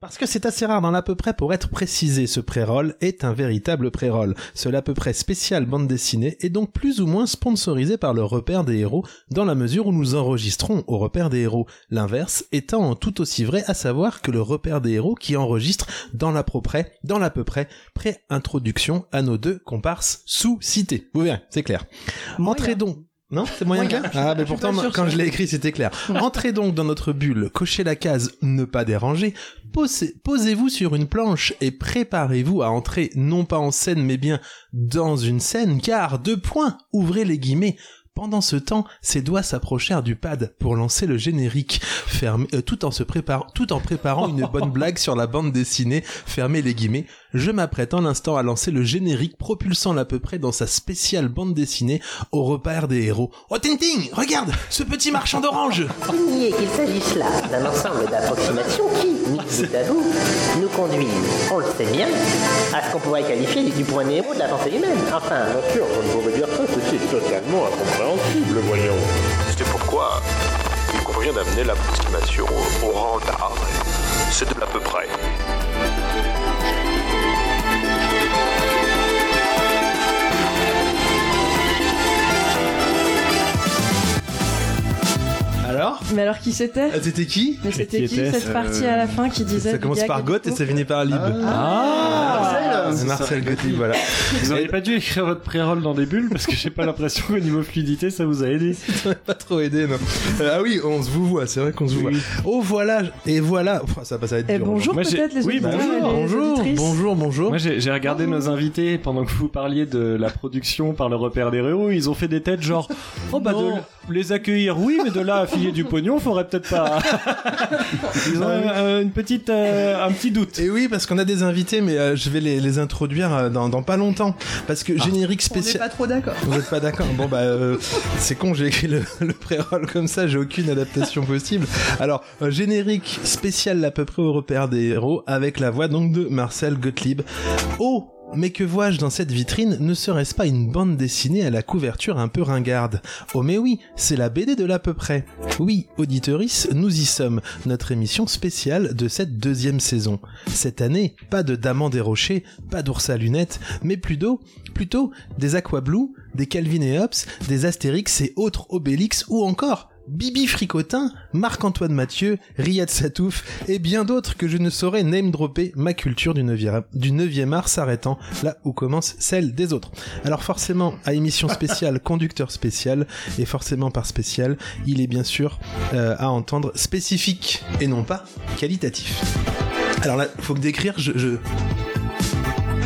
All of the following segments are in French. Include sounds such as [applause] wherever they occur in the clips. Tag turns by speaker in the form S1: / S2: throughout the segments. S1: Parce que c'est assez rare dans l'à peu près pour être précisé, ce pré-roll est un véritable pré-roll. Ce l'à peu près spécial bande dessinée est donc plus ou moins sponsorisé par le repère des héros dans la mesure où nous enregistrons au repère des héros. L'inverse étant tout aussi vrai à savoir que le repère des héros qui enregistre dans l'à peu près, dans l'à peu près, pré-introduction à nos deux comparses sous-cités. Vous verrez, c'est clair. Entrez donc non, c'est moyen clair. Ah, mais pourtant,
S2: sûre,
S1: quand
S2: ça.
S1: je l'ai écrit, c'était
S2: [laughs]
S1: clair. Entrez donc dans notre bulle, cochez la case ne pas déranger, posez- posez-vous sur une planche et préparez-vous à entrer non pas en scène, mais bien dans une scène, car deux points, ouvrez les guillemets. Pendant ce temps, ses doigts s'approchèrent du pad pour lancer le générique, fermé, euh, tout en se préparant, tout en préparant une bonne
S2: [laughs]
S1: blague sur la bande dessinée, fermez les guillemets. Je m'apprête en l'instant à lancer le générique, propulsant l'à peu près dans sa spéciale bande dessinée au repère des héros. Oh Tinting, regarde, ce petit marchand d'orange.
S3: souligner qu'il s'agisse là d'un ensemble d'approximations qui, mises bout à bout, nous conduisent, on le sait bien, à ce qu'on pourrait qualifier du point héros de la pensée humaine. Enfin,
S4: Bien sûr, je ne pourrais dire ça, ceci est totalement incompréhensible, voyons.
S5: C'est pourquoi il convient d'amener l'approximation au, au rang d'art. C'est de l'à peu près.
S1: Alors,
S2: Mais alors qui c'était
S1: euh, c'était qui Euh,
S2: Mais c'était
S6: qui
S2: qui
S6: était-ce
S2: cette partie à la fin qui disait
S1: Ça
S2: du
S1: commence
S2: gag
S1: par
S2: et
S1: Goth et
S2: tout
S1: ça finit par Lib. Ah.
S6: Ah.
S4: Marcel
S1: C'est Ah, Marcel Gotti, [laughs] voilà.
S6: Vous n'auriez pas dû écrire votre pré-roll dans des bulles parce que j'ai pas l'impression qu'au niveau fluidité ça vous a aidé.
S1: pas trop aidé, non. Euh, ah oui, on se vous voit, c'est vrai qu'on se vous voit.
S6: Oui.
S1: Oh voilà, et voilà. Pff, ça passe à être
S2: Eh,
S1: dur.
S2: bonjour
S6: Moi, j'ai-
S2: peut-être les
S6: oui,
S2: auditeurs
S6: bonjour,
S2: et les
S1: Bah Bonjour,
S2: auditrices.
S1: bonjour, bonjour.
S6: Moi j'ai j'ai regardé nos invités pendant que vous parliez de la production par le repère des réaux, ils ont fait des têtes genre oh bah
S1: Non.
S6: de les accueillir oui mais de là à filer du pognon faudrait peut-être pas. ils ont euh, une petite euh, un petit doute.
S1: Et oui, parce qu'on a des invités, mais euh, je vais les, les introduire euh, dans, dans pas longtemps. Parce que générique
S2: On n'est
S1: spécial.
S2: pas trop d'accord.
S1: Vous êtes pas d'accord Bon bah euh, c'est con, j'ai écrit le, le pré-roll comme ça, j'ai aucune adaptation possible. Alors euh, générique spécial à peu près au repère des héros avec la voix donc de Marcel Gottlieb. Oh mais que vois-je dans cette vitrine Ne serait-ce pas une bande dessinée à la couverture un peu ringarde Oh mais oui, c'est la BD de l'à peu près. Oui, auditeurice, nous y sommes. Notre émission spéciale de cette deuxième saison. Cette année, pas de Daman des Rochers, pas d'Ours à lunettes, mais plutôt, plutôt des Aquablue, des Calvin et Hobbes, des Astérix et autres Obélix ou encore Bibi Fricotin, Marc-Antoine Mathieu, Riyad Satouf et bien d'autres que je ne saurais name dropper ma culture du 9e, du 9e art s'arrêtant là où commence celle des autres. Alors forcément, à émission spéciale, conducteur spécial et forcément par spécial, il est bien sûr euh, à entendre spécifique et non pas qualitatif. Alors là, faut que décrire, je, je-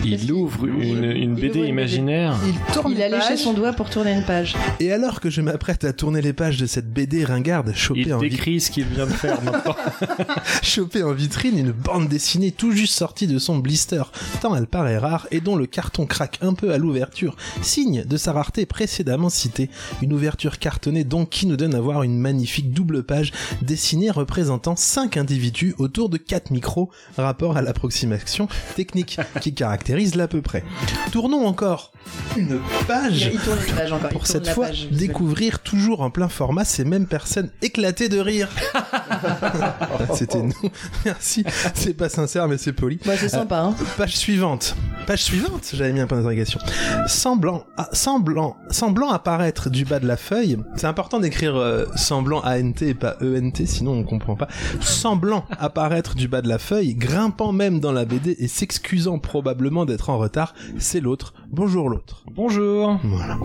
S6: Il ouvre une, une
S2: Il ouvre
S6: BD
S2: une
S6: imaginaire.
S1: Il tourne
S2: Il a léché son doigt pour tourner une page.
S1: Et alors que je m'apprête à tourner les pages de cette BD ringarde chopée
S6: Il
S1: en [laughs] vitrine,
S6: décrit ce qu'il vient de faire maintenant.
S1: choper en vitrine une bande dessinée tout juste sortie de son blister, tant elle paraît rare et dont le carton craque un peu à l'ouverture, signe de sa rareté précédemment citée. Une ouverture cartonnée donc qui nous donne à voir une magnifique double page dessinée représentant 5 individus autour de 4 micros, rapport à l'approximation technique qui caractérise l'à peu près. Tournons encore une page
S2: Il tourne une page encore. il
S1: pour
S2: tourne
S1: cette
S2: la
S1: fois
S2: page, visuellement.
S1: découvrir toujours en plein format ces mêmes personnes éclatées de
S2: [laughs]
S1: rire. C'était nous. Merci. C'est pas sincère mais c'est poli.
S2: Bah, c'est sympa,
S1: [laughs]
S2: hein.
S1: Page suivante. Page suivante, j'avais mis un point d'interrogation. Semblant, ah, semblant, semblant apparaître du bas de la feuille. C'est important d'écrire euh, semblant ANT et pas ENT, sinon on comprend pas. Semblant apparaître du bas de la feuille, grimpant même dans la BD et s'excusant probablement d'être en retard, c'est l'autre. Bonjour l'autre.
S6: Bonjour.
S1: Voilà.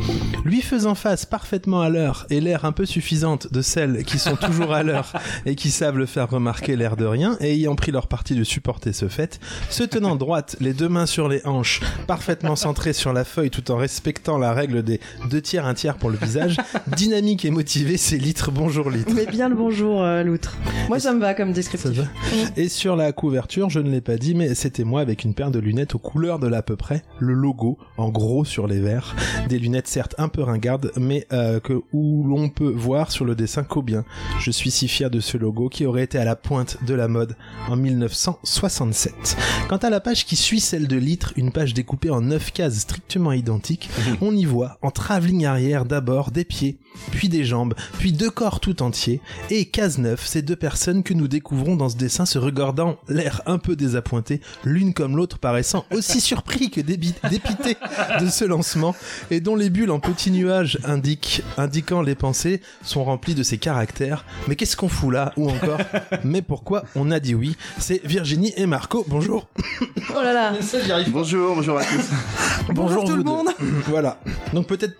S1: Lui faisant face parfaitement à l'heure et l'air un peu suffisante de celles qui sont toujours à l'heure et qui savent le faire remarquer l'air de rien et ayant pris leur parti de supporter ce fait, se tenant droite, les deux mains sur les hanches, parfaitement centré sur la feuille tout en respectant la règle des deux tiers, un tiers pour le visage, dynamique et motivé, c'est litre, bonjour litre.
S2: Mais bien le bonjour, euh, l'outre. Moi, ça me va comme descriptif.
S1: Ça va. Et sur la couverture, je ne l'ai pas dit, mais c'était moi avec une paire de lunettes aux couleurs de l'à peu près, le logo, en gros sur les verres, des lunettes certes un peu ringardes, mais euh, que où l'on peut voir sur le dessin Cobien. Je suis si fier de ce logo qui aurait été à la pointe de la mode en 1967. Quant à la page qui suit celle de Litre, une page découpée en 9 cases strictement identiques, on y voit en travelling arrière d'abord des pieds, puis des jambes, puis deux corps tout entiers, et case 9, ces deux personnes que nous découvrons dans ce dessin se regardant l'air un peu désappointé, l'une comme l'autre paraissant aussi surpris que débi- dépité de ce lancement, et dont les bulles en petits nuages indiquent, indiquant les pensées sont remplies de ces caractères. Mais qu'est-ce qu'on fout là Ou encore, mais pourquoi on a dit oui C'est Virginie et Marco, bonjour
S2: Oh là là.
S1: Ah
S7: Bonjour, bonjour à tous.
S1: Bonjour,
S2: Ah, tout
S1: vous
S2: le
S1: deux.
S2: monde.
S1: [laughs] voilà. Donc peut-être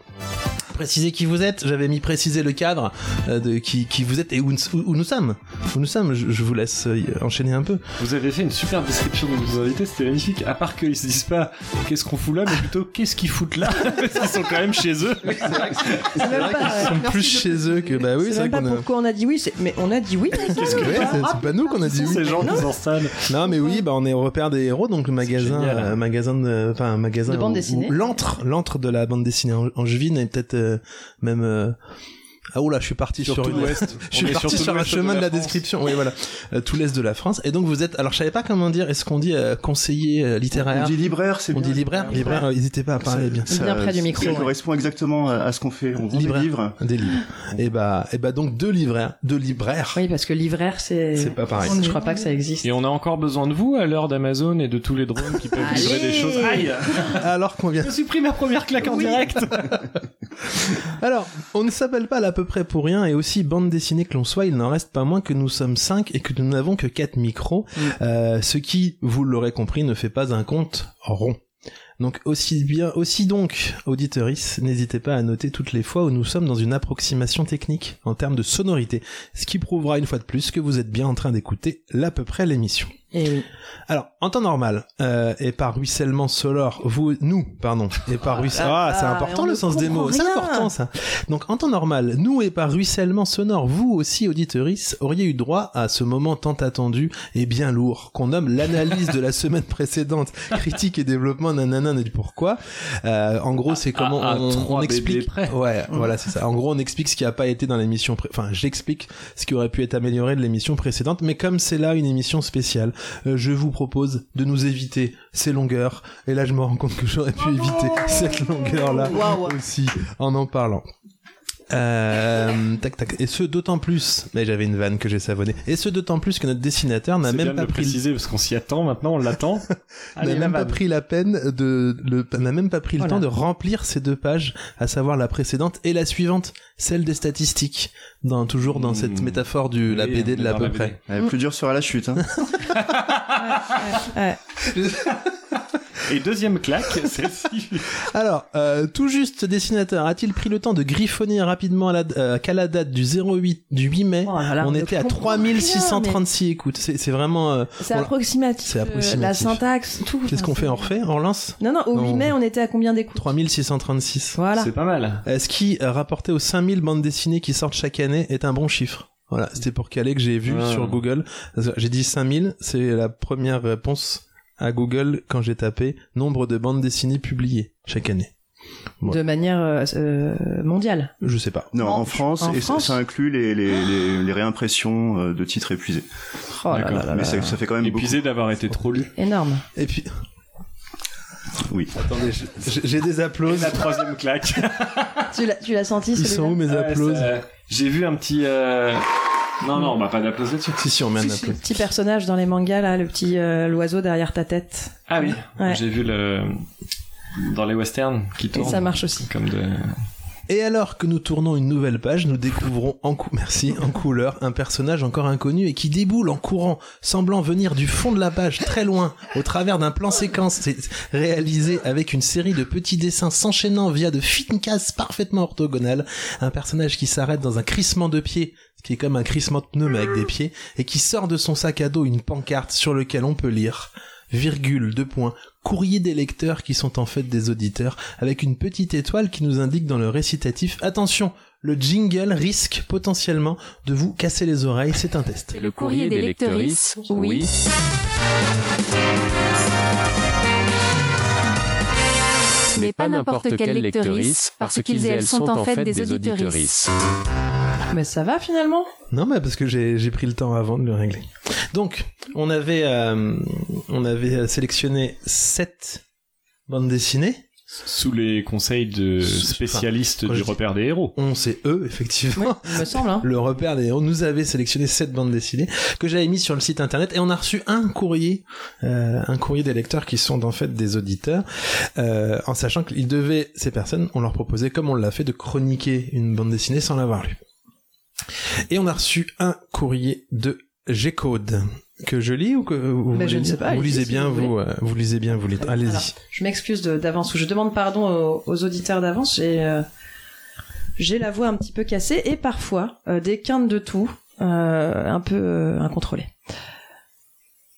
S1: préciser qui vous êtes. J'avais mis préciser le cadre euh, de qui, qui vous êtes et où, nous- où nous sommes. Où nous sommes. Je, je vous laisse euh, y- enchaîner un peu.
S6: Vous avez fait une super description de vos invités, c'était magnifique. À part qu'ils se disent pas qu'est-ce qu'on fout là, mais plutôt qu'est-ce qu'ils foutent là, [laughs] parce qu'ils sont quand même chez eux.
S2: C'est même pas. euh,
S1: Ils sont
S2: merci
S1: plus
S2: de-
S1: chez eux que bah oui,
S2: c'est
S1: c'est vrai
S2: même pas
S1: qu'on a.
S2: pourquoi on a dit oui, c'est- mais on
S1: [laughs]
S2: a dit oui.
S6: Qu'est-ce que
S1: Ouais, c'est c'est pas nous qu'on a dit oui.
S6: ces gens qui s'installent
S1: Non mais oui, bah on est au repère des héros, donc le magasin,
S6: génial, hein.
S1: euh, magasin de, enfin un magasin
S2: De bande
S1: où- où
S2: dessinée.
S1: l'antre, l'antre de la bande dessinée an- angevine et peut-être euh, même. euh, Ah oula, je suis parti sur,
S6: sur tout
S1: une-
S6: l'Ouest
S1: Je suis
S6: On est
S1: parti
S6: sur tout
S1: sur un
S6: l'ouest
S1: chemin de la,
S6: France.
S1: description. Oui, voilà. Euh, tout l'est de la France. Et donc vous êtes. Alors je savais pas comment dire. Est-ce qu'on dit euh, conseiller euh, littéraire
S7: On dit libraire, c'est
S1: On
S7: bien.
S1: dit libraire. Libraire. euh, N'hésitez pas à parler bien.
S7: Ça-
S2: Bien près du micro,
S7: Ça
S2: ouais.
S7: correspond exactement à à ce qu'on fait. On vend des
S1: Libraire.
S7: livres.
S1: Des livres. Et bah, et bah donc deux libraires, deux libraires.
S2: Oui, parce que livraire, c'est.
S1: C'est pas pareil.
S2: Je crois pas que ça existe.
S6: Et on a encore besoin de vous à l'heure d'Amazon et de tous les drones qui peuvent livrer des choses. Aïe
S1: Alors qu'on vient.
S6: Je suis pris ma première claque en direct
S1: Alors, on ne s'appelle pas à peu près pour rien et aussi bande dessinée que l'on soit, il n'en reste pas moins que nous sommes cinq et que nous n'avons que quatre micros, euh, ce qui, vous l'aurez compris, ne fait pas un compte rond. Donc aussi bien, aussi donc, auditeurice, n'hésitez pas à noter toutes les fois où nous sommes dans une approximation technique en termes de sonorité, ce qui prouvera une fois de plus que vous êtes bien en train d'écouter l'à peu près l'émission.
S2: Et oui.
S1: Alors, en temps normal, euh, et par ruissellement solaire, vous, nous, pardon, et par ruissellement,
S2: là
S1: ah, c'est
S2: là,
S1: important
S2: on
S1: le
S2: ne
S1: sens des
S2: comprend
S1: mots, c'est
S2: rien.
S1: important ça. Donc, en temps normal, nous et par ruissellement sonore, vous aussi, auditeurice, auriez eu droit à ce moment tant attendu et bien lourd, qu'on nomme l'analyse de la semaine
S6: [laughs]
S1: précédente, critique et développement, nanana, et du pourquoi. Euh, en gros, c'est comment
S6: à
S1: on,
S6: Ah, trois
S1: on
S6: bébés Mm.
S1: explique.
S6: près.
S1: Ouais, voilà, c'est ça. En gros, on explique ce qui a pas été dans l'émission, pré- enfin, j'explique ce qui aurait pu être amélioré de l'émission précédente, mais comme c'est là une émission spéciale, euh, je vous propose de nous éviter ces longueurs. Et là, je me rends compte que j'aurais pu éviter cette longueur-là aussi en en parlant. Euh, tac tac. Et ce d'autant plus, mais j'avais une vanne que j'ai savonnée. Et ce d'autant plus que notre dessinateur n'a
S6: C'est bien
S1: même
S6: de
S1: pas
S6: le
S1: pris
S6: préciser parce qu'on s'y attend maintenant, on l'attend.
S1: n'a
S6: la
S1: même pas
S6: vanne.
S1: pris la peine de le n'a même pas pris le
S2: Voilà.
S1: temps de remplir ces deux pages à savoir la précédente et la suivante celle des statistiques dans toujours dans
S6: Mmh.
S1: cette métaphore du [laughs] la
S6: Oui,
S1: BD de
S6: on est
S1: l'à
S6: dans
S1: peu
S6: la BD.
S1: près
S2: Mm.
S7: Euh, Plus dur sera la chute.
S2: [laughs]
S7: Hein.
S2: Ouais.
S6: Et deuxième claque, [laughs] celle-ci.
S1: alors euh, tout juste ce dessinateur a-t-il pris le temps de griffonner rapidement à la, euh, qu'à la date du 08 du 8 mai
S2: Oh là là,
S1: on
S2: ne
S1: était à
S2: comprend
S1: 3636 écoutes c'est c'est vraiment euh,
S2: rien, mais C'est
S1: on-
S2: approximatif.
S1: C'est
S2: euh,
S1: approximatif.
S2: La syntaxe, tout.
S1: qu'est-ce qu'on fait on refait on relance
S2: Non, non, au
S1: Non.
S2: 8 mai, on était à combien d'écoutes
S1: 3636
S2: Voilà.
S6: C'est pas mal.
S1: Euh, ce qui, euh, rapporté aux 5000 bandes dessinées qui sortent chaque année, est un bon chiffre. Voilà, c'était pour caler que j'ai vu
S6: Ah.
S1: sur Google. J'ai dit 5000, c'est la première réponse à Google quand j'ai tapé nombre de bandes dessinées publiées chaque année. Ouais.
S2: De manière euh, euh, mondiale.
S1: Je sais pas.
S7: Non, en,
S2: En-
S7: France,
S2: en
S7: et ça-
S2: France
S7: ça inclut les, les, les, les réimpressions euh, de titres épuisés.
S2: Oh là
S6: D'accord.
S2: là là
S7: Mais
S2: là.
S7: ça, ça fait quand même beaucoup.
S6: Épuisé d'avoir été trop lu.
S2: Énorme.
S1: Et puis,
S7: Oui.
S1: attendez, j'ai- j'ai j'ai des applauses.
S6: La troisième claque.
S2: Tu l'as, tu l'as senti,
S1: Ils sont
S2: celui-là
S1: où mes
S6: Ouais,
S1: applauses
S6: ça- euh, J'ai vu un petit. euh, Non, non, on m'a pas d'applause là-dessus.
S1: Si, si, on met un
S6: Si, si.
S1: applause.
S2: Petit personnage dans les mangas, là, le petit euh, l'oiseau derrière ta tête.
S6: Ah oui,
S2: Ouais.
S6: j'ai vu le. Dans les westerns qui
S2: Et
S6: tournent.
S2: ça marche aussi.
S6: Comme de.
S1: Et alors que nous tournons une nouvelle page, nous découvrons en cou- merci en couleur un personnage encore inconnu et qui déboule en courant, semblant venir du fond de la page, très loin, au travers d'un plan séquence C'est réalisé avec une série de petits dessins s'enchaînant via de fines cases parfaitement orthogonales. Un personnage qui s'arrête dans un crissement de pieds, ce qui est comme un crissement de pneus mais avec des pieds, et qui sort de son sac à dos une pancarte sur laquelle on peut lire virgule, deux points, courrier des lecteurs qui sont en fait des auditeurs, avec une petite étoile qui nous indique dans le récitatif, attention, le jingle risque potentiellement de vous casser les oreilles, c'est un test.
S8: Le courrier des lectrices, oui. mais pas n'importe quelle lectrice, parce qu'ils et elles sont en fait des auditrices.
S1: Ah.
S2: Mais ça va finalement
S1: Non, mais parce que j'ai j'ai pris le temps avant de le régler. Donc, on avait, euh, on avait euh, sélectionné 7 bandes dessinées.
S6: Sous les conseils de
S1: Sous-
S6: spécialistes
S1: enfin,
S6: du
S1: je dis-
S6: repère des héros.
S1: On c'est eux, effectivement.
S2: Il me semble, hein.
S1: Le repère des héros nous avait sélectionné 7 bandes dessinées que j'avais mis sur le site internet et on a reçu un courrier, euh, un courrier des lecteurs qui sont en fait des auditeurs, euh, en sachant qu'ils devaient, ces personnes, on leur proposait, comme on l'a fait, de chroniquer une bande dessinée sans l'avoir lue. Et on a reçu un courrier de G-Code que je lis ou que vous,
S2: Mais Ben, je
S1: voulez
S2: ne sais
S1: lire
S2: pas,
S1: vous
S2: allez-y,
S1: lisez
S2: si
S1: bien
S2: vous
S1: vous euh, vous lisez bien vous lisez allez-y
S2: Alors, je m'excuse de- d'avance ou je demande pardon aux, aux auditeurs d'avance. J'ai euh, j'ai la voix un petit peu cassée et parfois euh, des quintes de tout euh, un peu euh, incontrôlées.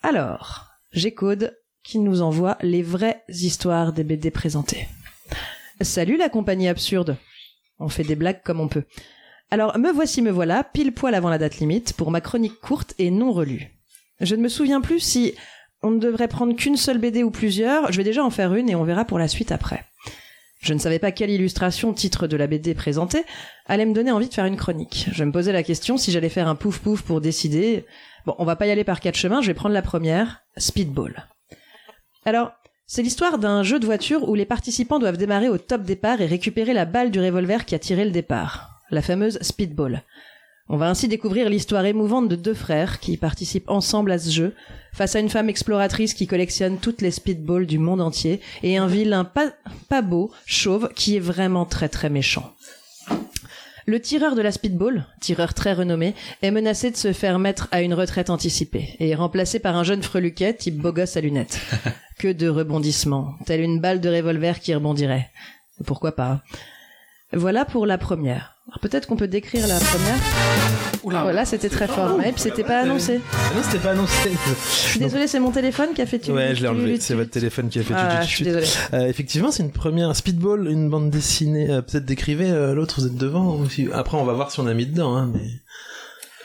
S2: Alors, j'ai Code qui nous envoie les vraies histoires des BD présentées. Salut la compagnie absurde. On fait des blagues comme on peut. Alors, me voici, me voilà, pile poil avant la date limite pour ma chronique courte et non relue. Je ne me souviens plus si on ne devrait prendre qu'une seule BD ou plusieurs. Je vais déjà en faire une et on verra pour la suite après. Je ne savais pas quelle illustration, titre de la BD présentée, allait me donner envie de faire une chronique. Je me posais la question si j'allais faire un pouf pouf pour décider. Bon, on va pas y aller par quatre chemins, je vais prendre la première, Speedball. Alors, c'est l'histoire d'un jeu de voiture où les participants doivent démarrer au top départ et récupérer la balle du revolver qui a tiré le départ, la fameuse Speedball. On va ainsi découvrir l'histoire émouvante de deux frères qui participent ensemble à ce jeu face à une femme exploratrice qui collectionne toutes les speedballs du monde entier et un vilain pas, pas beau, chauve, qui est vraiment très très méchant. Le tireur de la speedball, tireur très renommé, est menacé de se faire mettre à une retraite anticipée et est remplacé par un jeune freluquet type beau gosse à lunettes. Que de rebondissements, telle une balle de revolver qui rebondirait. Pourquoi pas hein. Voilà pour la première. Alors, Peut-être qu'on peut décrire la première. voilà, c'était très formel, puis c'était pas annoncé.
S1: Ah non c'était pas annoncé
S2: Je suis désolée, c'est mon téléphone qui a fait tu.
S1: ouais je l'ai enlevé
S2: tu-
S1: c'est votre téléphone qui a fait
S2: Ah,
S1: tout
S2: je suis désolée.
S1: Euh, effectivement, c'est une première. Speedball, une bande dessinée. euh, Peut-être décrivez euh, l'autre, vous êtes devant. ou si- Après, on va voir si on a mis dedans. Hein, mais...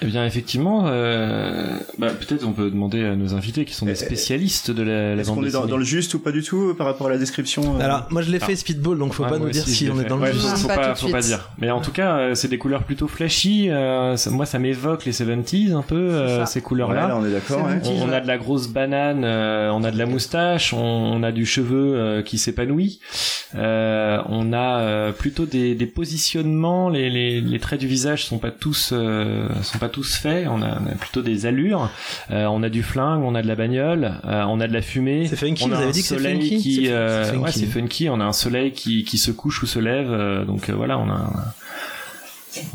S6: Eh bien, effectivement, euh, bah, peut-être on peut demander à nos invités qui sont des spécialistes de la, la
S7: Eh, Est-ce
S6: bande
S7: qu'on est dans,
S6: dessinée.
S7: dans le juste ou pas du tout euh, par rapport à la description euh,
S1: Alors, moi, je l'ai
S6: Ah.
S1: fait Speedball, donc faut
S6: Ah,
S1: pas
S6: moi
S1: nous dire
S6: aussi,
S1: si
S6: je l'ai
S1: on est
S6: fait.
S1: dans
S6: Ouais,
S1: le
S6: faut-
S1: juste.
S6: Faut
S2: Pas
S6: pas,
S2: tout de
S6: faut
S2: suite.
S6: pas dire. Mais en tout cas, euh, c'est des couleurs plutôt flashy. euh, ça- moi, ça m'évoque les 70s un peu, euh,
S2: ça.
S6: ces
S7: ouais,
S6: couleurs-là.
S7: là, on est d'accord.
S2: C'est
S7: ouais.
S2: bon.
S6: on, on a de la grosse banane, euh, on a de la moustache, on, on a du cheveu euh, qui s'épanouit, euh, on a euh, plutôt des, des positionnements, les, les, les traits du visage sont pas tous euh, sont pas tous faits, on a, on a plutôt des allures, euh, on a du flingue, on a de la bagnole, euh, on a de la fumée.
S1: C'est funky,
S6: on a
S1: vous avez
S6: un
S1: dit que c'est
S6: soleil
S1: funky
S6: qui,
S1: C'est-
S6: euh,
S1: c'est funky.
S6: ouais, c'est funky. On a un soleil qui, qui se couche ou se lève, euh, donc euh, voilà, on a. un-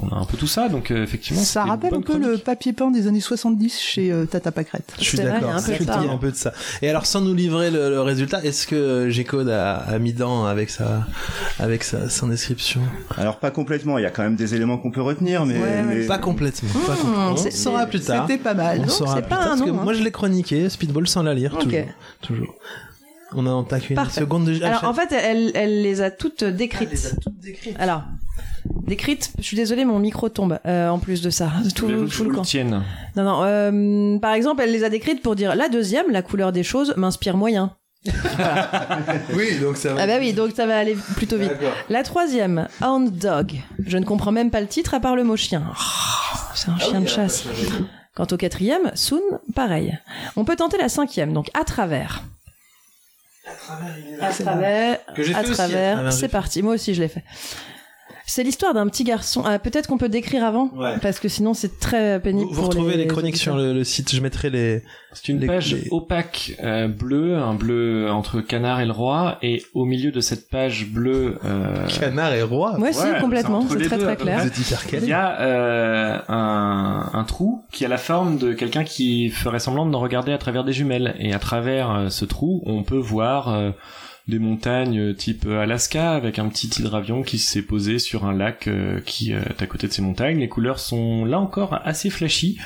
S6: On a un peu tout ça, donc euh, effectivement. c'était
S9: Ça
S6: une
S9: rappelle
S6: bonne
S9: un peu
S6: chronique.
S9: le papier peint des années 70 chez euh, Tata Pâquerette.
S1: Je suis
S2: C'est vrai,
S1: d'accord.
S2: il y a un peu
S1: c'est-
S2: de ça,
S1: Il y a
S2: hein.
S1: un peu de ça. Et alors, sans nous livrer le, le résultat, est-ce que euh, G-Code a, a mis dedans avec sa, avec sa, son description
S7: Alors pas complètement, il y a quand même des éléments qu'on peut retenir, mais,
S9: Ouais, ouais.
S7: mais-
S1: Pas complètement. pas
S2: Hmm,
S1: complètement. On
S2: c'est-
S1: le saura plus tard.
S9: C'était pas
S1: On
S9: mal.
S1: le
S2: donc,
S1: saura
S2: Ah, c'est
S1: plus
S2: pas
S1: tard,
S2: un
S1: parce que
S2: nom, hein.
S1: moi, je l'ai chroniqué Speedball sans la lire.
S2: Ok.
S1: Toujours. Toujours. On a en tac une
S2: Parfait.
S1: seconde de.
S2: Alors Ah, en fait, elle, elle les a toutes décrites.
S1: Ah,
S2: Alors, décrites, je suis désolée, mon micro tombe euh, en plus de ça. [laughs] Tout,
S6: Mais vous,
S2: tout
S6: vous
S2: le
S6: le
S2: camp.
S6: tienne.
S2: Non, non. euh, par exemple, elle les a décrites pour dire la deuxième, la couleur des choses, m'inspire moyen.
S1: oui, donc ça
S2: Ah bah oui, donc ça va aller plutôt vite.
S1: D'accord.
S2: La troisième, Hound Dog. Je ne comprends même pas le titre à part le mot chien. Oh, C'est
S1: Ah
S2: un chien de chasse. Quant au quatrième, Soon, pareil. On peut tenter la cinquième, donc à travers. À travers,
S1: Que j'ai
S2: à
S1: fait aussi, à
S2: travers,
S1: travers, j'ai fait.
S2: c'est parti. Moi aussi, je l'ai fait. C'est l'histoire d'un petit garçon. Ah, Peut-être qu'on peut décrire avant,
S1: Ouais.
S2: parce que sinon c'est très
S1: Vous,
S2: pénible.
S1: vous
S2: pour
S1: retrouvez les, chroniques sur
S2: auditeurs.
S1: le, le site, je mettrai les...
S6: C'est une
S1: Les-
S6: page
S1: les-
S6: opaque euh, bleue, un bleu entre canard et le roi, et au milieu de cette page bleue, euh,
S1: Canard et roi
S2: Ouais,
S6: Ouais,
S2: si, complètement.
S6: c'est entre
S2: C'est
S6: les
S2: très
S6: deux, hein. à
S2: très
S6: peu
S1: Vous
S2: clair.
S1: êtes hyper
S6: il
S1: calé.
S6: y a euh, un, un trou qui a la forme de quelqu'un qui ferait semblant de nous regarder à travers des jumelles. Et à travers euh, ce trou, on peut voir euh, des montagnes type euh, Alaska avec un petit hydravion qui s'est posé sur un lac euh, qui euh, est à côté de ces montagnes. Les couleurs sont là encore assez flashy,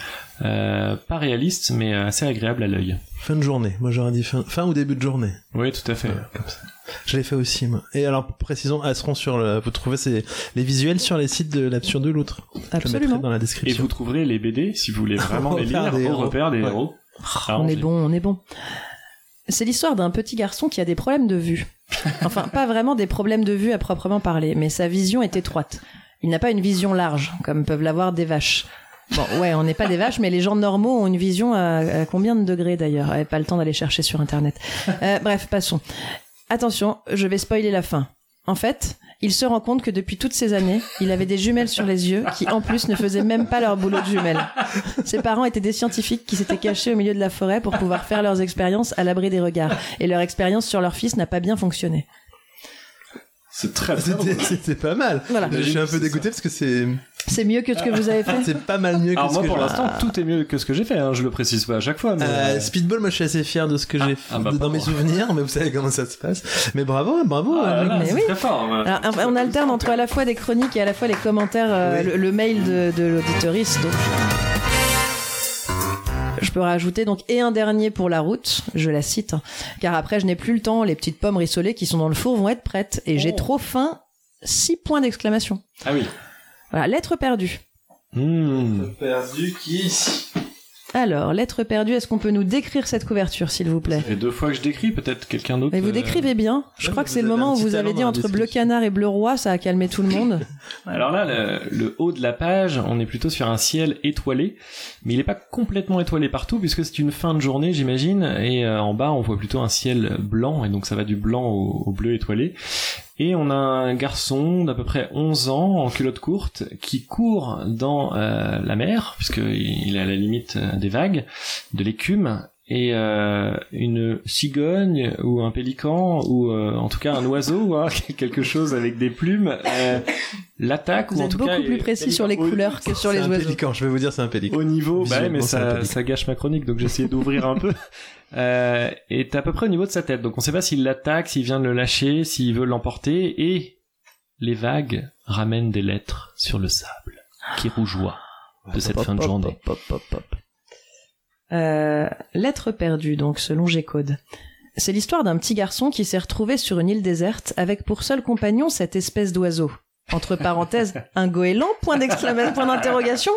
S6: euh, pas réalistes mais euh, assez agréables à l'œil.
S1: Fin de journée, moi j'aurais dit fin, fin ou début de journée.
S6: Oui, tout à fait.
S1: Je l'ai fait aussi, moi. Et alors, pour précision, elles seront sur le... Vous trouvez ces... les visuels sur les sites de l'absurde de l'outre. Je le mettrai
S2: Absolument.
S1: dans la
S6: Et
S1: description.
S6: vous trouverez
S1: [laughs]
S6: les BD si vous voulez vraiment
S1: Au
S6: les
S1: repère
S6: lire
S1: des
S6: au
S1: héros.
S2: Oh,
S6: repère des
S1: Ouais.
S6: héros.
S2: On est bon, on est bon. C'est l'histoire d'un petit garçon qui a des problèmes de
S6: [laughs]
S2: vue. Enfin, pas vraiment des problèmes de vue à proprement parler, mais sa vision est étroite. Il n'a pas une vision large, comme peuvent l'avoir des vaches. Bon, ouais, on n'est pas des vaches, mais les gens normaux ont une vision à, à combien de degrés d'ailleurs Ouais, Pas le temps d'aller chercher sur Internet. Euh, bref, passons. Attention, je vais spoiler la fin. En fait, il se rend compte que depuis toutes ces années, il avait des jumelles sur les yeux qui, en plus, ne faisaient même pas leur boulot de jumelles. Ses parents étaient des scientifiques qui s'étaient cachés au milieu de la forêt pour pouvoir faire leurs expériences à l'abri des regards. Et leur expérience sur leur fils n'a pas bien fonctionné.
S6: C'est très bien.
S1: [laughs] C'était- C'était pas mal.
S2: Voilà.
S1: Je suis un peu
S6: Ah, C'est
S1: dégoûté parce que c'est
S2: C'est mieux que ce que vous avez fait
S1: c'est pas mal mieux que
S6: Alors
S1: ce
S6: moi
S1: que
S6: pour
S1: je-
S6: l'instant
S2: euh,
S6: tout est mieux que ce que j'ai fait, hein. je le précise pas à chaque fois. Mais...
S1: Euh, Speedball, moi je suis assez fier de ce que
S6: Ah,
S1: j'ai fait
S6: ah bah,
S1: dans
S6: pas
S1: mes
S6: moi.
S1: souvenirs, mais vous savez comment ça se passe. Mais bravo, hein, bravo.
S6: Ah là là,
S2: mais
S6: c'est
S2: oui.
S6: très fort. hein.
S2: Alors, on alterne entre à la fois des chroniques et à la fois les commentaires, euh,
S1: Oui.
S2: le, le mail de, de l'auditoriste. donc. Je peux rajouter donc et un dernier pour la route, je la cite, hein, car après je n'ai plus le temps, les petites pommes rissolées qui sont dans le four vont être prêtes et j'ai trop faim. Six points d'exclamation.
S6: Ah oui.
S2: Voilà, lettre perdue.
S6: Hmm.
S1: Perdu qui
S2: Alors, lettre perdue, est-ce qu'on peut nous décrire cette couverture s'il vous plaît
S6: Et deux fois que je décris, peut-être quelqu'un d'autre.
S2: Mais vous
S6: euh,
S2: décrivez bien. Je
S1: ouais,
S2: crois
S1: mais
S2: que
S1: vous
S2: c'est le
S1: avez un
S2: moment où
S1: petit
S2: vous
S1: talent
S2: avez dit
S1: dans la
S2: entre bleu
S1: description.
S2: canard et bleu roi, ça a calmé tout le monde.
S6: Alors là, le, le haut de la page, on est plutôt sur un ciel étoilé, mais il n'est pas complètement étoilé partout puisque c'est une fin de journée, j'imagine. Et euh, en bas, on voit plutôt un ciel blanc, et donc ça va du blanc au, au bleu étoilé. Et on a un garçon d'à peu près 11 ans en culotte courte qui court dans euh, la mer, puisqu'il est à la limite euh, des vagues, de l'écume. Et euh, une cigogne ou un pélican ou euh, en tout cas un oiseau, hein, [laughs] quelque chose avec des plumes, euh, l'attaque
S2: Vous
S6: ou en
S2: êtes
S6: tout
S2: beaucoup
S6: cas
S2: plus
S6: est-
S2: précis sur les
S6: au-
S2: couleurs que sur
S1: C'est
S2: les
S1: un
S2: oiseaux.
S1: pélican, je vais vous dire, c'est un pélican.
S6: au niveau bah ouais, mais
S1: Visiblement, c'est un
S6: ça,
S1: pélican.
S6: ça gâche ma chronique donc j'essayais d'ouvrir un peu [laughs] euh, est à peu près au niveau de sa tête donc on sait pas s'il l'attaque s'il vient de le lâcher s'il veut l'emporter et les vagues ramènent des lettres sur le sable qui rougeoie de cette fin de journée
S2: Euh, Lettre perdue, donc, selon G-Code. C'est l'histoire d'un petit garçon qui s'est retrouvé sur une île déserte avec pour seul compagnon cette espèce d'oiseau. Entre parenthèses, un goéland, point d'exclamation, point d'interrogation.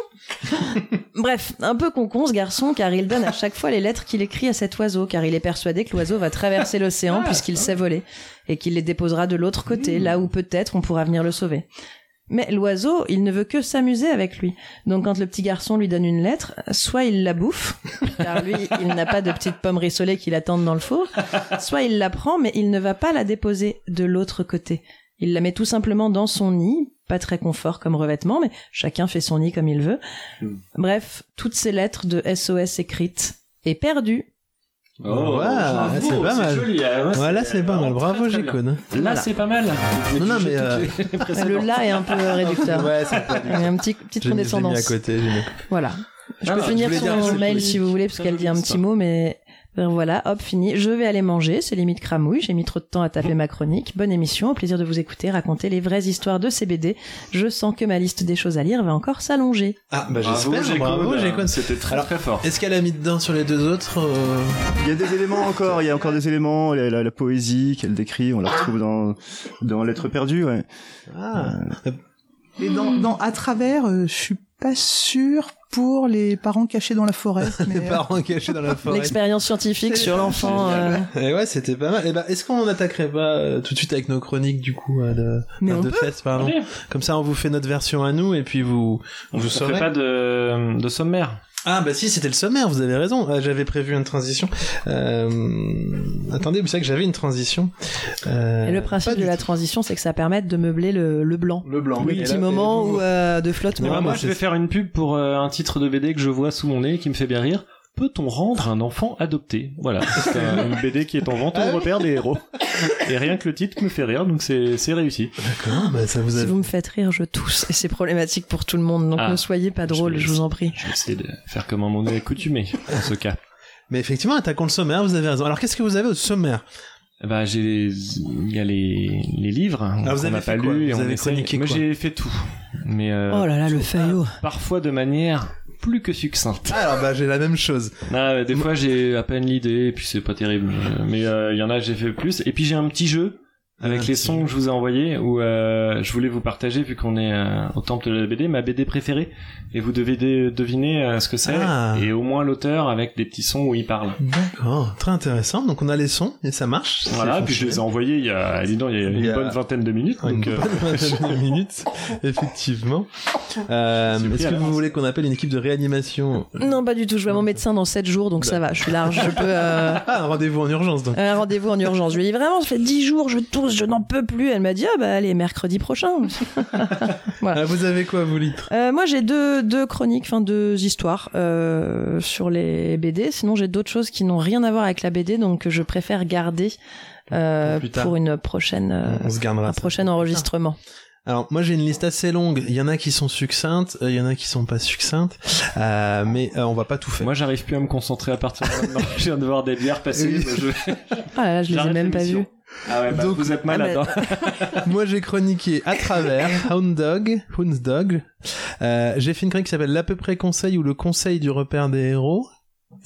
S2: Bref, un peu concon ce garçon, car il donne à chaque fois les lettres qu'il écrit à cet oiseau, car il est persuadé que l'oiseau va traverser l'océan puisqu'il sait voler, et qu'il les déposera de l'autre côté, là où peut-être on pourra venir le sauver. Mais l'oiseau, il ne veut que s'amuser avec lui. Donc quand le petit garçon lui donne une lettre, soit il la bouffe, car lui, il n'a pas de petite pomme rissolée qui l'attendent dans le four, soit il la prend, mais il ne va pas la déposer de l'autre côté. Il la met tout simplement dans son nid, pas très confort comme revêtement, mais chacun fait son nid comme il veut.
S6: Hmm.
S2: Bref, toutes ces lettres de SOS écrites et perdues.
S1: Oh, bravo, c'est pas mal.
S6: hein,
S1: Voilà, c'est
S6: euh,
S1: pas mal. Bravo, Gécone.
S6: Là,
S2: Voilà.
S6: c'est pas mal.
S1: Non, non, mais. euh, [laughs]
S2: Le là est un peu réducteur.
S1: Ouais, c'est pas
S2: Il y a un petit, petite
S1: Je l'ai- je l'ai mis à
S2: condescendance.
S1: côté. j'ai mis-
S2: Voilà. Je
S6: Ah,
S2: peux
S6: je
S2: finir
S1: voulais dire,
S2: son
S1: c'est
S2: mail
S1: politique.
S2: si vous voulez, parce
S6: Ça
S2: qu'elle dit un
S6: m'amuse
S2: petit
S6: pas.
S2: mot, mais euh, voilà, hop, fini. Je vais aller manger, c'est limite cramouille, j'ai mis trop de temps à taper ma chronique. Bonne émission, au plaisir de vous écouter, raconter les vraies histoires de CBD. Je sens que ma liste des choses à lire va encore s'allonger.
S1: Ah, bah
S6: Bravo,
S1: j'espère.
S6: Gécone.
S1: Bravo, Gécone.
S6: C'était très
S1: Alors,
S6: très fort.
S1: Est-ce qu'elle a mis dedans sur les deux autres euh,
S7: Il y a des éléments encore, il y a encore des éléments, la, la- la poésie qu'elle décrit, on la retrouve dans, dans Lettres perdues, ouais.
S1: Ah,
S9: Et dans, dans à travers, euh, je suis pas sûr pour les parents cachés dans la forêt. mais,
S1: les
S9: euh,
S1: parents cachés dans la forêt.
S2: L'expérience scientifique
S9: C'est
S2: sur l'enfant. euh,
S1: Et ouais, c'était pas mal. Et bah, est-ce qu'on attaquerait pas euh, tout de suite avec nos chroniques du coup euh, de,
S9: Mais
S1: enfin,
S9: on
S1: de fesses, pardon.
S6: Allez.
S1: Comme ça, on vous fait notre version à nous et puis vous
S6: On
S1: vous
S6: ne
S1: saurez.
S6: fait pas de, de sommaire.
S1: Ah bah si, c'était le sommaire. Vous avez raison. Ah, j'avais prévu une transition. Euh... Attendez, vous savez que j'avais une transition. Euh,
S2: Et le
S1: pas
S2: principe
S1: du
S2: de la
S1: tout.
S2: transition, c'est que ça permette de meubler le, le blanc.
S1: le blanc.
S2: Le
S1: Et
S2: petit
S1: là,
S2: moment
S1: et
S2: où,
S1: vous-
S2: euh, de flottement.
S1: Ouais,
S6: Ah,
S1: moi,
S6: moi, je
S1: c'est-
S6: vais faire une pub pour euh, un titre de BD que je vois sous mon nez qui me fait bien rire. Peut-on rendre un enfant adopté Voilà, [laughs] Ah c'est un- une BD qui est en vente au repère des héros. Et rien que le titre me fait rire, donc c'est c'est réussi.
S1: D'accord, bah ça vous a.
S2: euh, Si vous me faites rire, je tousse. Et c'est problématique pour tout le monde, donc
S6: Ah.
S2: ne soyez pas
S6: Je
S2: drôle,
S6: vais-
S2: je vous en prie.
S6: Je vais essayer de faire comme un monde accoutumé, en ce cas.
S1: Mais effectivement, attaquons le sommaire. Vous avez raison. Alors, qu'est-ce que vous avez au sommaire
S6: Bah, j'ai les- il y a les, les livres
S1: Ah, vous
S6: qu'on
S1: avez
S6: n'a
S1: fait
S6: pas
S1: quoi
S6: lus et
S1: Vous
S6: on
S1: avez
S6: essaye.
S1: chroniqué
S6: Moi,
S1: quoi
S6: j'ai fait tout. Mais euh,
S2: Oh là là, le faillot.
S6: parfois de manière plus que succincte.
S1: Alors bah j'ai la même chose.
S6: Ah, mais des fois j'ai à peine l'idée et puis c'est pas terrible. Euh, Mais il y en a j'ai fait plus. Et puis j'ai un petit jeu avec
S1: Ah,
S6: les
S1: c'est
S6: sons que je vous ai envoyés où euh, je voulais vous partager vu qu'on est euh, au temple de la BD ma BD préférée et vous devez dé- deviner euh, ce que c'est
S1: Ah.
S6: et au moins l'auteur avec des petits sons où il parle.
S1: D'accord, très intéressant. Donc on a les sons et ça marche.
S6: Voilà,
S1: Ça
S6: puis je
S1: fonctionne.
S6: les ai envoyés il y a, dis donc, il y a une
S1: Il y a-
S6: bonne vingtaine de minutes.
S1: Une
S6: Donc, euh,
S1: bonne [laughs]
S6: [laughs]
S1: vingtaine de minutes, effectivement. Euh,
S6: Je suis pris
S1: Est-ce
S6: à
S1: que
S6: la
S1: vous
S6: pince.
S1: voulez qu'on appelle une équipe de réanimation
S2: Non, pas du tout. Je vois mon médecin dans 7 jours, donc ça va. Je suis large. Je peux.
S1: [laughs]
S2: euh,
S1: Ah, un rendez-vous en urgence donc.
S2: Un rendez-vous en urgence. Je lui ai dit vraiment, ça fait 10 jours, je tousse, je n'en peux plus. Elle m'a dit, ah bah allez,
S1: [laughs]
S2: mercredi prochain.
S1: Ah, vous avez quoi, vous, litres
S2: Euh, moi, j'ai deux, deux chroniques, enfin deux histoires euh, sur les BD. Sinon, j'ai d'autres choses qui n'ont rien à voir avec la BD, donc que je préfère garder euh,
S1: Pour plus tard.
S2: pour une prochaine, euh,
S1: On se gardera.
S2: un
S1: ça.
S2: prochain enregistrement.
S1: Alors moi j'ai une liste assez longue. Il y en a qui sont succinctes, euh, il y en a qui sont pas succinctes, Euh, mais euh, on va pas tout faire.
S6: moi, j'arrive plus à me concentrer à partir de maintenant. [laughs] je viens de voir des bières passer.
S1: Oui.
S6: je-
S2: Ah là là, je les ai
S6: j'arrête
S2: même pas
S6: l'émission.
S2: vus.
S6: Ah ouais, bah,
S1: Donc-
S6: vous êtes malade.
S2: Ah,
S1: [laughs]
S6: hein.
S1: Moi, j'ai chroniqué à travers Hound Dog, Hound Dog. Euh, j'ai fait une chronique qui s'appelle l'à peu près conseil ou le conseil du repère des héros.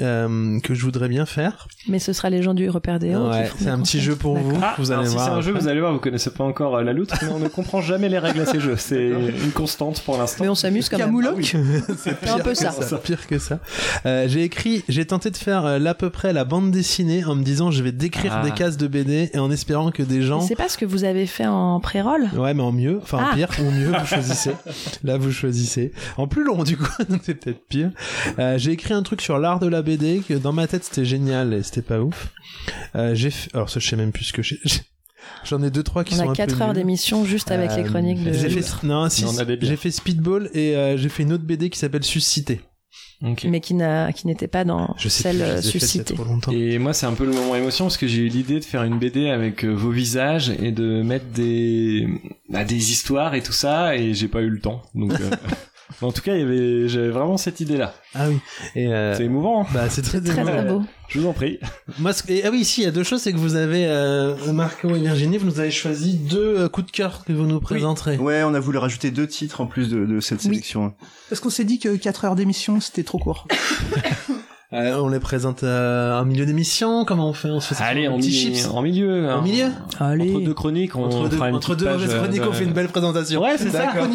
S1: euh, que je voudrais bien faire.
S2: Mais ce sera les gens du repère des héros. qui
S1: Ouais,
S2: feront
S1: c'est
S2: des
S1: un petit
S2: conseils.
S1: jeu pour vous.
S6: Ah,
S1: vous
S6: alors,
S1: allez
S6: si
S1: voir.
S6: c'est un jeu, vous allez voir, vous connaissez pas encore euh, la loutre, mais on ne comprend jamais les règles à ces jeux. C'est une constante pour l'instant.
S2: Mais on s'amuse quand même. Ah
S9: Camouloc
S1: [laughs] c'est
S2: un peu
S1: que
S2: ça.
S1: Pire que ça. Euh, j'ai écrit, j'ai tenté de faire euh, l'à peu près la bande dessinée en me disant je vais décrire
S6: Ah.
S1: des cases de BD et en espérant que des gens
S2: C'est pas ce que vous avez fait en pré-roll
S1: Ouais, mais en mieux, enfin en
S2: Ah.
S1: pire ou mieux,
S2: [laughs]
S1: vous choisissez. Là, vous choisissez. En plus long, du coup, [laughs] donc c'est peut-être pire. Euh, j'ai écrit un truc sur l'art de la BD que dans ma tête c'était génial et c'était pas ouf. Euh, j'ai, fait... alors ça je sais même plus ce que j'ai. j'ai- J'en ai deux trois qui
S2: On
S1: sont
S2: a
S1: un
S2: 4
S1: peu
S2: heures
S1: nuls.
S2: d'émission juste avec les
S1: Euh,
S2: chroniques de
S1: J'ai
S2: Loutre,
S1: fait, non, si,
S6: on a des bières.
S1: j'ai fait Speedball et euh, j'ai fait une autre BD qui s'appelle Suscité.
S6: Ok.
S2: mais qui n'a- qui n'était pas dans
S1: Je sais
S2: celle
S1: plus, je les ai
S2: euh,
S1: faites il y a
S2: suscitée.
S1: trop longtemps.
S6: Et moi, c'est un peu le moment émotion parce que j'ai eu l'idée de faire une BD avec euh, vos visages et de mettre des bah, des histoires et tout ça, et j'ai pas eu le temps. Donc,
S1: [laughs]
S6: euh, mais en tout cas, il y avait j'avais vraiment cette idée-là.
S1: Ah oui. Et euh,
S6: C'est émouvant. hein.
S1: bah c'est très,
S2: Très
S1: émouvant.
S2: très beau.
S6: Je vous en prie.
S1: Moi, ce- et, ah oui, si, il y a deux choses, c'est que vous avez, euh, Marco et Virginie, vous nous avez choisi deux euh, coups de cœur que vous nous présenterez.
S7: Ouais, on a voulu rajouter deux titres en plus de, de cette
S9: Oui.
S7: sélection.
S9: Parce qu'on s'est dit que 4 heures d'émission, c'était trop court.
S1: Euh, on les présente euh, en milieu d'émission, comment on fait On se fait ça
S6: Allez,
S1: sur un
S6: en,
S1: petit
S6: mi-
S1: chips
S6: en milieu.
S1: En
S6: hein.
S1: milieu
S2: Allez.
S6: Entre deux chroniques, on
S1: Entre deux,
S6: fera une
S1: entre
S6: petite
S1: deux
S6: page,
S1: mauvaises
S6: euh,
S1: chroniques, on
S6: de-
S1: fait une belle présentation.
S6: Ouais, c'est ça.
S1: D'accord.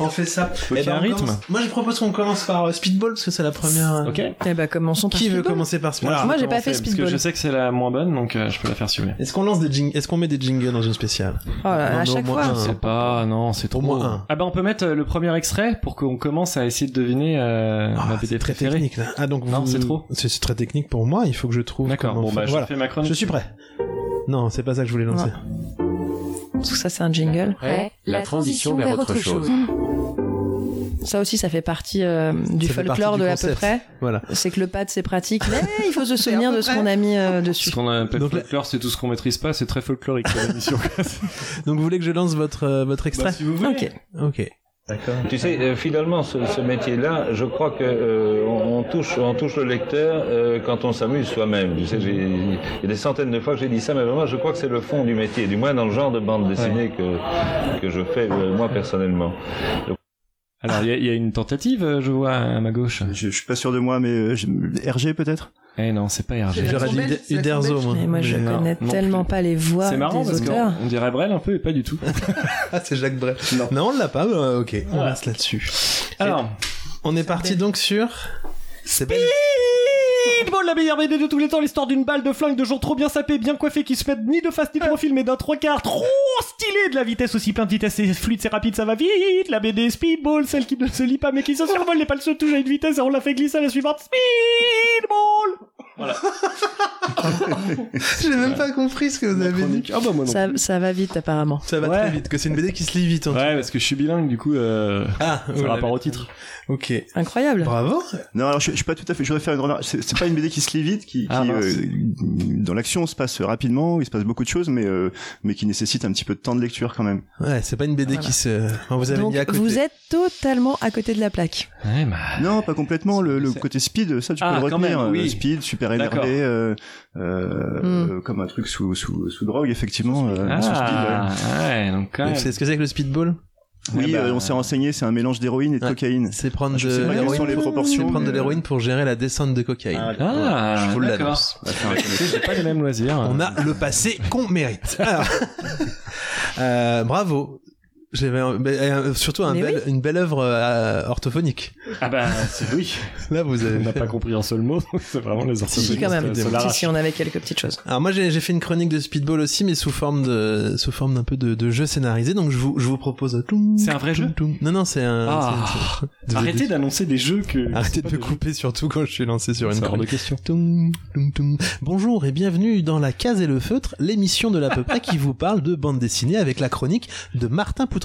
S1: On fait ça.
S6: Faut qu'il y ait
S1: ben,
S6: un
S1: on
S6: rythme.
S1: commence- Moi, je propose qu'on commence par euh, Speedball, parce que c'est la première... euh,
S6: Ok.
S2: Eh bah commençons par
S1: Qui veut
S2: Speedball.
S1: commencer par Speedball
S6: Voilà,
S2: Moi, j'ai
S6: on
S2: pas
S6: commence,
S2: fait
S6: Parce
S2: Speedball.
S6: que je sais que c'est la moins bonne, donc euh, je peux la faire si vous voulez.
S1: Est-ce qu'on lance des jing... Est-ce qu'on met des jingles dans une spéciale
S2: Oh là là,
S1: Non,
S2: à
S1: non,
S2: chaque
S1: moi,
S2: fois.
S1: un.
S6: Je sais pas, non, c'est trop.
S1: Ah. Au moins un.
S6: Ah ben on peut mettre euh, le premier extrait pour qu'on commence à essayer de deviner euh,
S1: Ah,
S6: ma BD
S1: C'est très
S6: préférée.
S1: technique, là. Ah, donc
S6: Non,
S1: vous-
S6: c'est trop.
S1: C'est c'est très technique pour moi, il faut que je trouve...
S6: D'accord,
S1: comment
S6: bon bah
S1: faire.
S6: je
S1: Voilà.
S6: fais ma
S1: Je
S6: chronique.
S1: suis prêt. Non, c'est pas ça que je voulais lancer.
S2: Parce que ça, c'est un jingle.
S8: Après, la transition vers autre chose.
S2: Ça aussi, ça fait partie euh, du
S1: Ça fait partie
S2: folklore
S1: du
S2: de à peu
S1: concept.
S2: près.
S1: Voilà.
S2: C'est que le pad,
S1: [laughs]
S2: c'est pratique, mais il faut se souvenir
S9: peu
S2: de ce
S9: près.
S2: qu'on a mis euh,
S6: Ce
S2: dessus.
S6: qu'on appelle
S1: Donc,
S6: folklore, c'est tout ce qu'on maîtrise pas, c'est très folklorique cette émission.
S1: Donc vous voulez que je lance votre, euh, votre extrait
S6: si vous
S2: Ok.
S1: Ok.
S4: Tu sais, euh, finalement, ce, ce métier-là, je crois que euh, on, on touche, on touche le lecteur euh, quand on s'amuse soi-même. Tu sais, j'ai- il y a des centaines de fois que j'ai dit ça, mais vraiment, je crois que c'est le fond du métier, du moins dans le genre de bande dessinée que, que je fais euh, moi personnellement.
S6: Alors il y, a- il y a une tentative, euh, je vois à ma gauche.
S7: Je, je suis pas sûr de moi, mais euh, je- RG peut-être
S6: Eh non, c'est pas
S9: C'est
S6: RG.
S9: la
S1: J'aurais dit
S9: trombelle,
S1: Ude-
S9: c'est la
S1: Uderzo,
S9: trombelle.
S1: moi.
S2: Mais moi, je
S6: Mais non,
S2: connais
S6: non
S2: tellement pas les voix
S6: C'est marrant
S2: des
S6: parce qu'on
S2: auteurs.
S6: on dirait Brel un peu et pas du tout.
S1: Ah, c'est Jacques Brel. Non, on l'a pas, bah, ok. On reste là-dessus.
S6: Alors,
S1: On est parti donc sur... C'est belle.
S6: Speedball, la meilleure BD de tous les temps, l'histoire d'une balle de flingue de gens trop bien sapés, bien coiffés, qui se mettent ni de face ni de profil, mais d'un trois quarts, trop stylé, de la vitesse aussi plein de vitesse, c'est fluide, c'est rapide, ça va vite, la BD Speedball, celle qui ne se lit pas mais qui se survole, les pales se touchent à une vitesse et on la fait glisser à la suivante, Speedball
S1: J'ai même pas compris ce que vous avez dit.
S6: Ah bah moi
S2: Ça, ça va vite, apparemment.
S1: Ça va
S6: Ouais.
S1: très vite, que c'est une BD qui se lit vite. en tout-
S6: Ouais, parce que je suis bilingue, du coup, euh,
S1: Ah,
S6: ça
S1: vous
S6: rapport
S1: l'avez.
S6: au titre.
S1: Ok.
S2: Incroyable.
S1: Bravo.
S7: Non, alors je, je suis pas tout à fait. Je voudrais faire une remarque. C'est c'est pas une BD qui se lit vite, qui, qui,
S6: Ah, mince.
S7: euh, dans l'action se passe rapidement, il se passe beaucoup de choses, mais euh, mais qui nécessite un petit peu de temps de lecture quand même.
S1: Ouais, c'est pas une BD
S2: Voilà.
S1: qui se... Enfin, vous avez
S2: Donc,
S1: mis à côté.
S2: vous êtes totalement à côté de la plaque.
S6: Ouais, bah...
S7: Non, pas complètement. Le, le
S6: C'est-
S7: côté speed, ça tu
S6: Ah,
S7: peux le
S6: quand
S7: retenir.
S6: même, oui.
S7: euh, Speed, super
S6: D'accord. Hmm.
S7: énervé, euh, euh, euh, comme un truc sous sous sous drogue effectivement. euh, sous speed, ouais.
S6: ah, ouais, donc quand
S1: Vous savez ce que c'est que le speedball
S7: Oui,
S6: Ah
S1: Ouais, bah,
S7: euh, on s'est renseigné, c'est un mélange d'héroïne et de
S1: Ouais.
S7: cocaïne.
S1: C'est prendre
S7: Ah, Je
S1: de
S7: sais pas quelles sont les proportions,
S1: c'est prendre de
S7: mais, euh,
S1: l'héroïne pour gérer la descente de cocaïne.
S6: Ah,
S1: Je vous
S6: d'accord.
S1: l'annonce.
S6: Bah, tiens, écoutez, J'ai pas les mêmes loisirs.
S1: On a le passé qu'on
S7: [laughs]
S1: mérite.
S7: Ah.
S1: Alors, [laughs] euh, bravo. J'avais un- mais, euh, surtout un
S2: Mais
S1: bel- une belle œuvre euh, orthophonique.
S6: Ah bah c'est oui.
S1: Là, vous
S6: [laughs] On
S1: avez.
S6: n'a
S1: fait-
S6: pas compris un seul mot. donc C'est vraiment les orthophonistes.
S2: Si, quand même.
S6: euh, se
S2: Si,
S6: l'arrachent.
S2: si, on avait quelques petites choses.
S1: Alors moi, j'ai j'ai fait une chronique de Speedball aussi, mais sous forme de sous forme d'un peu de, de jeu scénarisé. Donc je vous je vous propose.
S6: C'est un vrai jeu
S1: Non non, c'est un.
S6: Ah.
S1: c'est- c'est-
S6: Arrêtez d'annoncer des jeux que.
S1: Arrêtez de me couper surtout quand je suis lancé sur une
S6: C'est hors
S1: chronique.
S6: de question.
S1: Toum, toum, toum. Bonjour et bienvenue dans La Case et le Feutre, l'émission de l'à peu près qui vous parle de bande dessinée avec la chronique de Martin Poutrampois.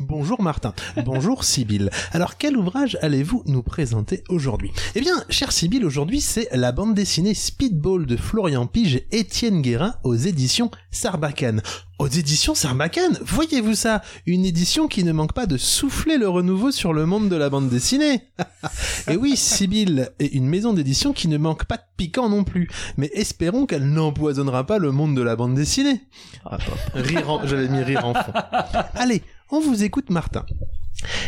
S1: Bonjour Martin. Bonjour Sibylle. Alors quel ouvrage allez-vous nous présenter aujourd'hui Eh bien, chère Sibylle, aujourd'hui c'est la bande dessinée Speedball de Florian Pige et Étienne Guérin aux éditions Sarbacane. Aux éditions Sarbacane Voyez-vous ça Une édition qui ne manque pas de souffler le renouveau sur le monde de la bande dessinée et oui, Sibyl est une maison d'édition qui ne manque pas de piquant non plus. Mais espérons qu'elle n'empoisonnera pas le monde de la bande dessinée. Ah, Rire en- J'avais mis rire en fond. [laughs] Allez, on vous écoute Martin.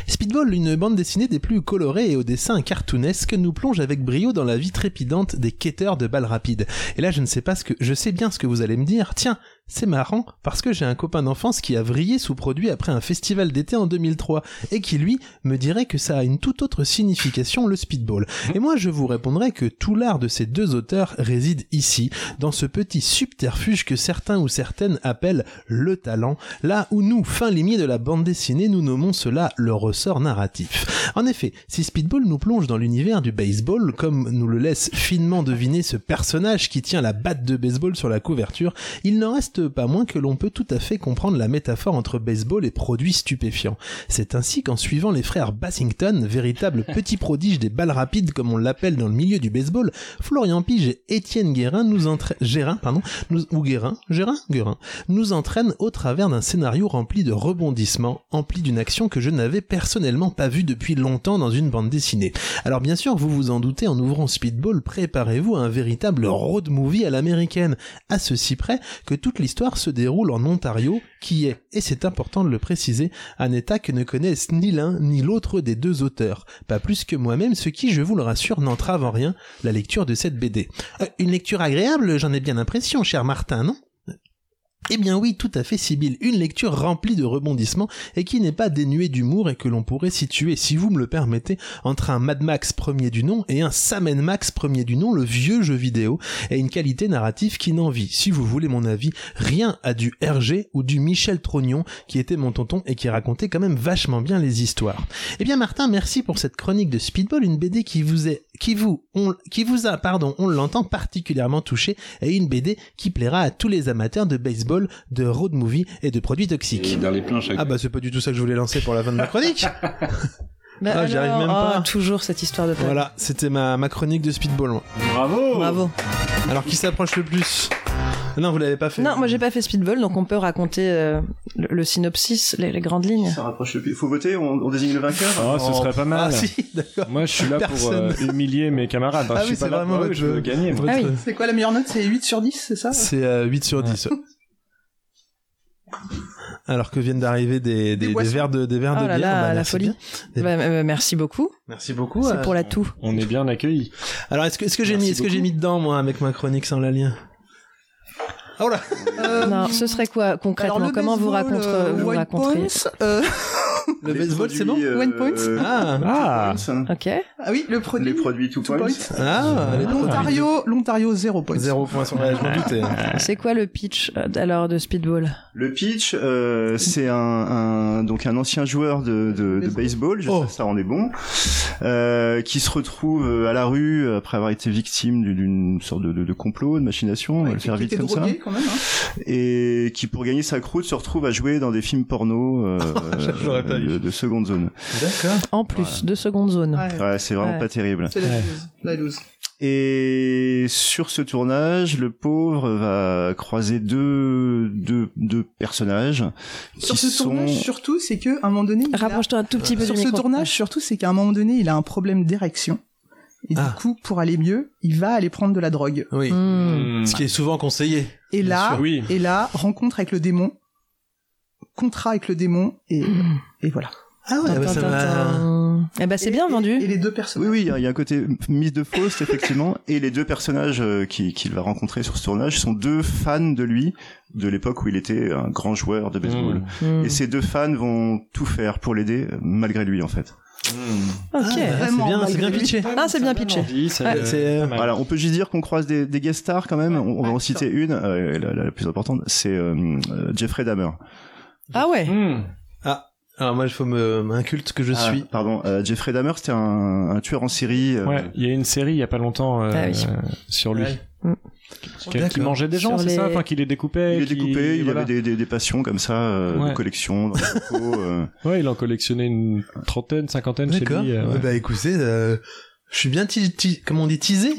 S1: Speedball, une bande dessinée des plus colorées et au dessin cartoonesque, nous plonge avec brio dans la vie trépidante des quêteurs de balles rapides. Et là, je ne sais pas ce que, je sais bien ce que vous allez me dire. Tiens, c'est marrant parce que j'ai un copain d'enfance qui a vrillé sous produit après un festival d'été en 2003 et qui lui me dirait que ça a une toute autre signification le speedball. Et moi, je vous répondrai que tout l'art de ces deux auteurs réside ici, dans ce petit subterfuge que certains ou certaines appellent le talent, là où nous, fins limiers de la bande dessinée, nous nommons cela le ressort narratif. En effet, si Speedball nous plonge dans l'univers du baseball, comme nous le laisse finement deviner ce personnage qui tient la batte de baseball sur la couverture, il n'en reste pas moins que l'on peut tout à fait comprendre la métaphore entre baseball et produits stupéfiants. C'est ainsi qu'en suivant les frères Bassington, véritables petits prodiges des balles rapides comme on l'appelle dans le milieu du baseball, Florian Pige et Étienne Guérin nous entra- Gérin, pardon, nous, ou Guérin, Gérin, Guérin, nous entraînent au travers d'un scénario rempli de rebondissements, empli d'une action que je n'avais personnellement pas vue depuis longtemps dans une bande dessinée. Alors bien sûr, vous vous en doutez, en ouvrant Speedball, préparez-vous à un véritable road movie à l'américaine, à ceci près que toute l'histoire se déroule en Ontario, qui est, et c'est important de le préciser, un état que ne connaissent ni l'un ni l'autre des deux auteurs, pas plus que moi-même, ce qui, je vous le rassure, n'entrave en rien la lecture de cette BD. Euh, une lecture agréable, j'en ai bien l'impression, cher Martin, non eh bien oui, tout à fait Sibyl, une lecture remplie de rebondissements et qui n'est pas dénuée d'humour et que l'on pourrait situer, si vous me le permettez, entre un Mad Max premier du nom et un Sam Max premier du nom, le vieux jeu vidéo, et une qualité narrative qui n'en vit, si vous voulez mon avis, rien à du Hergé ou du Michel Trognon qui était mon tonton et qui racontait quand même vachement bien les histoires. Eh bien Martin, merci pour cette chronique de Speedball, une BD qui vous est qui vous on qui vous a pardon, on l'entend particulièrement touché et une BD qui plaira à tous les amateurs de baseball, de road movie et de produits
S4: Et
S1: toxiques.
S4: dans les planches à
S1: Ah bah c'est pas du tout ça que je voulais lancer pour la fin de ma chronique.
S2: Bah,
S1: Ah, j'y arrive
S2: alors,
S1: même pas.
S2: ah, toujours cette histoire de
S1: [laughs]
S2: pain.
S1: voilà, c'était ma, ma chronique de Speedball. moi.
S6: Bravo.
S2: Oh. Bravo.
S1: Alors qui s'approche le plus Non, vous l'avez pas fait.
S2: Non, moi j'ai pas fait Speedball, donc on peut raconter euh, le, le synopsis, les, les grandes lignes.
S7: Ça rapproche le plus. Faut voter, on, on désigne le vainqueur.
S6: Oh, ce serait pas mal.
S1: Ah si, d'accord.
S6: Moi, je suis là pour
S1: Personne.
S6: euh, humilier mes camarades.
S1: Ah
S6: je suis
S1: oui, c'est
S6: pas là
S1: vraiment
S6: pour eux,
S1: votre
S6: je veux
S1: jeu.
S6: gagner. moi.
S1: Votre-
S2: Ah oui.
S9: C'est quoi la meilleure note C'est 8 sur 10, c'est ça
S1: C'est euh, 8 sur 10.
S2: [laughs]
S1: ouais. Alors que viennent d'arriver des, des,
S9: Des
S1: des
S9: boissons.
S1: verres de, des verres
S2: Oh
S1: de
S2: là
S1: bière.
S2: là,
S1: bah,
S2: la
S1: merci
S2: folie.
S1: bien. Et-
S2: Bah, euh, merci beaucoup.
S1: Merci beaucoup.
S2: C'est
S1: euh.
S2: pour la toux.
S6: On est bien accueillis.
S1: Alors est-ce que, est-ce que j'ai
S6: Merci
S1: mis, est-ce que j'ai
S6: beaucoup.
S1: mis dedans moi avec ma chronique sans la lien Oh là
S9: Euh,
S2: Non, ce serait quoi concrètement
S9: alors, le
S2: Comment vous,
S9: baseball,
S2: raconte,
S9: euh,
S2: vous
S9: White
S2: raconterez
S9: Points, euh,
S1: Le
S7: Les
S1: baseball c'est bon
S7: produits, euh,
S9: One point.
S1: Ah
S6: Ah,
S7: Points.
S2: Ok.
S9: Ah oui, le produit.
S7: Les produits two,
S9: Two
S7: points.
S9: points.
S1: Ah les produits.
S9: L'Ontario, l'Ontario, 0 points.
S1: Zéro point sur la je m'en doutais. hein.
S2: C'est quoi le pitch euh, alors de Speedball
S7: Le pitch, euh, c'est un, un- donc un ancien joueur de, de, de baseball, je
S1: Oh.
S7: sais, ça on est bon, euh, qui se retrouve à la rue après avoir été victime d'une- d'une sorte de, de- de complot, de machination, on va
S9: Ouais,
S7: le faire
S9: qui
S7: vite
S9: était
S7: comme ça,
S9: drogué, quand même, hein.
S7: et qui pour gagner sa croûte se retrouve à jouer dans des films porno euh,
S1: J'aurais pas
S7: de,
S1: vu.
S7: de seconde zone.
S1: D'accord.
S2: En plus, de seconde zone.
S9: Ouais,
S7: Ouais, c'est vraiment
S2: Ouais.
S7: pas terrible.
S9: C'est la
S6: Ouais.
S9: loose, la loose.
S7: Et sur ce tournage, le pauvre va croiser deux, deux, deux personnages
S9: Sur
S7: qui
S9: ce
S7: sont...
S9: tournage, surtout, c'est que à un moment donné, il a-
S2: Rapproche-toi un tout petit peu
S9: sur
S2: du
S9: ce
S2: micro.
S9: tournage, surtout, c'est qu'à un moment donné, il a un problème d'érection. Et
S1: Ah.
S9: du coup, pour aller mieux, il va aller prendre de la drogue.
S1: Oui.
S2: Hmm.
S6: Hmm.
S1: Ce qui est souvent conseillé.
S9: Et
S1: Bien
S9: là,
S1: sûr.
S6: oui.
S9: et là, rencontre avec le démon. contrat avec le démon et, et voilà.
S1: Ah ouais, bah, ça va.
S2: Eh ben, Hmm. c'est
S9: Et-
S2: bien
S9: et-
S2: vendu.
S9: Et les deux personnes.
S7: Oui, oui, il y a- il y, a un côté mise de Faust, effectivement,
S9: [laughs]
S7: et les deux personnages euh, qui- qu'il va rencontrer sur ce tournage sont deux fans de lui, de l'époque où il était un grand joueur de baseball.
S2: Hmm.
S7: Et ces deux fans vont tout faire pour l'aider, euh, malgré lui, en fait.
S1: Ah,
S2: Ok.
S1: bah, c'est bien, c'est bien pitché.
S2: Ah, c'est bien pitché.
S1: Ouais, c'est- euh,
S7: Voilà, on peut juste dire qu'on croise des, des guest stars quand même. On, on va en citer une, euh, la, la- la plus importante, c'est euh, euh, Jeffrey Dahmer.
S2: Ah ouais.
S6: Hmm.
S1: Alors Ah, moi, il faut me m'inculte que je
S7: Ah,
S1: suis.
S7: Pardon, euh, Jeffrey Dahmer, c'était un, un tueur en série. euh,
S6: Ouais, il y a une série il y a pas longtemps euh,
S2: Ah oui.
S6: sur lui.
S1: Ouais.
S2: Mm.
S6: Qui- Qui,
S1: D'accord.
S6: mangeait des gens,
S2: Sur
S6: c'est ça
S2: les-
S6: Enfin, qui les découpait.
S7: Il est
S6: qui-
S7: découpé, il
S6: voilà.
S7: avait des, des, des passions comme ça, euh,
S6: Ouais.
S7: de collection, dans
S6: [laughs]
S7: les locaux, euh,
S6: Ouais, il en collectionnait une trentaine, cinquantaine chez
S1: D'accord.
S6: lui. euh,
S1: Ouais,
S6: ouais.
S1: Bah écoutez, euh, je suis bien ti- ti- comment on dit teasé.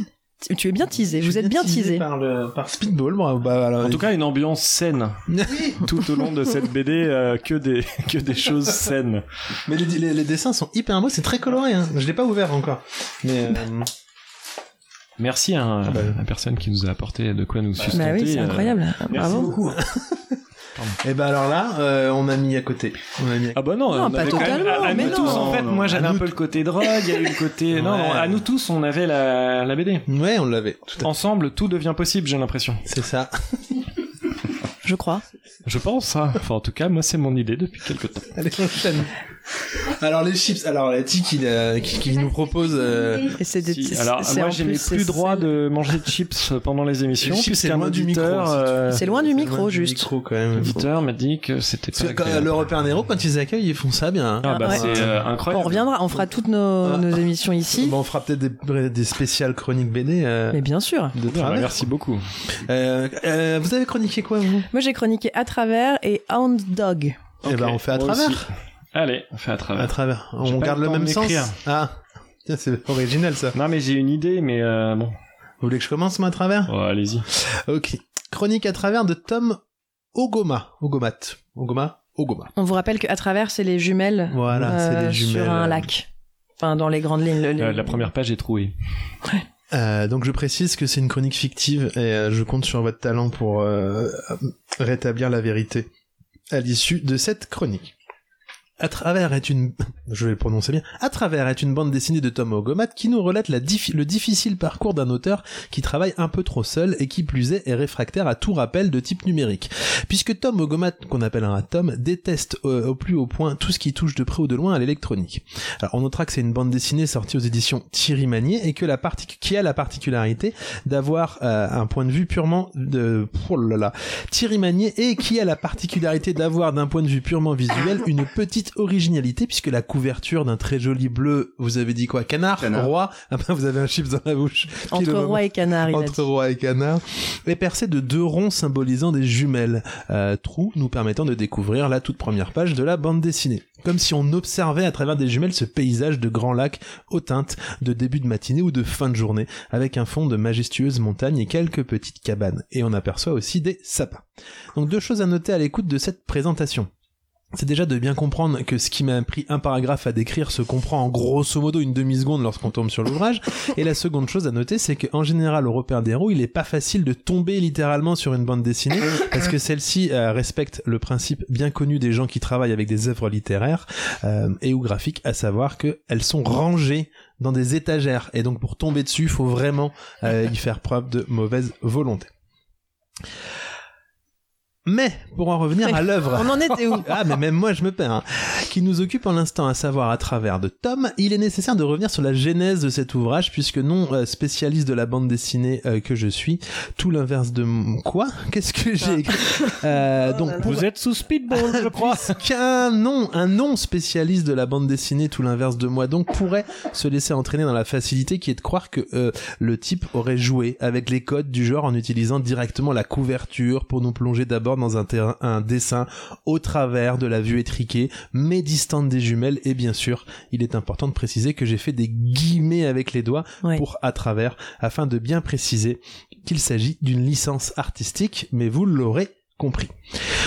S2: Tu- Tu es bien teasé.
S1: Je
S2: Vous
S1: suis
S2: êtes bien teasé.
S1: par le par Speedball. bravo. Bah, alors, [laughs]
S6: En tout cas, une ambiance saine tout au long de cette BD, euh, que des [laughs] que des choses saines.
S1: mais les, les- les dessins sont hyper beaux, c'est très coloré. Hein. Je l'ai pas ouvert encore. Mais euh,
S6: Merci à, un-
S1: Ah bah.
S6: à la personne qui nous a apporté de quoi nous sustenter.
S2: Bah oui, c'est
S6: euh,
S2: incroyable. Bravo.
S1: et ben alors là, euh, on a mis à côté. On a mis à-
S6: Ah bah non,
S2: Non,
S6: on
S2: pas
S6: avait quand même-
S2: totalement,
S6: à, à
S2: mais
S6: nous
S2: non.
S6: tous en fait,
S1: Non, non,
S6: moi
S1: à
S6: j'avais un
S1: nous
S6: peu le côté drogue, il y a eu le côté non, non,
S1: Ouais.
S6: à nous tous on avait la, la BD.
S1: Ouais, on l'avait. Tout à fait.
S6: Ensemble, tout devient possible, j'ai l'impression.
S1: C'est ça.
S2: Je crois.
S6: Je pense ça. Enfin en tout cas, moi c'est mon idée depuis quelque temps.
S1: Allez, on enchaîne. Alors les chips. Alors la tique qui, euh, qui, qui nous propose. euh,
S2: Et c'est des-
S6: Si,
S2: c'est-
S6: Alors
S2: c'est
S6: moi
S2: en
S6: je n'ai
S2: c'est-
S6: plus droit de manger de chips pendant les émissions
S1: Les chips, c'est
S6: puisqu'un
S1: loin du micro,
S6: auditeur,
S1: si tu-
S6: euh,
S2: C'est loin du micro,
S1: loin
S2: juste.
S1: micro, quand même.
S6: auditeur m'a dit que c'était
S1: Parce que
S6: pas
S1: quand-
S6: agréable.
S1: le repère Nero, quand ils accueillent, ils font ça bien. hein.
S6: Ah bah
S2: Ouais.
S6: c'est euh,
S2: On
S6: incroyable.
S2: reviendra. On fera toutes nos,
S1: Ah.
S2: nos émissions ici.
S1: Bon, on fera peut-être des, des spéciales chroniques BD euh,
S2: Mais bien sûr.
S1: de
S6: Ah bah,
S1: travers.
S6: merci beaucoup.
S1: Euh, euh, vous avez chroniqué quoi, vous
S2: Moi, j'ai chroniqué à travers et Hound Dog.
S1: Eh ben,
S6: Ok,
S1: on fait à
S6: moi
S1: travers.
S6: aussi. Allez, on fait à
S1: À
S6: travers.
S1: travers.
S6: J'ai
S1: On
S6: pas
S1: garde
S6: eu
S1: le
S6: temps de
S1: même sens
S6: m'écrire.
S1: Ah, [laughs] Tiens, c'est original ça.
S6: Non mais j'ai une idée mais euh, bon,
S1: Vous voulez que je commence, moi, à travers
S6: Oh, allez-y.
S1: Ok. Chronique à travers de Tom Ogoma. Ogomat. Ogoma Ogoma.
S2: On vous rappelle que à travers, c'est les jumelles.
S1: Voilà, c'est
S2: euh,
S1: des jumelles.
S2: Sur un lac. Enfin, dans les grandes lignes. le- le-
S6: Euh, la première page est trouée.
S1: Euh, donc je précise que c'est une chronique fictive et euh, je compte sur votre talent pour euh, rétablir la vérité à l'issue de cette chronique. À travers est une, je vais le prononcer bien, à travers est une bande dessinée de Tom Ogomat qui nous relate la diffi- le difficile parcours d'un auteur qui travaille un peu trop seul et qui plus est est réfractaire à tout rappel de type numérique. Puisque Tom Ogomat, qu'on appellera un Tom, déteste euh, au plus haut point tout ce qui touche de près ou de loin à l'électronique. Alors on notera que c'est une bande dessinée sortie aux éditions Thierry Magnier et que la parti- qui a la particularité d'avoir euh, un point de vue purement de oh là là, Thierry Magnier et qui a la particularité d'avoir d'un point de vue purement visuel une petite originalité puisque la couverture d'un très joli bleu, vous avez dit quoi, canard,
S7: Canard.
S1: roi, ah ben vous avez un chips dans la bouche. Pile
S2: Entre
S1: au moment-
S2: roi et canard, il a
S1: entre
S2: dit.
S1: roi et canard, est percée de deux ronds symbolisant des jumelles, euh, trous nous permettant de découvrir la toute première page de la bande dessinée. Comme si on observait à travers des jumelles ce paysage de grand lac aux teintes de début de matinée ou de fin de journée, avec un fond de majestueuses montagnes et quelques petites cabanes. Et on aperçoit aussi des sapins. Donc deux choses à noter à l'écoute de cette présentation. C'est déjà de bien comprendre que ce qui m'a pris un paragraphe à décrire se comprend en grosso modo une demi-seconde lorsqu'on tombe sur l'ouvrage. Et la seconde chose à noter, c'est qu'en général, au repère des roues, il est pas facile de tomber littéralement sur une bande dessinée parce que celle-ci euh, respecte le principe bien connu des gens qui travaillent avec des œuvres littéraires euh, et ou graphiques, à savoir qu'elles sont rangées dans des étagères. Et donc, pour tomber dessus, il faut vraiment euh, y faire preuve de mauvaise volonté. Mais, pour en revenir à l'œuvre
S2: On en était où
S1: ah, mais même moi, je me perds. hein. Qui nous occupe en l'instant, à savoir à travers de Tom, il est nécessaire de revenir sur la genèse de cet ouvrage, puisque non euh, spécialiste de la bande dessinée euh, que je suis, tout l'inverse de mon- quoi Qu'est-ce que j'ai écrit Euh, Donc, pour-
S6: Vous êtes sous speedball, je crois.
S1: qu'un non, un non spécialiste de la bande dessinée, tout l'inverse de moi, donc pourrait se laisser entraîner dans la facilité qui est de croire que euh, le type aurait joué avec les codes du genre en utilisant directement la couverture pour nous plonger d'abord dans un, terrain, un dessin au travers de la vue étriquée, mais distante des jumelles. Et bien sûr, il est important de préciser que j'ai fait des guillemets avec les doigts
S2: Ouais.
S1: pour à travers, afin de bien préciser qu'il s'agit d'une licence artistique, mais vous l'aurez compris.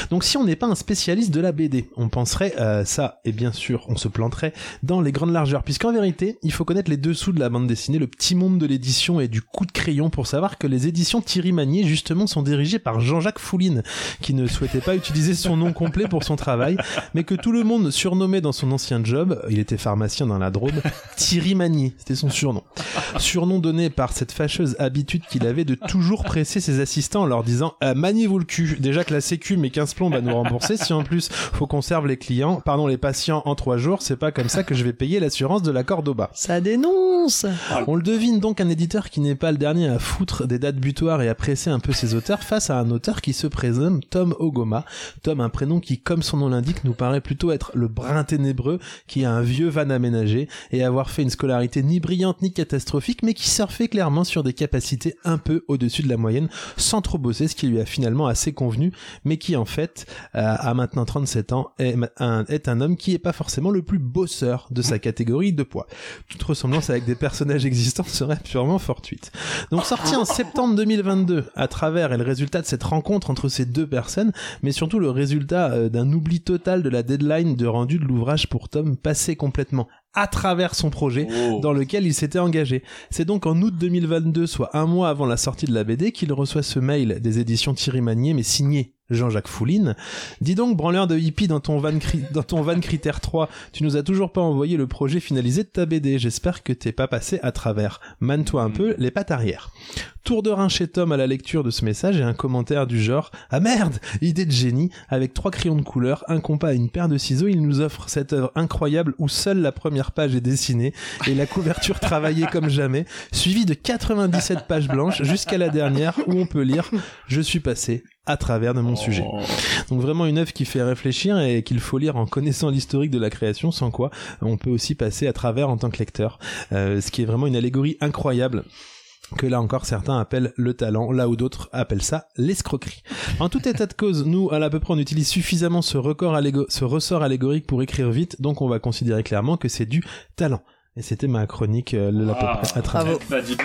S1: Donc si on n'est pas un spécialiste de la BD, on penserait à ça, et bien sûr on se planterait dans les grandes largeurs, puisqu'en vérité, il faut connaître les dessous de la bande dessinée, le petit monde de l'édition et du coup de crayon pour savoir que les éditions Thierry Magnier justement sont dirigées par Jean-Jacques Fouline, qui ne souhaitait pas utiliser son nom complet pour son travail, mais que tout le monde surnommait dans son ancien job, il était pharmacien dans la Drôme, Thierry Magnier, c'était son surnom. Surnom donné par cette fâcheuse habitude qu'il avait de toujours presser ses assistants en leur disant Ah, maniez-vous le cul, déjà que la sécu met 15 plombes à nous rembourser, si en plus faut qu'on serve les clients, pardon les patients en 3 jours, c'est pas comme ça que je vais payer l'assurance de la Cordoba.
S2: Ça dénonce
S1: On le devine donc un éditeur qui n'est pas le dernier à foutre des dates butoirs et à presser un peu ses auteurs face à un auteur qui se prénomme Tom Ogoma. Tom, un prénom qui, comme son nom l'indique, nous paraît plutôt être le brin ténébreux qui a un vieux van aménagé et avoir fait une scolarité ni brillante ni catastrophique mais qui surfait clairement sur des capacités un peu au-dessus de la moyenne sans trop bosser, ce qui lui a finalement assez convenu mais qui en fait à a maintenant 37 ans est un, est un homme qui est pas forcément le plus bosseur de sa catégorie de poids. Toute ressemblance avec des personnages existants serait purement fortuite. Donc sorti en septembre 2022 à travers et le résultat de cette rencontre entre ces deux personnes, mais surtout le résultat euh, d'un oubli total de la deadline de rendu de l'ouvrage pour Tom passé complètement à travers son projet dans lequel il s'était engagé. C'est donc en août 2022, soit un mois avant la sortie de la BD, qu'il reçoit ce mail des éditions Thierry Magnier, mais signé Jean-Jacques Fouline. Dis donc, branleur de hippie dans ton, van cri- dans ton van critère 3, tu nous as toujours pas envoyé le projet finalisé de ta BD. J'espère que t'es pas passé à travers. Manne-toi un peu les pattes arrière. Tour de rein chez Tom à la lecture de ce message et un commentaire du genre Ah merde Idée de génie Avec trois crayons de couleur, un compas et une paire de ciseaux, il nous offre cette œuvre incroyable où seule la première page est dessinée et la couverture travaillée comme jamais, suivie de 97 pages blanches jusqu'à la dernière où on peut lire Je suis passé à travers de mon sujet. Donc vraiment une œuvre qui fait réfléchir et qu'il faut lire en connaissant l'historique de la création, sans quoi on peut aussi passer à travers en tant que lecteur, Euh, ce qui est vraiment une allégorie incroyable que là encore certains appellent le talent, là où d'autres appellent ça l'escroquerie. En tout état de cause, nous, à l'à peu près, on utilise suffisamment ce, record allégo- ce ressort allégorique pour écrire vite, donc on va considérer clairement que c'est du talent. Et c'était ma chronique, euh, le- l'à peu
S6: Ah.
S1: près, à travers.
S2: Bravo.
S6: Bah dis donc.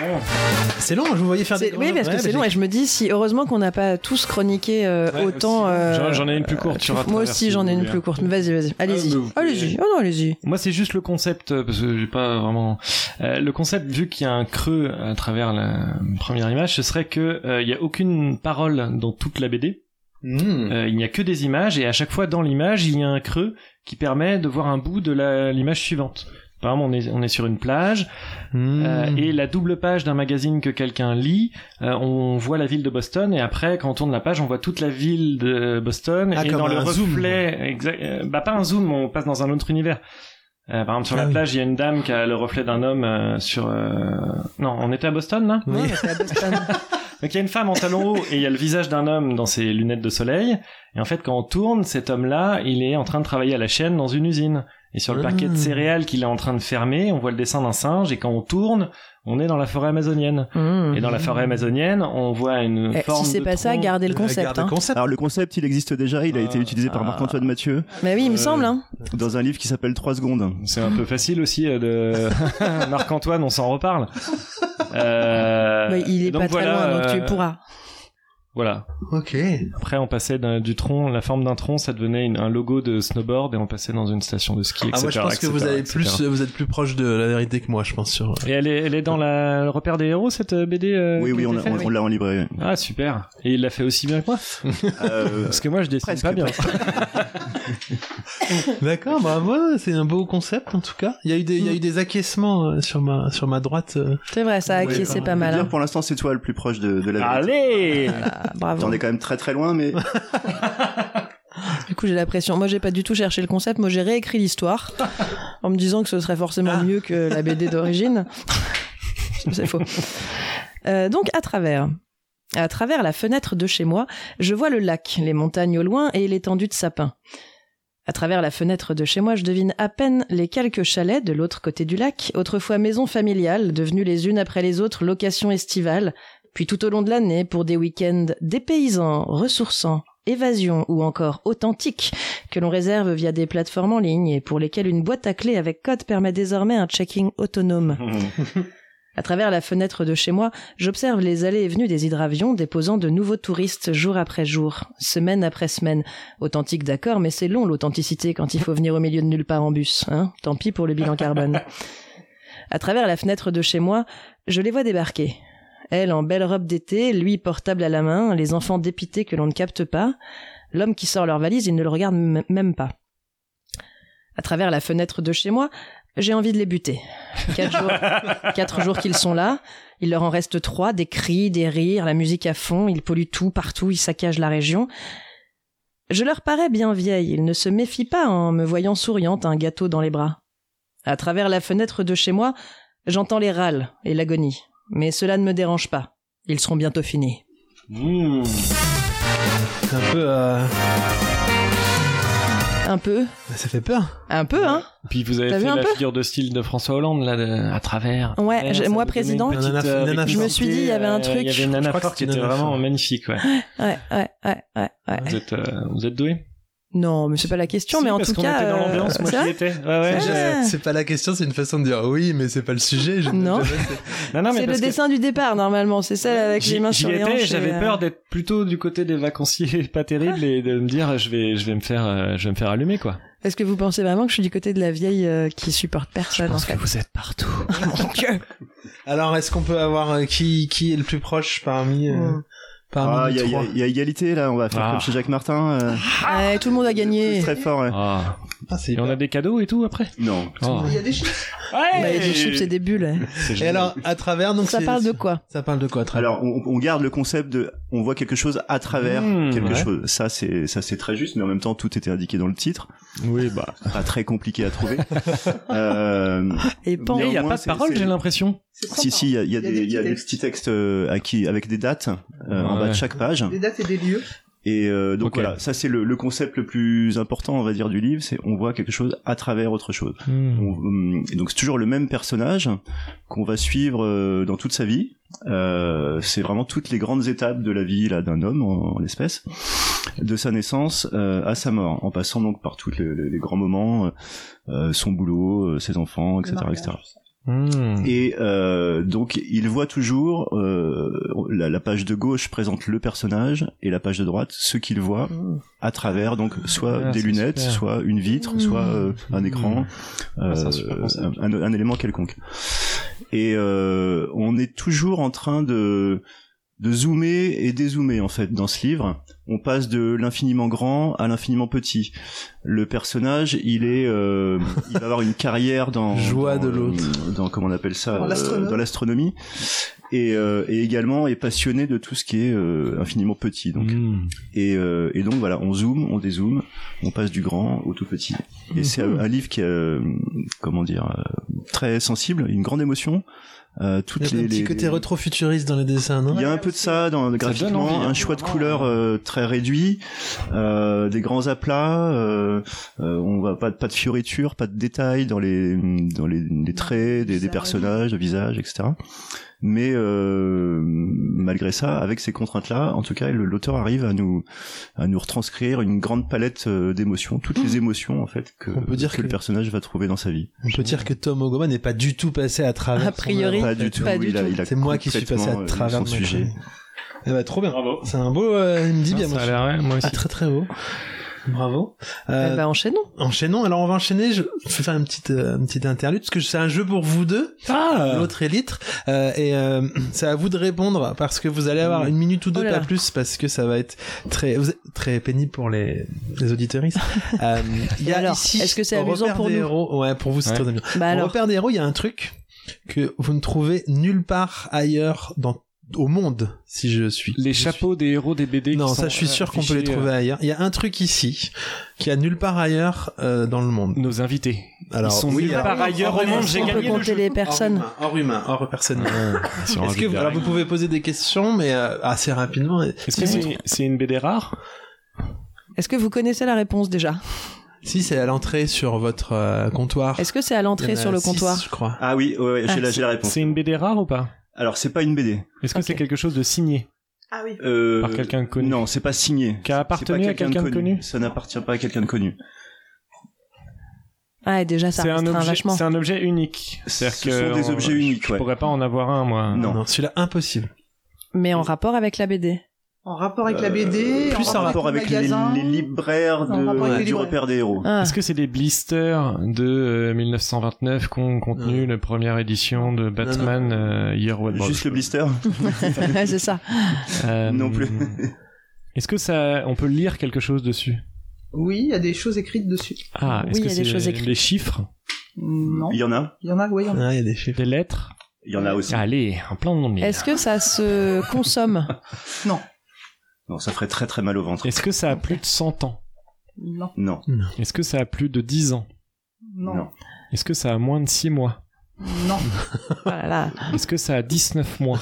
S1: C'est long, hein, je vous voyais faire des
S2: C'est- Oui,
S1: grands-
S2: parce que
S1: Ouais,
S2: c'est
S1: bah,
S2: long et je me dis si heureusement qu'on n'a pas tous chroniqué euh,
S6: Ouais,
S2: autant.
S6: aussi.
S2: euh,
S6: J'en- J'en ai une plus courte. sur à
S2: moi
S6: travers,
S2: aussi
S6: si
S2: j'en ai
S6: vous
S2: une
S6: voulez.
S2: plus courte. Vas-y, vas-y. Allez-y.
S6: Ah, mais vous pouvez-
S2: allez-y. Oh non, allez-y.
S6: Moi, c'est juste le concept, euh, parce que j'ai pas vraiment. euh, le concept, vu qu'il y a un creux à travers la première image, ce serait que euh, il y a aucune parole dans toute la BD.
S1: Mmh.
S6: Euh, il n'y a que des images, et à chaque fois dans l'image, il y a un creux qui permet de voir un bout de la- l'image suivante. Par exemple, on est, on est sur une plage,
S1: Mmh.
S6: euh, et la double page d'un magazine que quelqu'un lit, euh, on voit la ville de Boston, et après, quand on tourne la page, on voit toute la ville de Boston,
S1: Ah,
S6: et
S1: comme
S6: dans le
S1: un zoom.
S6: reflet, exact- euh, bah pas un zoom, on passe dans un autre univers. Euh, par exemple, sur
S1: Ah
S6: la
S1: oui.
S6: plage, il y a une dame qui a le reflet d'un homme euh, sur... euh, Non, on était à Boston, là
S1: Oui.
S2: Ouais, c'est hein. à
S1: hein.
S2: Boston.
S6: donc il y a une femme en talons hauts et il y a le visage d'un homme dans ses lunettes de soleil. Et en fait, quand on tourne, cet homme-là, il est en train de travailler à la chaîne dans une usine. Et sur le
S1: Ah.
S6: paquet de céréales qu'il est en train de fermer, on voit le dessin d'un singe. Et quand on tourne, on est dans la forêt amazonienne.
S2: Mmh.
S6: Et dans la
S1: Ah.
S6: forêt amazonienne, on voit une
S2: Eh,
S6: forme
S2: si c'est
S6: de
S2: pas ça,
S6: tronc. Euh,
S2: gardez le
S1: Regarde
S2: concept. hein.
S1: concept.
S7: Alors le concept, il existe déjà, il a été utilisé par
S6: Ah.
S7: Marc-Antoine Mathieu
S2: Mais oui, il me semble. Hein.
S6: Euh,
S7: dans un livre qui s'appelle 3 secondes.
S6: C'est un peu facile aussi euh,
S2: [laughs]
S6: de [laughs] Marc-Antoine, on s'en reparle. Euh,
S2: Mais Bah, il est
S6: donc
S2: pas
S6: voilà,
S2: très loin, donc
S6: euh,
S2: tu pourras.
S6: Voilà.
S1: Ok.
S9: Ah.
S6: Après, on passait d'un- du tronc, la forme d'un tronc, ça devenait une- un logo de snowboard et on passait dans une station de ski, etc.
S1: Ah, moi, je pense que
S6: etc.,
S1: vous avez
S6: etc..
S1: plus, vous êtes plus proche de la vérité que moi, je pense
S2: [laughs]
S1: sur. euh.
S6: Et elle est, elle est dans la, le repère des héros, cette euh, BD euh,
S7: oui,
S6: qui
S7: oui,
S6: a
S7: on,
S6: été
S7: l'a-
S6: faite
S7: on- on l'a en librairie.
S6: [laughs] Ah, super. Et il l'a fait aussi bien que moi [laughs]
S7: Euh,
S6: Parce que moi, je dessine
S7: presque,
S6: pas bien.
S1: D'accord, bravo, c'est un beau concept en tout cas. Il y a eu des, il y a eu des acquiescements euh, sur ma, sur ma droite. euh.
S2: C'est vrai, ça,
S1: Ouais,
S2: qui
S1: pardon.
S2: c'est pas
S7: on peut
S2: mal.
S7: dire,
S2: hein.
S7: pour l'instant, c'est toi le plus proche de, de la vérité.
S6: Allez
S2: Ah, bravo.
S7: T'en es quand même très très loin, mais
S2: Du coup, j'ai la pression. Moi, j'ai pas du tout cherché le concept. Moi, j'ai réécrit l'histoire en me disant que ce serait forcément mieux que la BD d'origine. C'est faux. Euh, donc, à travers. À travers la fenêtre de chez moi, je vois le lac, les montagnes au loin et l'étendue de sapins. À travers la fenêtre de chez moi, je devine à peine les quelques chalets de l'autre côté du lac, autrefois maisons familiales, devenues les unes après les autres locations estivales, puis tout au long de l'année pour des week-ends dépaysants, ressourçants, évasion ou encore authentiques que l'on réserve via des plateformes
S6: [laughs]
S2: en ligne et pour lesquelles une boîte à clé avec code permet désormais un checking autonome. À travers la fenêtre de chez moi, j'observe les allées et venues des hydravions déposant de nouveaux touristes jour après jour, semaine après semaine. Authentique d'accord, mais c'est long l'authenticité quand il faut venir au milieu de nulle part en bus, hein. Tant pis pour le bilan carbone. À travers la fenêtre de chez moi, je les vois débarquer. Elle en belle robe d'été, lui portable à la main, les enfants dépités que l'on ne capte pas. L'homme qui sort leur valise, il ne le regarde même pas. À travers la fenêtre de chez moi, j'ai envie de les buter. Quatre jours, quatre jours qu'ils sont là, il leur en reste trois, des cris, des rires, la musique à fond, ils polluent tout, partout, ils saccagent la région. Je leur parais bien vieille, ils ne se méfient pas en me voyant souriante, un gâteau dans les bras. À travers la fenêtre de chez moi, j'entends les râles et l'agonie. Mais cela ne me dérange pas. Ils seront bientôt finis.
S6: Mmh.
S1: C'est un peu. euh, bah,
S2: Un peu
S1: Ça fait peur.
S2: Un peu, hein
S6: Puis vous avez
S2: T'as
S6: fait
S2: vu un
S6: la
S2: peu
S6: figure de style de François Hollande là, de- à travers. à
S2: Ouais,
S6: travers,
S2: j'ai-
S6: ça
S2: moi,
S6: vous donnait une
S2: présidente,
S6: petite,
S1: Nana-
S6: euh,
S1: Nana-
S2: je me suis dit, il y avait un
S6: euh,
S2: truc.
S6: Il y avait
S1: Je
S6: Nana
S1: crois que
S6: Fort qui
S1: c'était
S6: était
S1: Nana
S6: vraiment
S1: Fort.
S6: magnifique. Ouais.
S2: Ouais, ouais, ouais, ouais, ouais.
S6: Vous êtes, euh, vous êtes doué.
S2: Non, mais c'est pas la question,
S6: Si,
S2: mais en
S6: parce
S2: tout
S6: qu'on
S2: cas.
S6: était dans
S2: euh,
S6: l'ambiance, moi
S2: c'est
S6: j'y
S2: vrai
S6: étais. Ouais, ouais.
S2: C'est
S6: je-
S2: vrai.
S1: C'est pas la question, c'est une façon de dire oui, mais c'est pas le sujet. je-
S2: Non.
S1: je- je-
S6: Non, non, mais
S2: C'est le
S6: parce que
S2: dessin du départ, normalement. C'est celle avec
S6: j'y-
S2: les mains
S6: j'y
S2: sur les
S6: étais,
S2: hanches. et,
S6: J'avais
S2: euh, Ah.
S6: peur d'être plutôt du côté des vacanciers [laughs] pas terribles et de me dire je vais, je vais me faire, euh, je vais me faire allumer quoi.
S2: Est-ce que vous pensez vraiment que je suis du côté de la vieille euh, qui supporte personne, en fait
S6: vous êtes partout.
S2: Mon Dieu.
S1: Alors, est-ce qu'on peut avoir euh, qui qui est le plus proche parmi euh,
S2: Mm.
S1: parmi
S7: Ah,
S1: nous
S7: il y, a- il y
S1: trois
S7: a- il y a égalité là, on va faire
S6: Ah.
S7: comme chez Jacques Martin. euh,
S2: Ah, Ouais, tout le monde a
S7: c'est
S2: gagné.
S7: très fort. ouais.
S6: Ah.
S1: Ah, c'est
S6: Et on a
S1: hyper-
S6: des cadeaux et tout après.
S7: Non.
S6: Oh.
S9: Il y a des chiffres.
S6: Ouais.
S2: Bah, il y a des chips et des bulles. hein.
S6: C'est
S1: Et
S6: génial.
S1: alors, à travers, donc
S2: Ça
S1: c'est-
S2: parle de quoi
S1: ça parle de quoi à travers
S7: Alors, on, on garde le concept de, on voit quelque chose à travers
S6: Mmh,
S7: quelque
S6: ouais.
S7: chose. Ça, c'est, ça, c'est très juste, mais en même temps, tout était indiqué dans le titre.
S6: Oui bah.
S7: [laughs] Pas très compliqué à [laughs] trouver. euh,
S2: Et pan.
S6: Et il y a
S7: Néanmoins,
S6: pas de
S7: c'est-
S6: parole
S7: c'est-
S6: j'ai l'impression.
S9: C'est
S7: si,
S9: sympa.
S7: si, il y a, il y a des, il y a des
S9: petits
S7: petits textes euh, acquis avec des dates euh, en
S6: Ouais.
S7: bas de chaque page.
S9: textes, des dates et des lieux.
S7: Et euh, donc
S6: Ok.
S7: voilà, ça c'est le, le concept le plus important, on va dire, du livre, c'est on voit quelque chose à travers autre chose.
S6: Hmm.
S7: On- hum, et donc c'est toujours le même personnage qu'on va suivre euh, dans toute sa vie. Euh, c'est vraiment toutes les grandes étapes de la vie là d'un homme en, en l'espèce, de sa naissance euh, à sa mort, en passant donc par tous les, les- les grands moments, euh, son boulot, euh, ses enfants, etc.,
S9: mariage.
S7: etc.
S6: Mmh.
S7: Et euh, donc il voit toujours euh, la, la page de gauche présente le personnage et la page de droite ce qu'il voit à travers donc soit
S6: Mm. Ah,
S7: des
S6: c'est
S7: lunettes,
S6: super. Mm.
S7: soit une vitre,
S2: Mmh.
S7: soit euh, un écran,
S6: Ah, c'est un
S7: euh,
S6: super concept.
S7: un, un- un élément quelconque. Et euh, on est toujours en train de de zoomer et dézoomer en fait dans ce livre. On passe de l'infiniment grand à l'infiniment petit. Le personnage, il est, euh, il va avoir une carrière dans
S1: Joie
S7: dans,
S1: de l'autre.
S7: euh, dans comment on appelle ça,
S9: Dans
S7: euh,
S9: l'astronomie.
S7: dans l'astronomie, et, euh, et également est passionné de tout ce qui est euh, infiniment petit. Donc
S6: Mmh.
S7: et, euh, et donc voilà, on zoome, on dézoome, on passe du grand au tout petit. Et c'est
S1: Mhm.
S7: euh, un livre qui est, euh, comment dire, euh, très sensible, une grande émotion. Euh, toutes
S1: Il y a
S7: les,
S1: un petit
S7: les-
S1: côté rétro-futuriste dans les dessins, non
S7: Il y a un peu de ça dans graphiquement,
S6: donne envie, hein,
S7: un choix de
S6: vraiment.
S7: couleurs euh, très réduit, euh, des grands aplats, euh, euh, on va pas, de- pas de fioritures, pas de détails dans les dans les, les traits des, des
S9: Visage.
S7: personnages, de visages, etc. Mais euh, malgré ça, avec ces contraintes-là, en tout cas, le- l'auteur arrive à nous à nous retranscrire une grande palette euh, d'émotions, toutes
S2: Mmh.
S7: les émotions en fait que,
S1: On peut dire
S7: que le
S1: que-
S7: personnage va trouver dans sa vie.
S1: On peut dire que Tom Ogoma n'est pas du tout passé à travers.
S2: A
S1: son
S2: priori,
S1: œuvre.
S7: Pas du tout.
S2: Pas du
S7: il a-
S2: tout.
S7: il a
S1: C'est moi qui suis
S7: complètement,
S1: passé à
S7: euh,
S1: travers
S7: son
S1: de ma
S7: sujet.
S1: vie. Eh ben, trop bien.
S6: Bravo.
S1: C'est un beau. euh, il me dit
S6: Non,
S1: bien.
S6: ça
S1: moi,
S6: a
S1: je-
S6: l'air, ouais, moi
S1: Ah,
S6: aussi.
S1: très très beau. Bravo.
S2: Eh
S1: Euh,
S2: ben, enchaînons.
S1: Enchaînons. Alors on va enchaîner. Je je vais faire une petite euh, une petite interlude parce que c'est un jeu pour vous deux.
S6: Ah
S1: l'autre élytre. Euh, et euh, c'est à vous de répondre parce que vous allez avoir une minute ou deux,
S2: Oh là
S1: pas
S2: là.
S1: plus, parce que ça va être très, vous êtes très pénible pour les, les
S2: [laughs]
S1: auditeuristes. Euh, Il y a
S2: alors,
S1: ici,
S2: est-ce que c'est
S1: au
S2: amusant
S1: repère
S2: pour
S1: des
S2: nous
S1: héros, Ouais, pour vous, c'est
S6: Ouais.
S1: très amusant.
S2: Bah
S1: Au
S2: alors.
S1: repère des héros, il y a un truc que vous ne trouvez nulle part ailleurs dans au monde, si je suis.
S6: Les
S1: je
S6: chapeaux des héros des BD.
S1: non, ça
S6: qui sont
S1: je suis sûr qu'on peut les
S6: affichés,
S1: trouver
S6: euh,
S1: ailleurs. Il y a un truc ici qui a nulle part ailleurs euh, dans le monde.
S6: Nos invités.
S1: Alors
S6: sont
S1: oui,
S6: nulle
S1: alors-
S6: part ailleurs
S1: hors
S6: au monde,
S1: humain,
S6: j'ai
S2: On
S1: hors
S2: peut
S6: gagné le
S2: compter les personnes.
S1: humain, Hors humain, hors personne. [laughs]
S6: Sur un
S1: Est-ce
S6: jeu
S1: que
S6: de
S1: vous, alors
S6: règles.
S1: vous pouvez poser des questions, mais euh, assez rapidement. et-
S6: Est-ce que c'est c'est une BD rare
S2: Est-ce que vous connaissez la réponse déjà
S1: Si c'est à l'entrée sur votre euh, comptoir.
S2: Est-ce que c'est à
S1: Il
S2: l'entrée
S6: Eh
S1: y en a
S6: ben,
S2: sur le
S1: six,
S2: comptoir
S1: je crois.
S7: Ah oui, ouais, ouais, j'ai
S2: Ah,
S7: la, j'ai la réponse.
S6: C'est une BD rare ou pas
S7: Alors c'est pas une BD.
S6: Est-ce que
S2: Ok.
S6: c'est quelque chose de signé
S9: Ah oui.
S7: Euh,
S6: par quelqu'un de connu
S7: Non, c'est pas signé.
S6: Qui a
S7: C'est pas
S6: appartenu à quelqu'un de connu.
S7: Ça n'appartient pas à quelqu'un de connu.
S2: Ah, et déjà, ça
S6: C'est un,
S2: restreint
S6: objet-
S2: vachement.
S6: c'est un objet unique. C'est-à-dire
S7: Ce
S6: que
S7: sont des
S6: on-
S7: objets uniques,
S6: Je
S7: ouais.
S6: pourrais pas en avoir un, moi.
S7: Non.
S1: Ah, celui-là impossible.
S2: Mais en rapport avec la BD.
S9: En rapport avec la BD,
S7: Euh, plus
S9: en
S7: en rapport avec,
S9: le
S7: les,
S9: magasin.
S7: les libraires
S9: En rapport
S7: de,
S9: avec
S7: du
S9: les libraires.
S7: repère des héros.
S2: Ah.
S6: Est-ce que c'est des blisters de euh, 1929 qu'ont contenu la première édition de Batman euh, Year One Bon,
S7: Juste
S6: je-
S7: le blister.
S2: [laughs] c'est ça.
S6: Euh,
S7: Non plus.
S6: [laughs] Est-ce que ça, on peut lire quelque chose dessus
S9: Oui, il y a des choses écrites dessus.
S6: Ah, est-ce
S2: Oui, il
S6: que
S2: y a des
S6: c'est
S2: choses écrites.
S6: les chiffres,
S9: Non.
S7: Il y en a.
S9: Il y en a, oui, il y en a.
S1: Ah, il y a des chiffres.
S6: des lettres
S7: Il y en a aussi.
S6: Allez, un plein de noms de livres.
S2: Est-ce que ça se
S6: [laughs]
S2: consomme
S7: Non, ça ferait très très mal au ventre.
S6: Est-ce que ça a plus de 100 ans
S9: Non.
S7: Non.
S6: Est-ce que ça a plus de 10 ans
S9: Non.
S6: Est-ce que ça a moins de 6 mois
S9: Non.
S2: Voilà,
S6: Est-ce que ça a 19 mois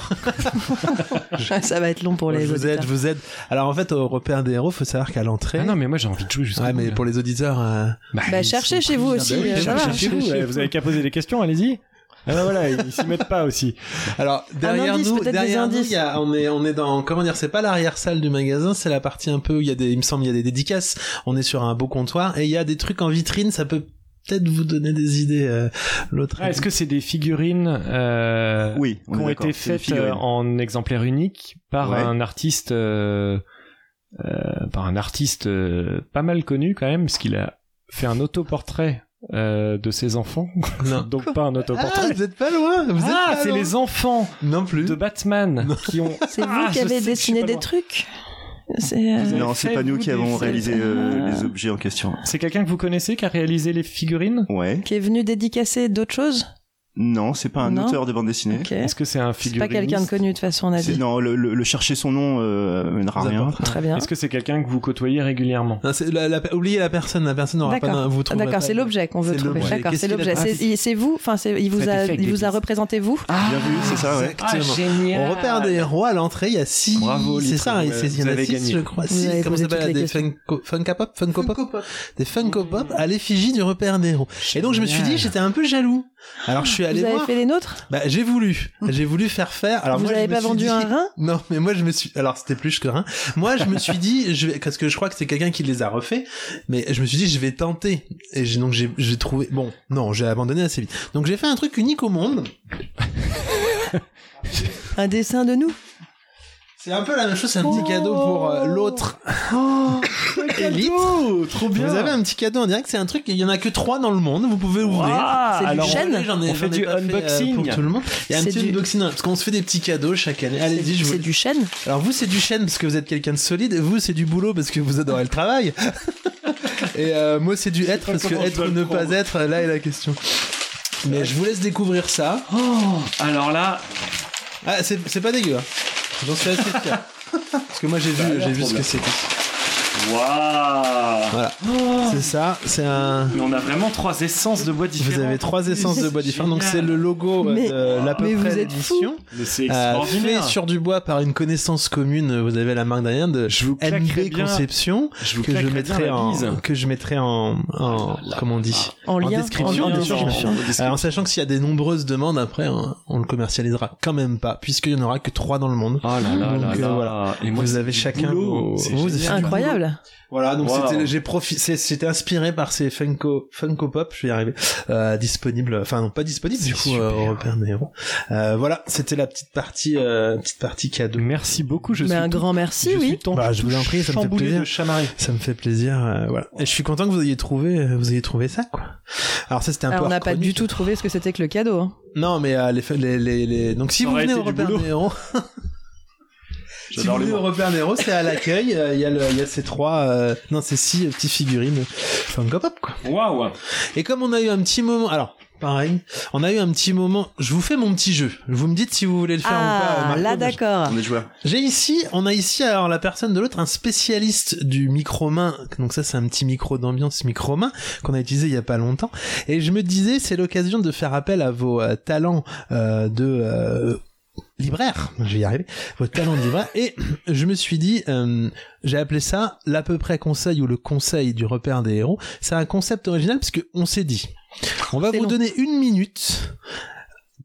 S2: ça va être long pour
S1: je
S2: les
S1: vous aide,
S2: auditeurs.
S1: je vous aide. Alors en fait, au repère des héros, faut savoir qu'à l'entrée.
S6: Ah non, mais moi j'ai envie de jouer jusqu'au
S1: Ouais,
S6: bout,
S1: mais
S6: là.
S1: pour les auditeurs, euh,
S6: Bah,
S2: Bah,
S6: ils
S2: cherchez
S6: sont
S2: chez vous
S6: pris,
S2: aussi,
S6: bah oui,
S2: euh, ça
S6: cherchez
S2: va.
S6: chez vous. ouais, vous avez qu'à poser des questions, allez-y. Ah bah voilà, ils s'y mettent pas aussi.
S1: Alors derrière
S2: indice,
S1: nous,
S2: peut-être des
S1: derrière nous,
S2: indices.
S1: il y a- on est on est dans comment dire, c'est pas l'arrière salle du magasin, c'est la partie un peu où il y a des, il me semble, il y a des dédicaces. On est sur un beau comptoir et il y a des trucs en vitrine. Ça peut peut-être vous donner des idées. euh, L'autre.
S6: [laughs] Ah, Est-ce que c'est des figurines euh,
S7: Oui, on
S6: qui
S7: est
S6: ont
S7: d'accord,
S6: été
S7: c'est des
S6: faites
S7: figurines.
S6: euh, en exemplaire unique par
S7: Ouais.
S6: un artiste, euh, euh, par un artiste euh, pas mal connu quand même, parce qu'il a fait un autoportrait euh, de ses enfants,
S1: Non.
S6: [laughs] donc pas un
S1: Ah,
S6: autoportrait.
S1: vous êtes pas loin. Vous
S6: Ah,
S1: êtes pas
S6: c'est
S1: loin.
S6: les enfants
S1: non plus.
S6: de Batman qui [laughs] ont.
S2: C'est vous
S6: Ah,
S2: qui
S6: je
S2: avez
S6: sais que je suis
S2: dessiné
S6: pas
S2: des
S6: loin.
S2: trucs C'est, euh,
S6: Vous avez
S7: Non, c'est
S6: fait,
S7: pas nous
S6: vous,
S7: qui
S6: des-
S7: avons réalisé euh,
S2: Ah.
S7: les objets en question.
S6: C'est quelqu'un que vous connaissez qui a réalisé les figurines
S7: Ouais.
S2: Qui est venu dédicacer d'autres choses
S7: Non, c'est pas un
S2: Non.
S7: auteur de bande dessinée.
S2: Ok.
S6: Est-ce que c'est un
S2: C'est
S6: figuriniste
S2: pas quelqu'un de connu de toute façon, on a
S7: C'est-
S2: dit.
S7: Non, le, le- le chercher son nom euh, mènera à
S1: Vous
S7: rien.
S1: apportez-
S2: Très bien.
S6: Est-ce que c'est quelqu'un que vous côtoyez régulièrement
S1: Non, c'est la- la- oubliez la personne, la personne n'aura pas.
S2: D'accord.
S1: d'un- Vous
S2: Ah,
S1: trouverez
S2: D'accord,
S1: pas
S2: c'est
S1: de-
S2: l'objet qu'on veut
S1: C'est
S2: trouver.
S1: l'objet.
S2: D'accord,
S1: Qu'est-ce
S2: c'est
S1: qu'il a
S2: l'objet.
S1: pas
S2: C'est
S1: fait
S2: il- c'est vous, enfin, c'est- il vous
S6: Faites
S2: a,
S6: effet avec
S2: il
S6: des
S2: vous a
S6: pièces.
S2: représenté vous.
S7: Bien vu, c'est ça, ouais.
S2: Ah,
S1: Exactement.
S6: génial
S1: On repère des héros à l'entrée, il y a six.
S6: Bravo,
S1: c'est
S6: Litre,
S1: ça, hein,
S6: vous
S1: il c'est- il y en
S6: avez
S1: a six,
S6: gagné.
S1: je crois.
S2: Vous
S1: Six,
S2: avez
S1: comment
S2: posé
S1: ça s'appelle
S2: toutes
S1: Des
S2: les
S1: Funko, Funko Pop, Funko Pop,
S9: Funko Pop.
S1: des Funko Pop à l'effigie du repère des héros. Et donc je me suis dit,
S6: Génial.
S1: j'étais un peu jaloux. Alors je suis allé
S2: Vous avez
S1: voir.
S2: fait les nôtres
S1: Bah, j'ai voulu, j'ai voulu faire faire. Alors
S2: Vous
S1: moi, je
S2: n'avez
S1: me
S2: pas
S1: suis
S2: vendu
S1: dit-
S2: un rein
S1: Non, mais moi je me suis. Alors c'était plus que rien. Moi je me suis dit, je vais... parce que je crois que c'est quelqu'un qui les a refaits. Mais je me suis dit, je vais tenter. Et j'ai- donc j'ai j'ai trouvé. Bon, non, j'ai abandonné assez vite. Donc j'ai fait un truc unique au monde.
S2: Un dessin de nous
S1: C'est un peu la même chose, c'est un petit cadeau pour euh, l'autre. [coughs] Élite.
S6: Oh, trop
S1: Vous avez un petit cadeau en direct, c'est un truc, il y en a que trois dans le monde, vous pouvez ouvrir.
S6: Waouh,
S2: C'est du
S6: alors,
S1: Désolé,
S2: chêne.
S1: j'en ai, j'en
S6: On fait
S1: ai
S6: du
S1: pas euh,
S6: unboxing.
S1: pour tout le monde. Il y a un
S2: C'est
S1: petit
S2: du-
S1: unboxing, parce qu'on se fait des petits cadeaux chaque année. Allez-y, je vous
S2: C'est du chêne
S1: Alors vous, c'est du chêne parce que vous êtes quelqu'un de solide. Vous, c'est du boulot parce que vous adorez le
S6: [laughs]
S1: travail. Et euh, moi, c'est du être parce que
S6: comment je
S1: être
S6: dois
S1: ou
S6: le
S1: ne
S6: prendre.
S1: pas être, là est la question. Mais je vous laisse découvrir ça.
S6: Oh, alors là,
S1: Ah, c'est c'est pas dégueu. hein. J'en suis assez
S6: [laughs]
S1: fier. Parce que moi, j'ai vu, j'ai vu ce que c'était.
S6: waouh Oh.
S1: Voilà. C'est ça. C'est un.
S6: Mais on a vraiment trois essences de bois différentes.
S1: Vous avez trois essences de bois différents. Donc c'est le logo euh,
S2: Mais-
S1: de la
S2: mais
S1: peu
S2: vous
S1: près
S2: êtes fous.
S1: l'édition.
S6: Mais C'est
S1: Euh,
S6: extraordinaire.
S1: fait sur du bois par une connaissance commune. Vous avez la marque derrière de
S6: Je vous claquerai
S1: NB
S6: bien-
S1: Conception.
S6: Je vous
S1: que je
S6: claquerai
S1: mettrai
S6: bien la bise. Ah
S1: en que je mettrai en, en comment on dit
S2: en lien.
S1: description,
S2: en
S1: bien
S2: lien,
S1: sûr,
S2: en
S1: bien
S2: description.
S1: sûr. Alors, en sachant que s'il y a des nombreuses demandes après on, on le commercialisera quand même pas puisqu'il n'y en aura que trois dans le monde
S6: Oh là là
S1: Donc,
S6: là
S1: euh,
S6: là.
S1: voilà.
S6: Et moi,
S1: vous
S6: c'est
S1: avez
S6: du
S1: chacun
S6: boulot.
S1: vos-
S6: C'est
S1: vos
S6: génial.
S2: Incroyable.
S1: voilà donc
S6: Wow.
S1: c'était j'ai profité c'est- c'était inspiré par ces Funko Funko Pop je vais y arriver euh, disponible enfin non pas disponible du coup
S6: super.
S1: euh, au repère des héros. Euh, voilà c'était la petite partie euh, petite partie cadeau
S6: Merci beaucoup. Je
S2: Mais
S6: suis
S2: Ben, un
S6: tout-
S2: grand merci,
S6: je
S2: oui.
S6: Suis tant
S1: Bah, je vous en prie, ça me fait
S6: chamboulé
S1: plaisir.
S6: de chamarré.
S1: ça me fait plaisir euh, voilà et je suis content que vous ayez trouvé euh, vous ayez trouvé ça quoi alors ça c'était un
S2: Alors,
S1: peu
S2: on n'a
S1: hors
S2: pas
S1: chronique.
S2: du tout trouvé ce que c'était que le cadeau. hein.
S1: Non, mais euh, les, les, les, les- donc si
S6: Ça
S1: vous
S6: aurait
S1: venez
S6: été
S1: au
S6: du
S1: repère
S6: boulot.
S1: des
S6: [laughs]
S1: héros, si vous
S6: J'adore les
S1: venez au
S6: mots.
S1: repère des héros, c'est à l'accueil. euh, Il y a le- il y, a ces trois, euh, non, ces six euh, petites figurines Funko Pop quoi.
S6: Waouh.
S1: Et comme on a eu un petit moment, alors pareil, on a eu un petit moment. Je vous fais mon petit jeu. Vous me dites si vous voulez le faire ou pas. euh,
S2: Ah,
S1: Marco,
S2: là,
S1: moi, je-
S2: d'accord.
S7: On est joueurs.
S1: j'ai ici, on a ici alors la personne de l'autre, un spécialiste du micro main. Donc ça, c'est un petit micro d'ambiance micro main qu'on a utilisé il y a pas longtemps. Et je me disais, c'est l'occasion de faire appel à vos euh, talents euh, de euh, libraire. Je vais y arriver. Vos talents de libraire. Et je me suis dit, euh, j'ai appelé ça l'à peu près conseil ou le conseil du repère des héros. C'est un concept original parce que on s'est dit, on va
S2: C'est
S1: vous
S2: long.
S1: donner une minute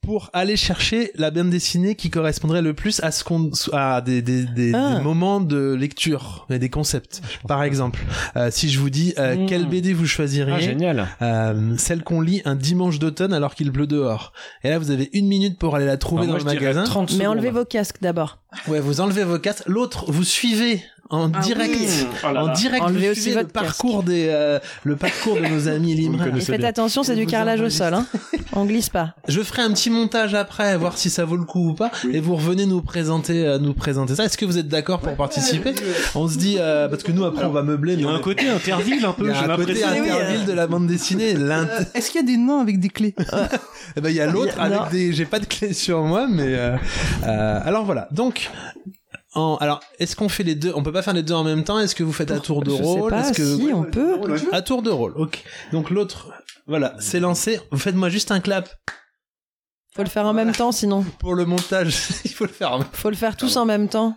S1: pour aller chercher la bande dessinée qui correspondrait le plus à ce qu'on à des, des, des,
S2: Ah.
S1: des moments de lecture et des concepts. Par exemple, euh, si je vous dis euh,
S6: Mm.
S1: quelle BD vous
S6: Ah,
S1: choisiriez,
S6: génial.
S1: euh, celle qu'on lit un dimanche d'automne alors qu'il pleut dehors. Et là, vous avez une minute pour aller la trouver
S6: Alors, moi,
S1: dans
S6: je
S1: le
S6: dirais
S1: magasin.
S6: 30
S2: Mais
S6: secondes.
S2: enlevez vos casques d'abord.
S1: Ouais, vous enlevez vos casques. L'autre, vous suivez en
S2: Ah
S1: direct.
S6: Mmh. Oh là
S1: En
S6: là.
S1: direct,
S2: Enlevez
S1: vous
S2: aussi
S1: suivez le
S2: votre casque.
S1: parcours des euh, le parcours de nos
S6: [laughs]
S1: amis libraires.
S2: Et faites attention, c'est du
S1: Vous
S2: carrelage au
S1: enregistrez.
S2: sol. Hein. [laughs] On glisse pas.
S1: Je ferai un petit montage après, voir si ça vaut le coup ou pas, et vous revenez nous présenter, euh, nous présenter ça. Est-ce que vous êtes d'accord pour participer On se dit euh, parce que nous après on va meubler.
S6: Il y
S1: nous,
S6: a
S1: on
S6: un
S1: est-
S6: côté interville un
S1: il y
S6: peu,
S1: a
S6: j'ai
S1: un côté
S6: l'impression.
S2: Oui, euh.
S1: Interville de la bande dessinée. l'un-
S9: Euh, Est-ce qu'il y a des nains avec des clés
S1: Eh ben il y a l'autre
S2: Il y a- non.
S1: avec des. J'ai pas de clé sur moi, mais euh, euh, alors voilà. Donc. En, alors, est-ce qu'on fait les deux On peut pas faire les deux en même temps. Est-ce que vous faites à tour de
S2: Je sais
S1: rôle
S2: pas
S1: Est-ce que
S2: si on peut.
S1: À tour de rôle, ok. Donc l'autre, voilà, c'est lancé. Faites-moi juste un clap
S2: Faut le faire en même temps, sinon.
S1: pour le montage. [laughs] Il faut le faire. en même-
S2: Faut le faire tous en même temps.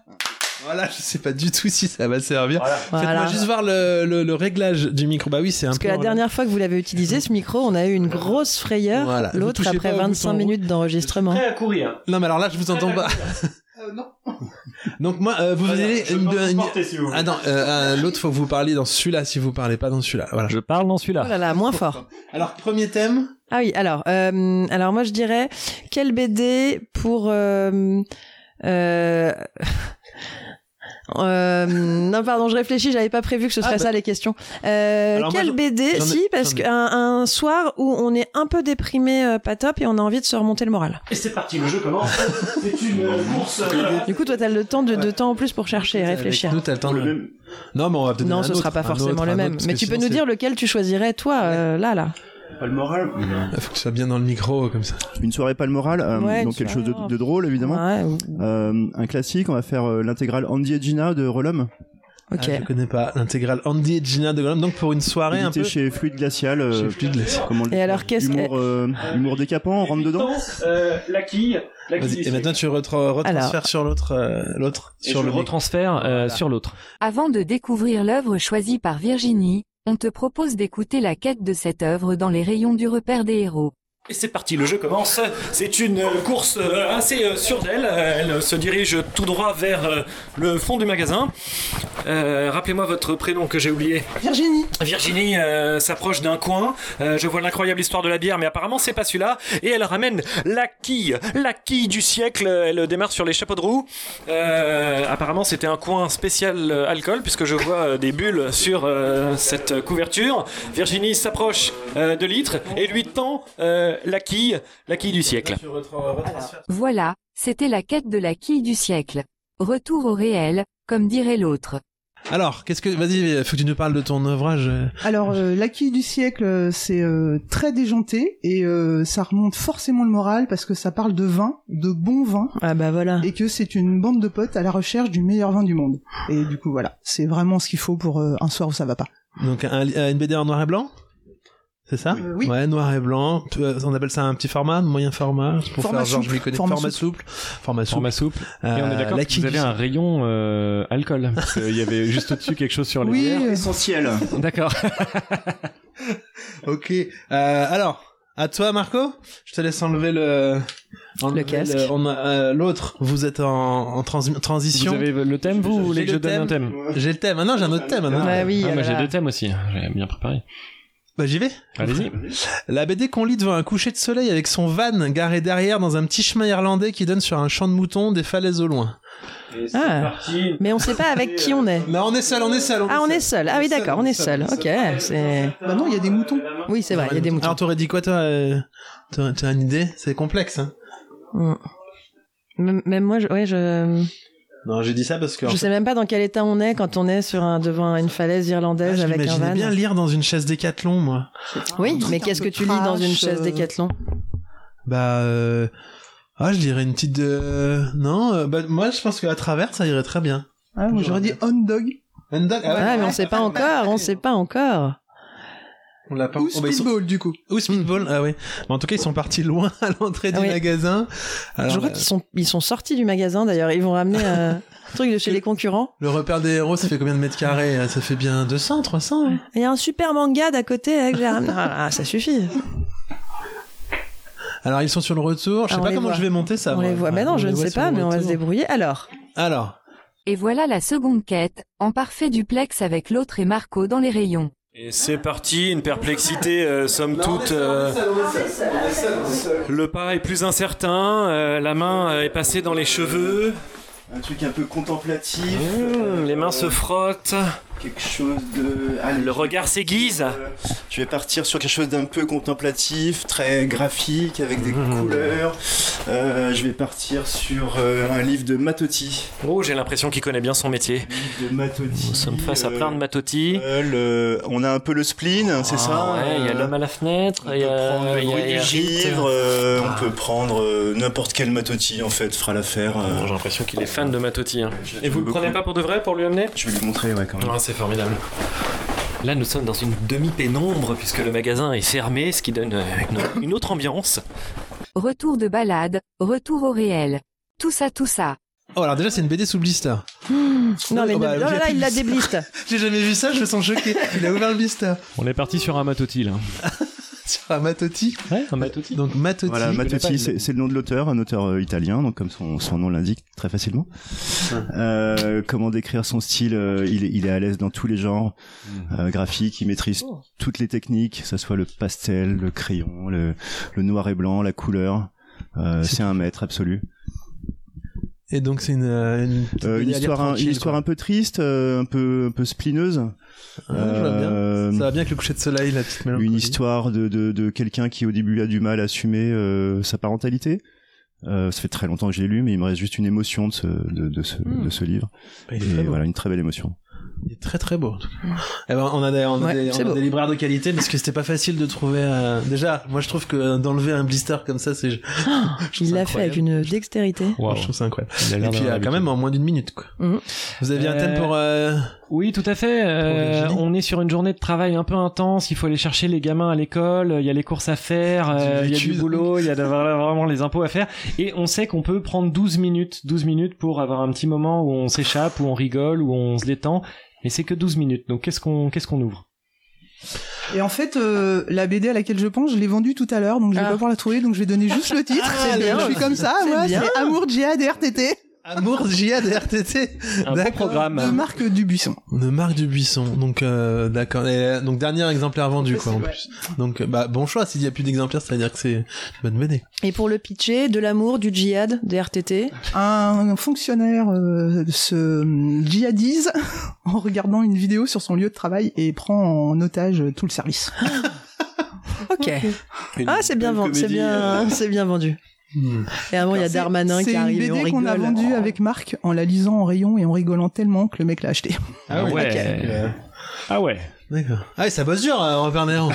S1: Voilà, je sais pas du tout si ça va servir.
S2: Voilà.
S1: Faites-moi juste voir le, le- le réglage du micro. Bah oui, c'est un
S2: Parce
S1: peu.
S2: que la dernière fois que vous l'avez utilisé, ce micro, on a eu une grosse frayeur.
S1: Voilà. Vous
S2: L'autre,
S1: touchez
S2: après
S1: pas au
S2: 25
S1: bouton
S2: minutes d'enregistrement.
S6: Prêt à courir.
S1: Non, mais alors là, je vous entends pas.
S9: non.
S1: [laughs] Donc moi, euh, vous allez
S6: Je
S1: une,
S6: peux vous
S1: une-
S6: porter, si vous voulez.
S1: Ah non, euh, euh, l'autre faut que vous parliez dans celui-là si vous parlez pas dans celui-là. Voilà.
S10: Je parle dans
S2: Oh
S10: celui-là.
S2: là là, moins fort.
S1: Alors premier thème.
S2: Ah oui, alors, euh, alors moi je dirais, quel BD pour... euh, euh, [laughs] euh, non, pardon, je réfléchis, j'avais pas prévu que ce serait ça les questions.
S1: Ah,
S2: Euh,
S1: bah. Alors, moi,
S2: quel
S1: j'en-
S2: BD,
S1: j'en ai-
S2: si, parce
S1: j'en ai.
S2: qu'un un soir où on est un peu déprimé, euh, pas top, et on a envie de se remonter le moral.
S6: Et c'est parti, le jeu commence. C'est
S1: [laughs]
S6: une euh, course.
S2: Du coup, toi, t'as le temps de, de temps en plus pour chercher et
S1: Avec
S2: réfléchir.
S1: nous, t'as le temps de-
S7: Le même-
S1: Non, mais on va peut-être.
S2: Non, ce sera pas forcément le même. Mais tu peux nous dire lequel tu choisirais, toi, euh, là, là.
S7: Pas le moral.
S1: Il faut que ce soit bien dans le micro comme ça.
S7: Une soirée pas le moral, euh,
S2: Ouais,
S7: donc
S2: une
S7: quelque chose
S2: soirée.
S7: de, de drôle évidemment.
S2: Ouais, ou-
S7: Euh, un classique, on va faire euh, l'intégrale Andy et Gina de Rolom,
S1: Ah,
S2: ok.
S1: je connais pas l'intégrale Andy et Gina de Gollum. Donc pour une soirée un
S7: édité
S1: peu.
S7: chez Fluide Glacial. euh,
S1: Chez Fluide Glacial.
S7: comment on le-
S2: Et alors, qu'est-ce que-
S7: humour, euh, humour décapant, on rentre dedans.
S6: la quille. La
S1: Vas-y,
S6: quille
S1: Et maintenant tu retra- retransfères
S2: Alors.
S1: sur l'autre, euh, l'autre
S6: Et
S1: sur
S6: je
S1: le. micro.
S10: Retransfert euh, sur l'autre.
S8: Avant de découvrir l'œuvre choisie par Virginie, on te propose d'écouter la quête de cette œuvre dans les rayons du repère des héros.
S10: Et c'est parti, le jeu commence. C'est une euh, course euh, assez euh, sûre d'elle. Euh, Elle euh, se dirige tout droit vers euh, le front du magasin. Euh, Rappelez-moi votre prénom que j'ai oublié.
S9: Virginie
S10: Virginie euh, s'approche d'un coin. Euh, je vois l'incroyable histoire de la bière, mais apparemment c'est pas celui-là. Et elle ramène la quille, la quille du siècle. Elle démarre sur les chapeaux de roue. Euh, apparemment c'était un coin spécial euh, alcool puisque je vois euh, des bulles sur euh, cette couverture. Virginie s'approche euh, de litre et lui tend euh, la quille, la quille du siècle.
S1: Tu retra- retransfères.
S8: Voilà, c'était la quête de la quille du siècle. Retour au réel, comme dirait l'autre.
S1: Alors, qu'est-ce que. Vas-y, faut que tu nous parles de ton ouvrage. euh.
S9: Alors, euh, l'acquis du siècle, euh, c'est euh, très déjanté et euh, ça remonte forcément le moral parce que ça parle de vin, de bon vin,
S2: Ah bah voilà.
S9: et que c'est une bande de potes à la recherche du meilleur vin du monde. Et du coup, voilà, c'est vraiment ce qu'il faut pour euh, un soir où ça va pas.
S1: Donc un li- euh, une BD en noir et blanc. C'est ça
S9: Euh, oui.
S1: Ouais, noir et blanc. Tu- euh, On appelle ça un petit format, moyen format. Pour
S9: Format
S1: faire genre,
S9: souple,
S1: je m'y connais.
S9: format
S1: Format souple. Format souple.
S6: Format souple.
S1: Euh,
S6: Et on est d'accord
S1: la
S6: que vous
S1: quille
S6: avez
S1: du-
S6: un rayon euh, alcool. parce que Il y avait juste au-dessus quelque chose sur les
S9: Oui,
S6: bières.
S9: euh,
S7: Essentiel.
S6: D'accord.
S1: Ok. Euh, alors, à toi, Marco. Je te laisse enlever le. enlever
S2: casque.
S1: on a, euh, L'autre, vous êtes en, en transi-
S6: Vous
S1: transition.
S6: avez le thème, vous, ou
S1: J'ai
S6: voulez que
S1: le
S6: je donne un
S1: thème.
S6: thème
S1: J'ai le thème. Ah non, j'ai un autre thème. un autre
S2: Ah
S1: thème.
S2: oui,
S6: Ah, moi
S2: alors
S6: j'ai
S2: là.
S6: deux thèmes aussi, j'ai bien préparé.
S1: Bah j'y vais.
S6: Allez-y.
S1: La BD qu'on lit devant un coucher de soleil avec son van garé derrière dans un petit chemin irlandais qui donne sur un champ de moutons des falaises au loin.
S2: Ah. Mais on sait pas avec qui on est.
S1: Non, on est seul, on est seul.
S2: Ah, on est seul. Ah oui, d'accord, on est seul.
S1: on est
S2: Ok, c'est.
S9: Bah non, il y a des moutons.
S2: Oui, c'est vrai, il y a des moutons.
S1: Alors t'aurais dit quoi toi euh, T'as t'as une idée C'est complexe. Hein
S2: Mm. Même même moi, je, ouais, je,
S1: non, j'ai dit ça parce que.
S2: je sais même pas dans quel état on est quand on est sur un, devant une falaise irlandaise
S1: Ah, je
S2: avec un
S1: m'imaginais
S2: van.
S1: bien lire dans une chaise décathlon, moi.
S2: Oui,
S9: Un truc
S2: mais
S9: un
S2: qu'est-ce que
S9: peu
S2: tu lis dans une
S9: trash,
S2: chaise
S9: euh,
S2: décathlon
S1: Bah, euh... ah, je lirais une petite. euh, Non, euh, bah, moi, je pense qu'à travers, ça irait très bien.
S9: Ah, moi, j'aurais dit on dog.
S1: Un dog- ah ouais,
S2: Ah, mais on sait pas encore, on sait pas encore.
S1: on l'a pas.
S9: Ou
S1: oh, bah, ils sont-
S9: speedball, du coup.
S1: Ou Speedball, ah oui. Mais en tout cas, ils sont partis loin [laughs] à l'entrée du
S2: Hmm. Ah oui.
S1: magasin. Alors,
S2: je crois
S1: euh,
S2: qu'ils sont, ils sont sortis du magasin d'ailleurs. Ils vont ramener
S1: [laughs]
S2: euh, un truc de chez les concurrents.
S1: Le repère des héros, ça fait combien de mètres carrés euh, Ça fait bien 200, 300 hein Ah,
S2: Il y a un super manga d'à côté avec j'ai ramené. Ah, ça suffit.
S1: Alors, ils sont sur le retour. Je sais
S2: Ah, on
S1: pas
S2: les
S1: comment
S2: voit.
S1: je vais monter ça.
S2: on
S1: moi.
S2: les voit. Mais
S1: Ouais,
S2: non,
S1: Ah, on
S2: je
S1: les
S2: ne
S1: voit
S2: sais
S1: sur
S2: pas,
S1: le
S2: mais on va se
S1: retour.
S2: débrouiller. Alors,
S1: Alors,
S8: Et voilà la seconde quête, en parfait duplex avec l'autre et Marco dans les rayons.
S10: Et c'est parti, une perplexité, euh, somme toute. euh, le pas est plus incertain, euh, la main euh, est passée dans les cheveux,
S7: Un truc un peu
S6: Ah.
S7: contemplatif. euh,
S10: Mmh, les mains se frottent,
S7: Quelque chose de. Allez, Euh,
S10: le regard s'aiguise.
S7: Je vais partir sur quelque chose d'un peu contemplatif, très graphique, avec des
S10: Mmh.
S7: couleurs. Euh, je vais partir sur euh, un livre de Matotti.
S10: Oh, j'ai l'impression qu'il connaît bien son métier.
S7: De Matotti.
S10: Nous sommes face à
S7: euh,
S10: plein de matotis.
S7: euh, le- On a un peu le spleen, c'est
S10: Ah
S7: ça Euh,
S10: Ouais, il y a l'homme à la fenètre,
S7: On
S10: il y
S7: peut
S10: a,
S7: prendre le
S10: il y a-
S7: bruit
S10: il y
S7: du
S10: a- Ah.
S7: givre, euh, on peut prendre euh, n'importe quel Matotti en fait, fera l'affaire. euh.
S10: Bon, J'ai l'impression qu'il est fan de Matotti. hein.
S7: Je
S10: Et vous le
S7: beaucoup.
S10: prenez pas pour de vrai pour lui amener
S7: Je vais lui montrer, ouais, quand même.
S10: Ah, c'est formidable. Là, nous sommes dans une demi-pénombre puisque le magasin est fermé, ce qui donne euh, une- une autre ambiance.
S8: Retour de balade, retour au réel. Tout ça, tout ça.
S1: oh, alors déjà, c'est une BD sous blister.
S2: non, mais
S1: Oh,
S2: ne-
S1: bah,
S2: oh là,
S1: j'ai
S2: là,
S1: plus [laughs]
S2: il la
S1: de-
S2: débliste.
S1: J'ai jamais vu ça, je me sens choqué. Il a ouvert le blister.
S6: On est parti sur un Matotti là.
S1: Sur un Matotti.
S6: Ouais, un Matotti.
S1: Donc, Matotti.
S7: Voilà,
S6: connais pas,
S7: Matotti,
S6: il-
S7: c'est c'est le nom de l'auteur, un auteur euh, italien, donc comme son, son nom l'indique très facilement. Euh, comment décrire son style euh, il, est, il est à l'aise dans tous les genres euh, graphiques, il maîtrise toutes les techniques, que ce soit le pastel, le crayon, le, le noir et blanc, la couleur. Euh, c'est un maître absolu.
S1: Et donc, c'est une, euh, une, petite
S7: Euh,
S1: BD à
S7: une
S1: lire
S7: histoire, un,
S1: tranquille,
S7: une histoire
S1: quoi.
S7: un peu triste, euh, un peu un peu splineuse.
S1: Ouais, Ah, je vois bien.
S7: Euh,
S1: Ça va bien que le coucher de soleil, la petite mélancolie.
S7: une histoire de, de, de quelqu'un qui au début a du mal à assumer euh, sa parentalité. Euh, ça fait très longtemps que je l'ai lu, mais il me reste juste une émotion de ce, de, de ce,
S6: Hmm.
S7: de ce livre.
S1: Bah, il est
S7: Et
S1: très beau.
S7: voilà, une très belle émotion.
S1: Il est très très beau. en tout cas. Eh ben, on a, des, on a
S2: Ouais,
S1: des-
S2: c'est
S1: on a
S2: beau.
S1: des libraires de qualité parce que c'était pas facile de trouver. euh, Déjà, moi je trouve que euh, d'enlever un blister comme ça, c'est. [laughs] je trouve
S2: Ah, Il
S1: ça
S2: l'a
S1: incroyable.
S2: fait avec une dextérité.
S1: Moi, Je trouve ça incroyable. Et puis euh, quand même en moins d'une minute quoi.
S2: Mhm.
S1: Vous aviez un
S6: Euh,
S1: thème pour. euh,
S6: Oui, tout à fait. euh,
S1: Pour Virginie.
S6: on est sur une journée de travail un peu intense. Il faut aller chercher les gamins à l'école. euh, Il y a les courses à faire. euh,
S1: Du
S6: Il y a du
S1: vécu.
S6: boulot. Il y a de- voilà, vraiment les impôts à faire. Et on sait qu'on peut prendre 12 minutes, 12 minutes pour avoir un petit moment où on s'échappe, où on rigole, où on se détend. Mais c'est que 12 minutes. Donc qu'est-ce qu'on qu'est-ce qu'on ouvre
S9: Et en fait, euh, la BD à laquelle je pense, je l'ai vendue tout à l'heure, donc je vais
S2: Ah.
S9: pas pouvoir la trouver, donc je vais donner juste le titre.
S1: Ah, c'est bien.
S9: Je suis comme ça,
S2: C'est
S9: moi,
S2: bien.
S9: c'est Amour, Djihad et RTT
S1: Amour Jihad et RTT
S6: Un beau
S1: D'accord.
S6: programme.
S9: de Marc Dubuisson.
S1: de Marc Dubuisson. Donc euh, d'accord. Et, euh, Donc dernier exemplaire vendu quoi en plus. Donc euh, bah bon choix. S'il y a plus d'exemplaires, ça veut dire que c'est une bonne BD.
S2: Et pour le pitcher, de l'amour, du djihad, des RTT.
S9: Un fonctionnaire euh, se djihadise [laughs] en regardant une vidéo sur son lieu de travail et prend en otage tout le service.
S2: Ok. Ah, c'est bien vendu, c'est
S1: euh.
S2: bien, [laughs] c'est bien vendu. Et avant, il Oh, y a
S9: C'est-
S2: Darmanin qui arrive
S9: C'est
S2: et
S9: une
S2: on
S9: BD qu'on a
S2: rigole. Oh.
S9: vendue avec Marc en la lisant en rayon et en rigolant tellement que le mec l'a acheté.
S6: Ah ouais. Ah ouais.
S1: D'accord. Ah et ça bosse dur euh, Robert
S2: [laughs]
S1: Néron.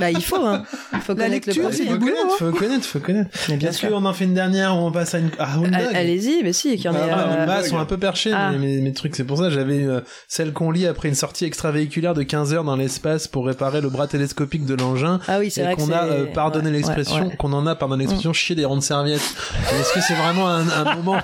S2: Bah, il faut, hein. Il faut
S9: La
S2: connaître
S9: lecture,
S2: le
S9: c'est
S2: principe.
S9: du
S1: faut
S9: boulot,
S1: connaître, faut connaître, faut connaître.
S2: Mais hein. bien
S1: Est-ce
S2: sûr.
S1: qu'on en fait une dernière où on passe à une à Hound Dog
S2: Allez- Ah, Allez-y, mais si, qu'il y en
S1: Ah,
S2: ait,
S1: bah,
S2: euh,
S1: bah, sont un peu perchés
S2: Ah.
S1: mes, mes- mes trucs c'est pour ça j'avais euh, celle qu'on lit après une sortie extravéhiculaire de 15 heures dans l'espace pour réparer le bras télescopique de l'engin
S2: Ah oui, c'est
S1: et
S2: vrai que
S1: qu'on a
S2: c'est-
S1: euh, pardonné
S2: ouais,
S1: l'expression
S2: ouais, Mm. ouais.
S1: qu'on en a pardonné l'expression chier des rondes serviettes Mais est-ce que c'est vraiment un, un moment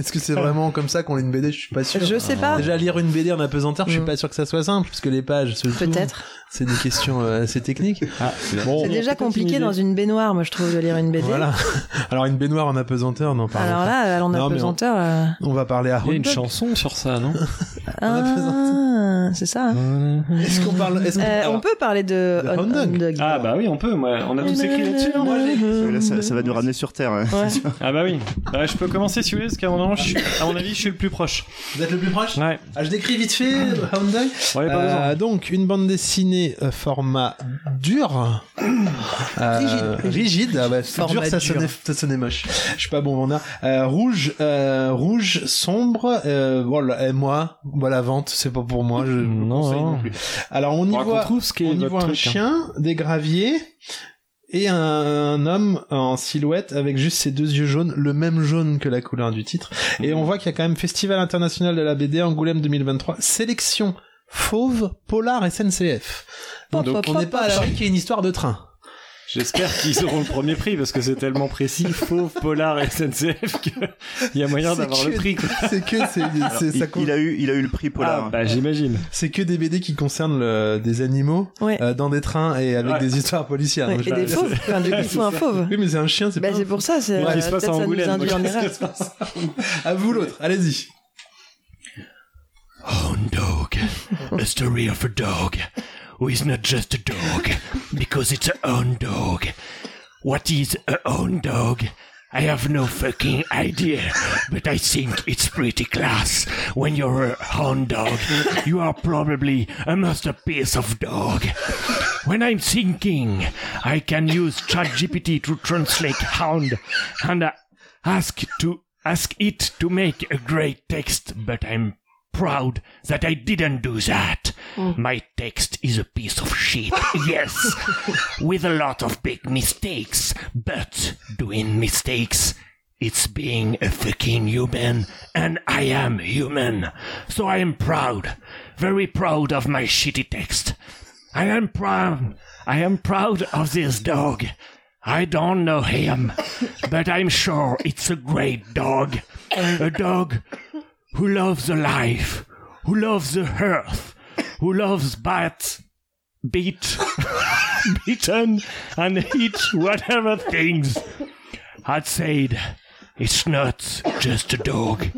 S1: est-ce que c'est vraiment comme ça qu'on lit une BD je suis pas sûr
S2: Je sais pas.
S1: Déjà lire une BD en apesanteur, je suis
S2: Mm.
S1: pas sûr que ça soit simple, puisque les pages se tournent. [laughs]
S2: Peut-être.
S1: C'est des questions euh, assez techniques.
S6: Ah, Bon.
S2: C'est déjà
S6: Peut-être
S2: compliqué
S6: idée.
S2: dans une baignoire, moi, je trouve, de lire une BD.
S1: Voilà. [laughs] Alors une baignoire en apesanteur, non parlons
S2: Alors
S1: pas.
S2: là, allons
S1: Non, mais on-
S2: apesanteur. euh,
S1: On va parler à
S6: Il y a une
S1: Hound Dog.
S6: chanson sur ça, non
S2: Ah, c'est ça. hein.
S1: Est-ce qu'on parle est-ce qu'on-
S2: Euh,
S1: alors,
S2: on peut parler de
S1: de Hound Dog.
S6: Ah bah oui, on peut. moi, On a tous écrit là-dessus. hein.
S7: Là, ça, ça va nous ramener sur Terre. hein.
S2: Ouais.
S6: Ah bah oui. Bah, je peux commencer si vous voulez, parce qu'à mon, moment, je suis- à mon avis, je suis le plus proche.
S1: Vous êtes le plus proche
S6: Ouais.
S1: Ah, je décris vite fait Hound Dog.
S6: Ouais, pas
S1: Euh,
S6: besoin.
S1: donc une bande dessinée euh, format dur, Euh,
S9: Rigide, rigide.
S1: rigide. Ah bah, dur,
S2: Format
S1: ça
S2: dur.
S1: sonnait, ça sonnait moche. Je suis pas bon vendeur. Euh, rouge, euh, rouge sombre. Euh, voilà, et moi, voilà la vente, c'est pas pour moi. Je vous
S6: Non,
S1: conseille
S6: non.
S1: non plus. Alors on y
S6: Faudra qu'on
S1: voit,
S6: trouve ce qui est
S1: on y
S6: votre
S1: voit un
S6: truc, hein.
S1: chien, des graviers. Et un, un homme en silhouette avec juste ses deux yeux jaunes, le même jaune que la couleur du titre. Et
S6: Mmh.
S1: on voit qu'il y a quand même Festival international de la BD Angoulême 2023, sélection Fauve, Polar SNCF.
S2: Pop,
S1: Donc
S2: pop,
S1: on
S2: pop,
S1: n'est pas à
S2: pop.
S1: l'abri qu'il y ait une histoire de train.
S6: J'espère qu'ils auront le premier prix parce que c'est
S1: [laughs]
S6: tellement précis, fauve, polar et SNCF qu'il y a moyen
S1: C'est
S6: d'avoir
S1: que-
S6: le prix. quoi.
S1: [laughs] C'est que c'est, c'est- ça
S7: il,
S1: compte-
S7: il a eu, il a eu le prix Polar.
S6: Ah, bah, j'imagine.
S1: c'est que des BD qui concernent le- des animaux
S2: Ouais.
S1: euh, dans des trains et avec
S6: Ouais.
S1: des histoires policières.
S2: Ouais,
S1: Donc, je
S2: et
S1: vais-
S2: des fauves. Enfin, du coup, il faut un fauve.
S1: Oui, mais c'est un chien, c'est
S2: Bah,
S1: pas. un-
S2: c'est pour ça, c'est
S6: Ouais,
S2: euh,
S6: qui
S2: peut-être
S6: se passe à
S2: ça nous
S6: Angoulême.
S2: induit en
S6: donc,
S2: erreur.
S6: qu'est-ce qui se passe
S1: À vous l'autre, allez-y.
S9: Hound Dog. a story of a dog who is not just a dog because it's a hound dog. What is a hound dog? I have no fucking idea, but I think it's pretty class. When you're a hound dog, you are probably a masterpiece of dog. When I'm thinking, I can use ChatGPT to translate hound and uh, ask to ask it to make a great text, but I'm proud that I didn't do that. My text is a piece of shit, yes, with a lot of big mistakes, but doing mistakes. It's being a fucking human, and I am human. So I am proud, very proud of my shitty text. I am proud. I am proud of this dog. I don't know him, but I'm sure it's a great dog. A dog who loves the life, who loves the earth, who loves bats, beat, [laughs] beaten, and eats whatever things. I'd said, it's not just a dog,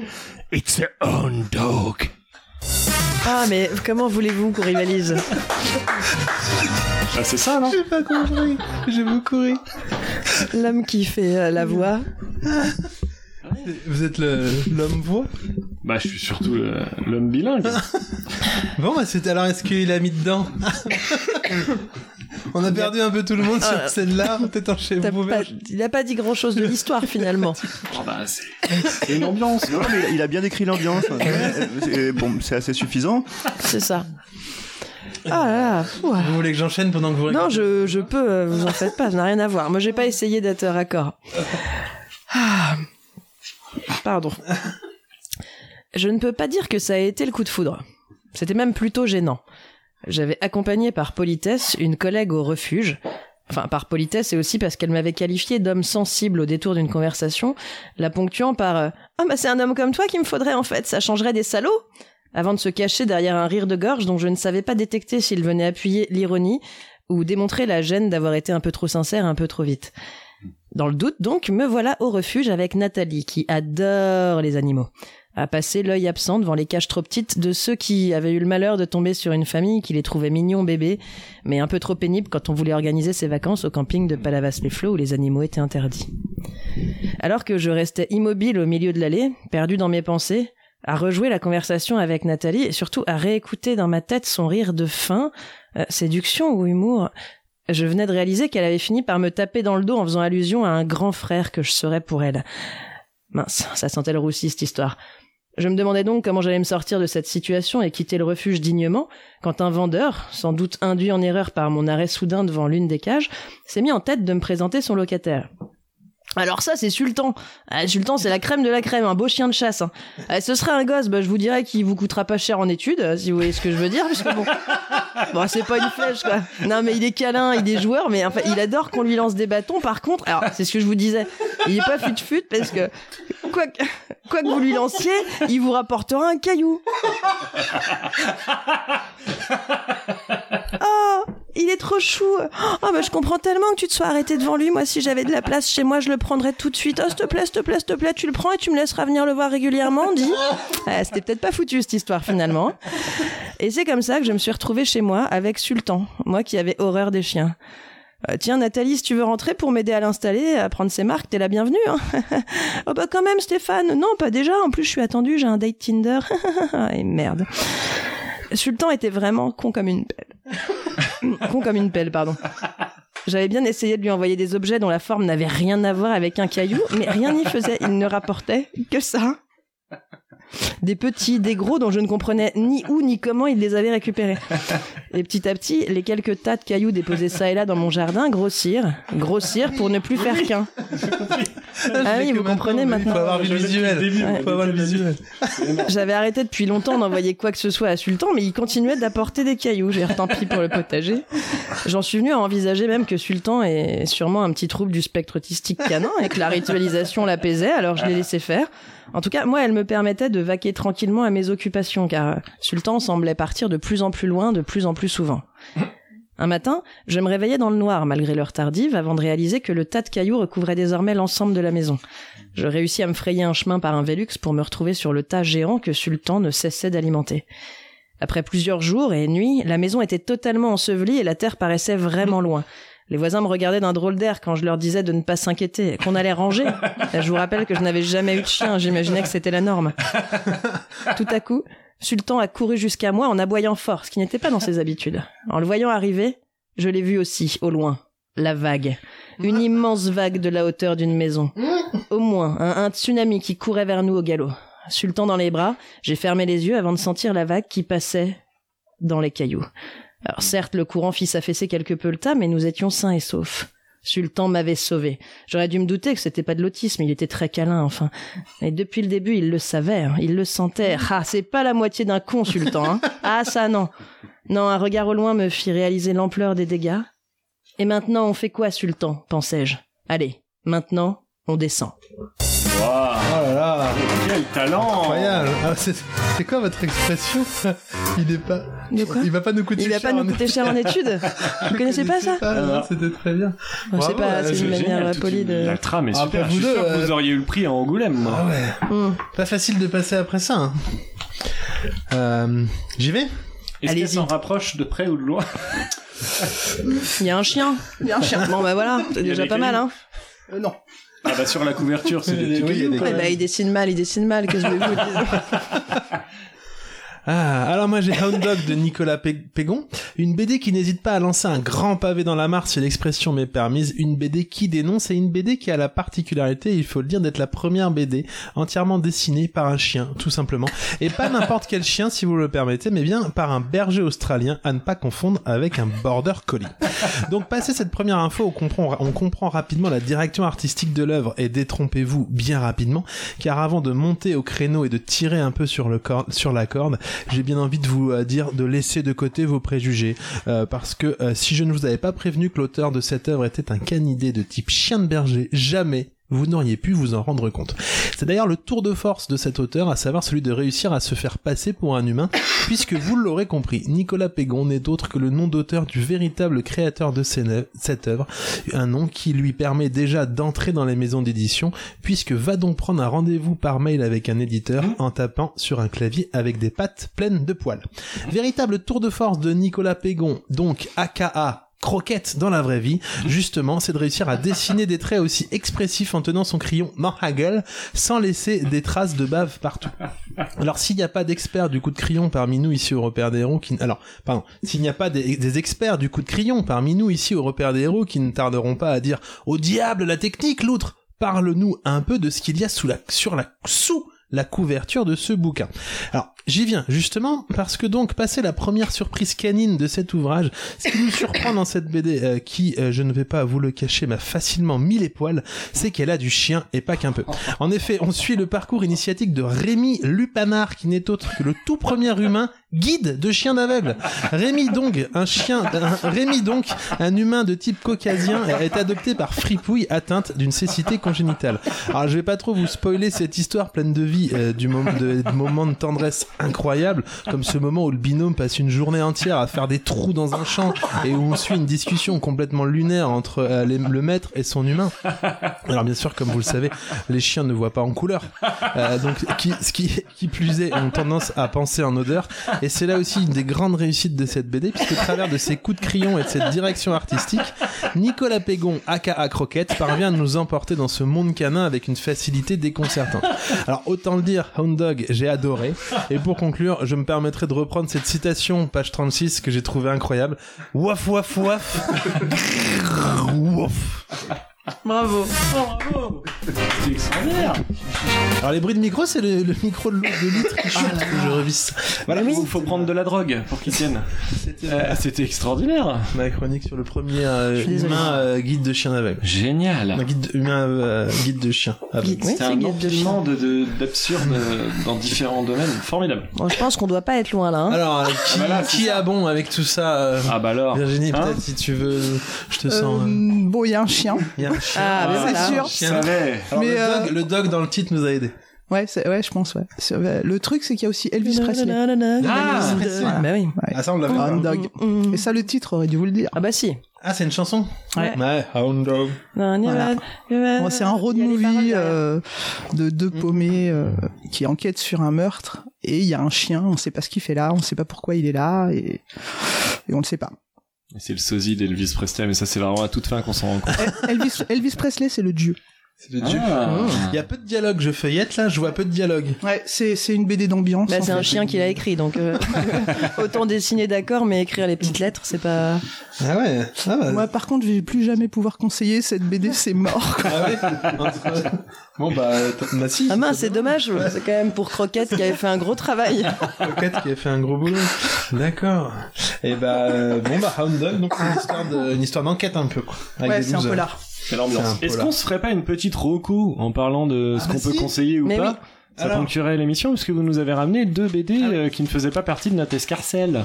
S9: it's their own dog.
S2: Ah, mais comment voulez-vous qu'on rivalise
S6: Ah, c'est ça, non
S1: J'ai pas compris. J'ai beaucoup ri.
S2: L'homme qui fait euh, la voix.
S1: Vous êtes le- l'homme voix
S6: [laughs] Bah, je suis surtout euh,
S1: [laughs]
S6: l'homme bilingue.
S1: Bon, bah, c'était alors, est-ce qu'il a mis dedans On a perdu un peu tout le monde sur celle-là, peut-être un chef
S2: T'as
S1: ouvert.
S2: pas- il a pas dit grand-chose de l'histoire, finalement.
S6: Ah, bah, c'est c'est une ambiance.
S7: Non, mais il a bien
S6: [laughs]
S7: décrit l'ambiance. C'est- bon, c'est assez suffisant.
S2: C'est ça. Ah là là. pouah.
S1: Vous voulez que j'enchaîne pendant que vous
S2: Non, je, je peux, euh, vous en faites pas, ça n'a rien à voir. Moi, j'ai pas essayé d'être raccord. Ah. Pardon. Je ne peux pas dire que ça a été le coup de foudre. C'était même plutôt gênant. J'avais accompagné par politesse une collègue au refuge. Enfin, par politesse et aussi parce qu'elle m'avait qualifié d'homme sensible au détour d'une conversation, la ponctuant par euh, Ah, bah c'est un homme comme toi qu'il me faudrait en fait, ça changerait des salauds avant de se cacher derrière un rire de gorge dont je ne savais pas détecter s'il venait appuyer l'ironie ou démontrer la gêne d'avoir été un peu trop sincère un peu trop vite. Dans le doute, donc, me voilà au refuge avec Nathalie, qui adore les animaux, à passer l'œil absent devant les cages trop petites de ceux qui avaient eu le malheur de tomber sur une famille qui les trouvait mignons bébés, mais un peu trop pénibles quand on voulait organiser ses vacances au camping de Palavas-les-Flots où les animaux étaient interdits. Alors que je restais immobile au milieu de l'allée, perdu dans mes pensées, à rejouer la conversation avec Nathalie et surtout à réécouter dans ma tête son rire de faim, euh, séduction ou humour, je venais de réaliser qu'elle avait fini par me taper dans le dos en faisant allusion à un grand frère que je serais pour elle. Mince, ça sentait le roussi cette histoire. Je me demandais donc comment j'allais me sortir de cette situation et quitter le refuge dignement, quand un vendeur, sans doute induit en erreur par mon arrêt soudain devant l'une des cages, s'est mis en tête de me présenter son locataire. Alors ça, c'est Sultan. Ah, Sultan, c'est la crème de la crème, un beau chien de chasse. hein. Ah, ce serait un gosse, bah, je vous dirais qu'il vous coûtera pas cher en études, euh, si vous voyez ce que je veux dire, parce que bon, Bon, c'est pas une flèche, quoi. Non, mais il est câlin, il est joueur, mais enfin, il adore qu'on lui lance des bâtons. Par contre, alors, c'est ce que je vous disais, il est pas fut-fut parce que quoi, que quoi que vous lui lanciez, il vous rapportera un caillou. Oh, il est trop chou. Oh, bah, je comprends tellement que tu te sois arrêté devant lui. Moi, si j'avais de la place chez moi, je le prendrais tout de suite. Oh, s'il te plaît, s'il te plaît, s'il te plaît, tu le prends et tu me laisseras venir le voir régulièrement, dis. Ah, C'était peut-être pas foutu, cette histoire, finalement. Et c'est comme ça que je me suis retrouvée chez moi avec Sultan, moi qui avais horreur des chiens. Euh, tiens, Nathalie, si tu veux rentrer pour m'aider à l'installer, à prendre ses marques, t'es la bienvenue. Hein [laughs] oh bah quand même, Stéphane. Non, pas déjà. En plus, je suis attendue, j'ai un date Tinder. [laughs] Et merde. Sultan était vraiment con comme une pelle. [laughs] con comme une pelle, pardon. J'avais bien essayé de lui envoyer des objets dont la forme n'avait rien à voir avec un caillou, mais rien n'y faisait. Il ne rapportait que ça. des petits, des gros dont je ne comprenais ni où ni comment ils les avaient récupérés. Et petit à petit, les quelques tas de cailloux déposés ça et là dans mon jardin grossirent, grossirent pour ne plus faire qu'un. Ah oui, vous comprenez maintenant.
S1: Il faut avoir le visuel. Il faut avoir le visuel.
S2: [laughs] J'avais arrêté depuis longtemps d'envoyer quoi que ce soit à Sultan, mais il continuait d'apporter des cailloux. J'ai dit, tant pis pour le potager. J'en suis venu à envisager même que Sultan est sûrement un petit trouble du spectre autistique canin et que la ritualisation l'apaisait, alors je l'ai laissé faire. En tout cas, moi, elle me permettait de vaquer tranquillement à mes occupations, car euh, Sultan semblait partir de plus en plus loin, de plus en plus souvent. Un matin, je me réveillais dans le noir, malgré l'heure tardive, avant de réaliser que le tas de cailloux recouvrait désormais l'ensemble de la maison. Je réussis à me frayer un chemin par un Vélux pour me retrouver sur le tas géant que Sultan ne cessait d'alimenter. Après plusieurs jours et nuits, la maison était totalement ensevelie et la terre paraissait vraiment loin. Les voisins me regardaient d'un drôle d'air quand je leur disais de ne pas s'inquiéter, qu'on allait ranger. Je vous rappelle que je n'avais jamais eu de chien, j'imaginais que c'était la norme. Tout à coup, Sultan a couru jusqu'à moi en aboyant fort, ce qui n'était pas dans ses habitudes. En le voyant arriver, je l'ai vu aussi, au loin. La vague. Une immense vague de la hauteur d'une maison. Au moins, un, un tsunami qui courait vers nous au galop. Sultan dans les bras, j'ai fermé les yeux avant de sentir la vague qui passait dans les cailloux. Alors certes, le courant fit s'affaisser quelque peu le tas, mais nous étions sains et saufs. Sultan m'avait sauvé. J'aurais dû me douter que c'était pas de l'autisme, il était très câlin, enfin. Et depuis le début, il le savait, hein, il le sentait. Ah, c'est pas la moitié d'un con, Sultan, hein. Ah, ça, non. Non, un regard au loin me fit réaliser l'ampleur des dégâts. Et maintenant, on fait quoi, Sultan pensais-je. Allez, maintenant, on descend.
S1: Oh là là.
S6: Quel talent
S1: Incroyable. Ah, c'est c'est quoi votre expression Il est pas.
S2: De quoi
S1: il va pas nous coûter
S2: Il va
S1: cher.
S2: pas nous
S1: en-
S2: coûter cher en études Vous connaissez pas ça
S1: Ah, non, C'était très bien.
S2: Bon,
S1: Bravo,
S2: c'est pas,
S1: euh,
S2: c'est une
S1: génial,
S2: manière
S1: toute
S2: polie
S1: une-
S2: de...
S6: La trame est
S1: Ah,
S6: super.
S1: bah,
S6: Je suis
S1: vous
S6: sûr
S1: deux,
S6: que vous
S1: euh,
S6: auriez eu le prix à Angoulême. moi.
S1: Ah ouais.
S2: Hmm.
S1: Pas facile de passer après ça. hein. Euh, J'y vais
S6: Est-ce qu'elle s'en rapproche de près ou de loin
S2: Il y a un chien. Il y a un chien. Bon, bah voilà,
S6: Il y a
S2: c'est déjà
S6: des
S2: pas mal, hein.
S9: non.
S6: Ah bah sur la
S1: [laughs]
S6: couverture, c'est
S1: Oui, il
S6: des petits
S1: y a
S6: cailloux,
S1: des
S6: quoi.
S2: Eh bah, il dessine mal, il dessine mal, qu'est-ce que je vais vous dire
S1: Ah, alors moi j'ai Hound Dog de Nicolas Pe- Pégon, une BD qui n'hésite pas à lancer un grand pavé dans la mare si l'expression m'est permise, une BD qui dénonce et une BD qui a la particularité, il faut le dire, d'être la première BD entièrement dessinée par un chien, tout simplement, et pas n'importe quel chien si vous le permettez, mais bien par un berger australien à ne pas confondre avec un border collie. Donc passé cette première info, on comprend, on comprend rapidement la direction artistique de l'œuvre et détrompez-vous bien rapidement, car avant de monter au créneau et de tirer un peu sur, le cor- sur la corde, j'ai bien envie de vous euh, dire de laisser de côté vos préjugés, euh, parce que euh, si je ne vous avais pas prévenu que l'auteur de cette œuvre était un canidé de type chien de berger, jamais vous n'auriez pu vous en rendre compte. C'est d'ailleurs le tour de force de cet auteur, à savoir celui de réussir à se faire passer pour un humain, puisque vous l'aurez compris, Nicolas Pégon n'est d'autre que le nom d'auteur du véritable créateur de ces neuf- cette œuvre, un nom qui lui permet déjà d'entrer dans les maisons d'édition, puisque va donc prendre un rendez-vous par mail avec un éditeur en tapant sur un clavier avec des pattes pleines de poils. Véritable tour de force de Nicolas Pégon, donc aka croquette dans la vraie vie, justement, c'est de réussir à dessiner des traits aussi expressifs en tenant son crayon Manhagel sans laisser des traces de bave partout. Alors s'il n'y a pas d'experts du coup de crayon parmi nous ici au repère des héros qui alors pardon s'il n'y a pas des, des experts du coup de crayon parmi nous ici au repère des héros qui ne tarderont pas à dire au diable la technique l'outre parle-nous un peu de ce qu'il y a sous la sur la sous la couverture de ce bouquin. Alors, j'y viens justement parce que donc passé la première surprise canine de cet ouvrage, ce qui nous surprend dans cette BD euh, qui euh, je ne vais pas vous le cacher m'a facilement mis les poils, c'est qu'elle a du chien et pas qu'un peu. En effet, on suit le parcours initiatique de Rémi Lupanard, qui n'est autre que le tout premier humain guide de chien d'aveugle. Rémi Dong, un chien, un- Rémi donc, un humain de type caucasien, est adopté par Fripouille atteinte d'une cécité congénitale. Alors, je vais pas trop vous spoiler cette histoire pleine de vie, euh, du moment de, de moments de tendresse incroyables, comme ce moment où le binôme passe une journée entière à faire des trous dans un champ et où on suit une discussion complètement lunaire entre euh, les- le maître et son humain. Alors bien sûr, comme vous le savez, les chiens ne voient pas en couleur, Euh, donc qui, ce qui, qui plus est, ont tendance à penser en odeur. Et c'est là aussi une des grandes réussites de cette BD, puisque au travers de ses coups de crayon et de cette direction artistique, Nicolas Pégon, aka Croquette, parvient à nous emporter dans ce monde canin avec une facilité déconcertante. Alors autant le dire, Hound Dog, j'ai adoré. Et pour conclure, je me permettrai de reprendre cette citation, page 36, que j'ai trouvée incroyable. Waf waf waf. Grrr, waf.
S2: Bravo.
S6: [laughs] C'est extraordinaire
S1: Alors les bruits de micro, c'est le, le micro de l'eau de litre qui chute. je revisse ça.
S6: Voilà, il faut prendre de la drogue pour qu'il
S1: [laughs]
S6: tienne. Euh, C'était extraordinaire.
S1: Ma chronique sur le premier euh,
S6: Je suis désolé.
S1: humain euh, guide de chien aveugle.
S6: Génial.
S1: Un guide de- humain euh, guide de chien. aveugle.
S6: C'est un empilement de- de- d'absurdes euh, dans différents domaines. Formidable.
S2: Bon, je pense qu'on doit pas être loin là. hein.
S1: Alors, euh, qui,
S6: là,
S1: qui a bon avec tout ça euh,
S6: Ah, bah
S1: Virginie, peut-être si tu veux, je te sens. euh,
S9: Bon, il y a un chien.
S1: il y a un chien.
S9: Ah,
S2: bah,
S9: mais voilà. C'est sûr.
S1: Chien.
S9: Ça allait.
S1: Alors,
S9: Mais,
S1: le,
S9: euh,
S1: dog, le dog dans le titre nous a aidé.
S9: Ouais, c'est- ouais, je pense, ouais. C'est- ouais. Le truc, c'est qu'il y a aussi Elvis Presley.
S1: Ah,
S9: Elvis
S1: Presley.
S9: Voilà.
S1: Bah
S2: oui. Mm,
S1: Ah, ça, on l'avait
S9: Hound
S1: pas.
S9: Dog. Et ça, le titre aurait dû vous le dire.
S2: Ah bah si.
S1: Ah, c'est une chanson
S9: Ouais.
S1: Ouais, Hound Dog.
S9: Voilà.
S2: Ah,
S9: Bon, c'est un road movie euh, de deux
S1: Mm.
S9: paumés euh, qui enquêtent sur un meurtre et il y a un chien, on sait pas ce qu'il fait là, on sait pas pourquoi il est là et, et on ne
S2: [laughs]
S9: sait pas.
S6: Et C'est le sosie d'Elvis Presley, mais ça c'est vraiment à toute fin qu'on s'en
S1: [laughs]
S6: rend compte.
S9: Eh, Elvis, Elvis Presley, c'est le dieu.
S1: C'est le dieu.
S6: Ah.
S1: Il y a peu de dialogue, je feuillette là, je vois peu de dialogue.
S9: Ouais, c'est c'est une BD d'ambiance.
S2: Bah,
S9: en
S2: c'est un
S9: fait.
S2: chien qui l'a écrit, donc euh, [laughs] autant dessiner d'accord, mais écrire les petites lettres, c'est pas.
S1: Ah ouais, ça va.
S9: Moi, par contre, je vais plus jamais pouvoir conseiller cette BD, c'est mort. quoi.
S1: Ah ouais Bon bah, t- bah si.
S2: Ah mince, c'est dommage. C'est quand même pour Croquette qui avait fait un gros travail.
S1: Rocket qui a fait un gros boulot. D'accord. Et bah, euh, bon bah, Hound Dog, donc c'est une histoire de- une histoire d'enquête un peu quoi. Avec des losers.
S6: C'est l'ambiance.
S1: C'est un
S6: Est-ce
S1: polar.
S6: qu'on se ferait pas une petite roco en parlant de ce
S1: bah
S6: qu'on peut
S1: si.
S6: conseiller ou
S1: Mais
S6: pas
S1: oui.
S6: Ça
S1: Alors. Ah
S6: poncturait l'émission puisque vous nous avez ramené deux BD euh, qui ne faisaient pas partie de notre
S1: [laughs]
S6: escarcelle.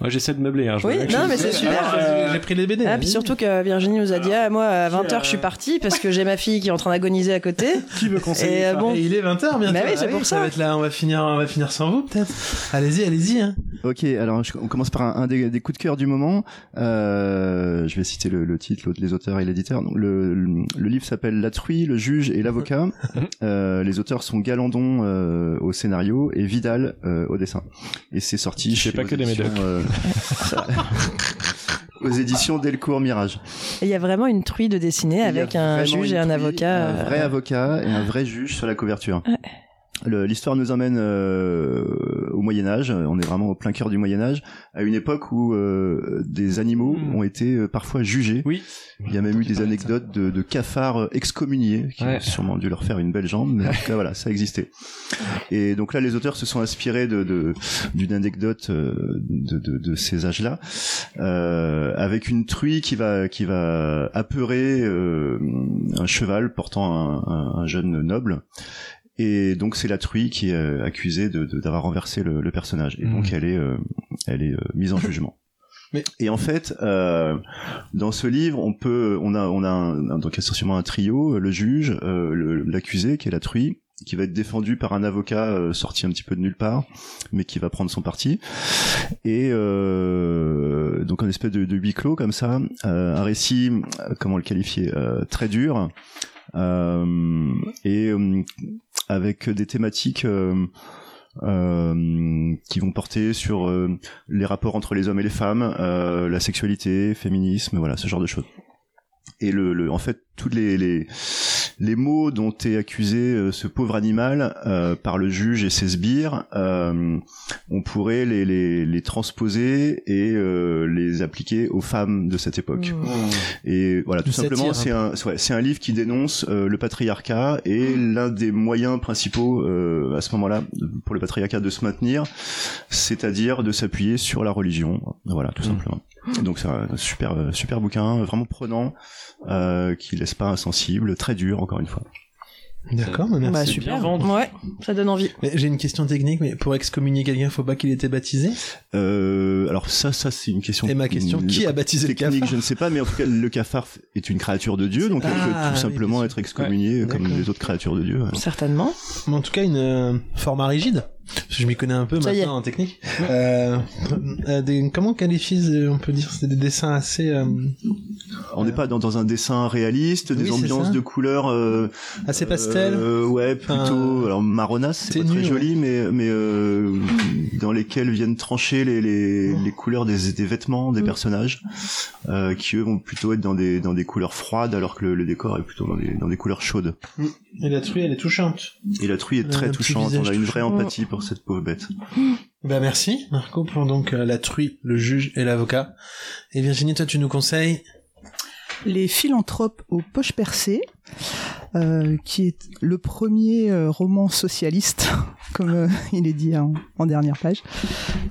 S6: Moi j'essaie de meubler. hein, je
S2: Oui,
S6: vois que
S2: non,
S6: je-
S2: mais c'est super.
S6: Alors, euh,
S1: J'ai pris les hein. BD.
S2: [laughs] Ah, puis surtout que Virginie nous a dit ah, moi à 20h je suis
S6: euh,
S2: partie parce que j'ai ma fille qui est en train d'agoniser à côté.
S6: Qui veut conseiller
S2: Et euh,
S6: ça
S2: bon.
S1: Et il est 20h bientôt.
S2: Bah oui, c'est
S1: Ah
S2: pour ça.
S1: va être là, on va finir, on va finir sans vous peut-être. Allez-y, allez-y. Hein.
S7: Ok, alors je- on commence par un, un des, des coups de cœur du moment. Euh, je vais citer le, le titre, l'autre- les auteurs et l'éditeur. Donc, Le, le, le livre s'appelle La truie, le juge
S6: [laughs]
S7: et l'avocat.
S6: Mhm.
S7: Euh, les auteurs sont Galandon euh, au scénario et Vidal euh, au dessin. Et c'est sorti chez
S6: pas
S7: aux
S6: que des
S7: éditions,
S6: médocs.
S7: euh, [laughs] aux éditions Delcourt Mirage.
S2: Et il y a vraiment une truie de dessiner
S7: Il y a
S2: avec un
S7: vraiment
S2: juge et
S7: une
S2: un
S7: truie,
S2: avocat.
S7: Un vrai
S2: euh,
S7: avocat et un vrai juge sur la couverture. Le- L'histoire nous emmène euh, au Moyen Âge, on est vraiment au plein cœur du Moyen Âge, à une époque où euh, des animaux ont été euh, parfois jugés.
S6: Hmm. Oui.
S7: Il y a même eu des anecdotes de, de cafards euh, excommuniés qui
S6: Ouais.
S7: ont sûrement dû leur faire une belle jambe, mais en tout cas voilà, ça existait. Et donc là, les auteurs se sont inspirés de de- d'une anecdote euh, de, de, de ces âges-là, euh, avec une truie qui va qui va apeurer euh, un cheval portant un, un- un jeune noble. Et donc c'est la truie qui est euh, accusée de de- d'avoir renversé le, le personnage. Et donc elle est euh, elle est euh, mise en jugement. Et en fait, euh, dans ce livre, on peut, on a, on a un, un- donc sûrement un trio, euh, le juge, euh, le- l'accusé qui est la truie, qui va être défendu par un avocat euh, sorti un petit peu de nulle part, mais qui va prendre son parti. Et euh, donc un espèce de, de huis clos comme ça, euh, un récit, euh, comment le qualifier, euh, très dur, euh, et euh, avec des thématiques. euh, euh, qui vont porter sur euh, les rapports entre les hommes et les femmes, euh, la sexualité, féminisme, voilà, ce genre de choses. Et le, le- en fait, tous les, les, les mots dont est accusé euh, ce pauvre animal euh, par le juge et ses sbires, euh, on pourrait les, les, les transposer et euh, les appliquer aux femmes de cette
S2: Mmh.
S7: époque.
S2: Mm.
S6: Mmh.
S7: Et voilà, tout
S1: Une satire, hein.
S7: simplement,
S1: un
S7: c'est un, ouais, c'est un livre qui dénonce euh, le patriarcat et l'un des moyens principaux euh, à ce moment-là pour le patriarcat de se maintenir, c'est-à-dire de s'appuyer sur la religion. Voilà,
S1: Hmm.
S7: tout simplement. Donc c'est un super, euh, super bouquin, vraiment prenant, euh, qui laisse pas insensible, très dur encore une fois.
S1: D'accord, mais merci.
S2: bah, super. Ouais, ça donne envie.
S1: Mais J'ai une question technique, mais pour excommunier quelqu'un, faut pas qu'il ait été baptisé
S7: Euh, alors ça, ça c'est une question.
S1: Et ma question,
S7: le-
S1: qui a baptisé le
S7: technique,
S1: cafard
S7: Je ne sais pas, mais en tout cas, le cafard est une créature de Dieu, donc elle peut
S1: Ah,
S7: tout
S1: oui,
S7: simplement être excommuniée comme
S1: D'accord.
S7: les autres créatures de Dieu. ouais.
S2: Certainement.
S1: Mais en tout cas, une euh, format rigide. Parce que je m'y connais un peu
S2: Ça y est.
S1: maintenant en technique. Euh, euh, des- comment on qualifie, euh, on peut dire, c'est des dessins assez... euh,
S7: On n'est pas dans, dans un dessin réaliste, des
S1: Oui, c'est
S7: ambiances
S1: ça.
S7: de couleurs euh,
S1: Assez pastel.
S7: euh, ouais, plutôt alors marronasse, c'est pas
S1: Ténu,
S7: très joli, mais
S1: [clears throat]
S7: mais euh, dans lesquelles viennent trancher les
S1: Oh.
S7: les, les couleurs des, des vêtements
S1: Mm.
S7: des personnages, euh, qui eux vont plutôt être dans des dans des couleurs froides, alors que le, le décor est plutôt dans des dans des couleurs chaudes.
S1: Et la truie, elle est touchante.
S7: Et la truie est
S1: Un
S7: très
S1: petit
S7: touchante. On
S1: visage
S7: a une vraie
S1: touchant.
S7: empathie pour cette pauvre bête.
S1: Bah merci, Marco, pour donc euh, la truie, le juge et l'avocat. Et Virginie, toi, tu nous conseilles
S9: Les philanthropes aux poches percées. euh, qui est le premier euh, roman socialiste, [laughs] comme euh, il est dit en, en dernière page.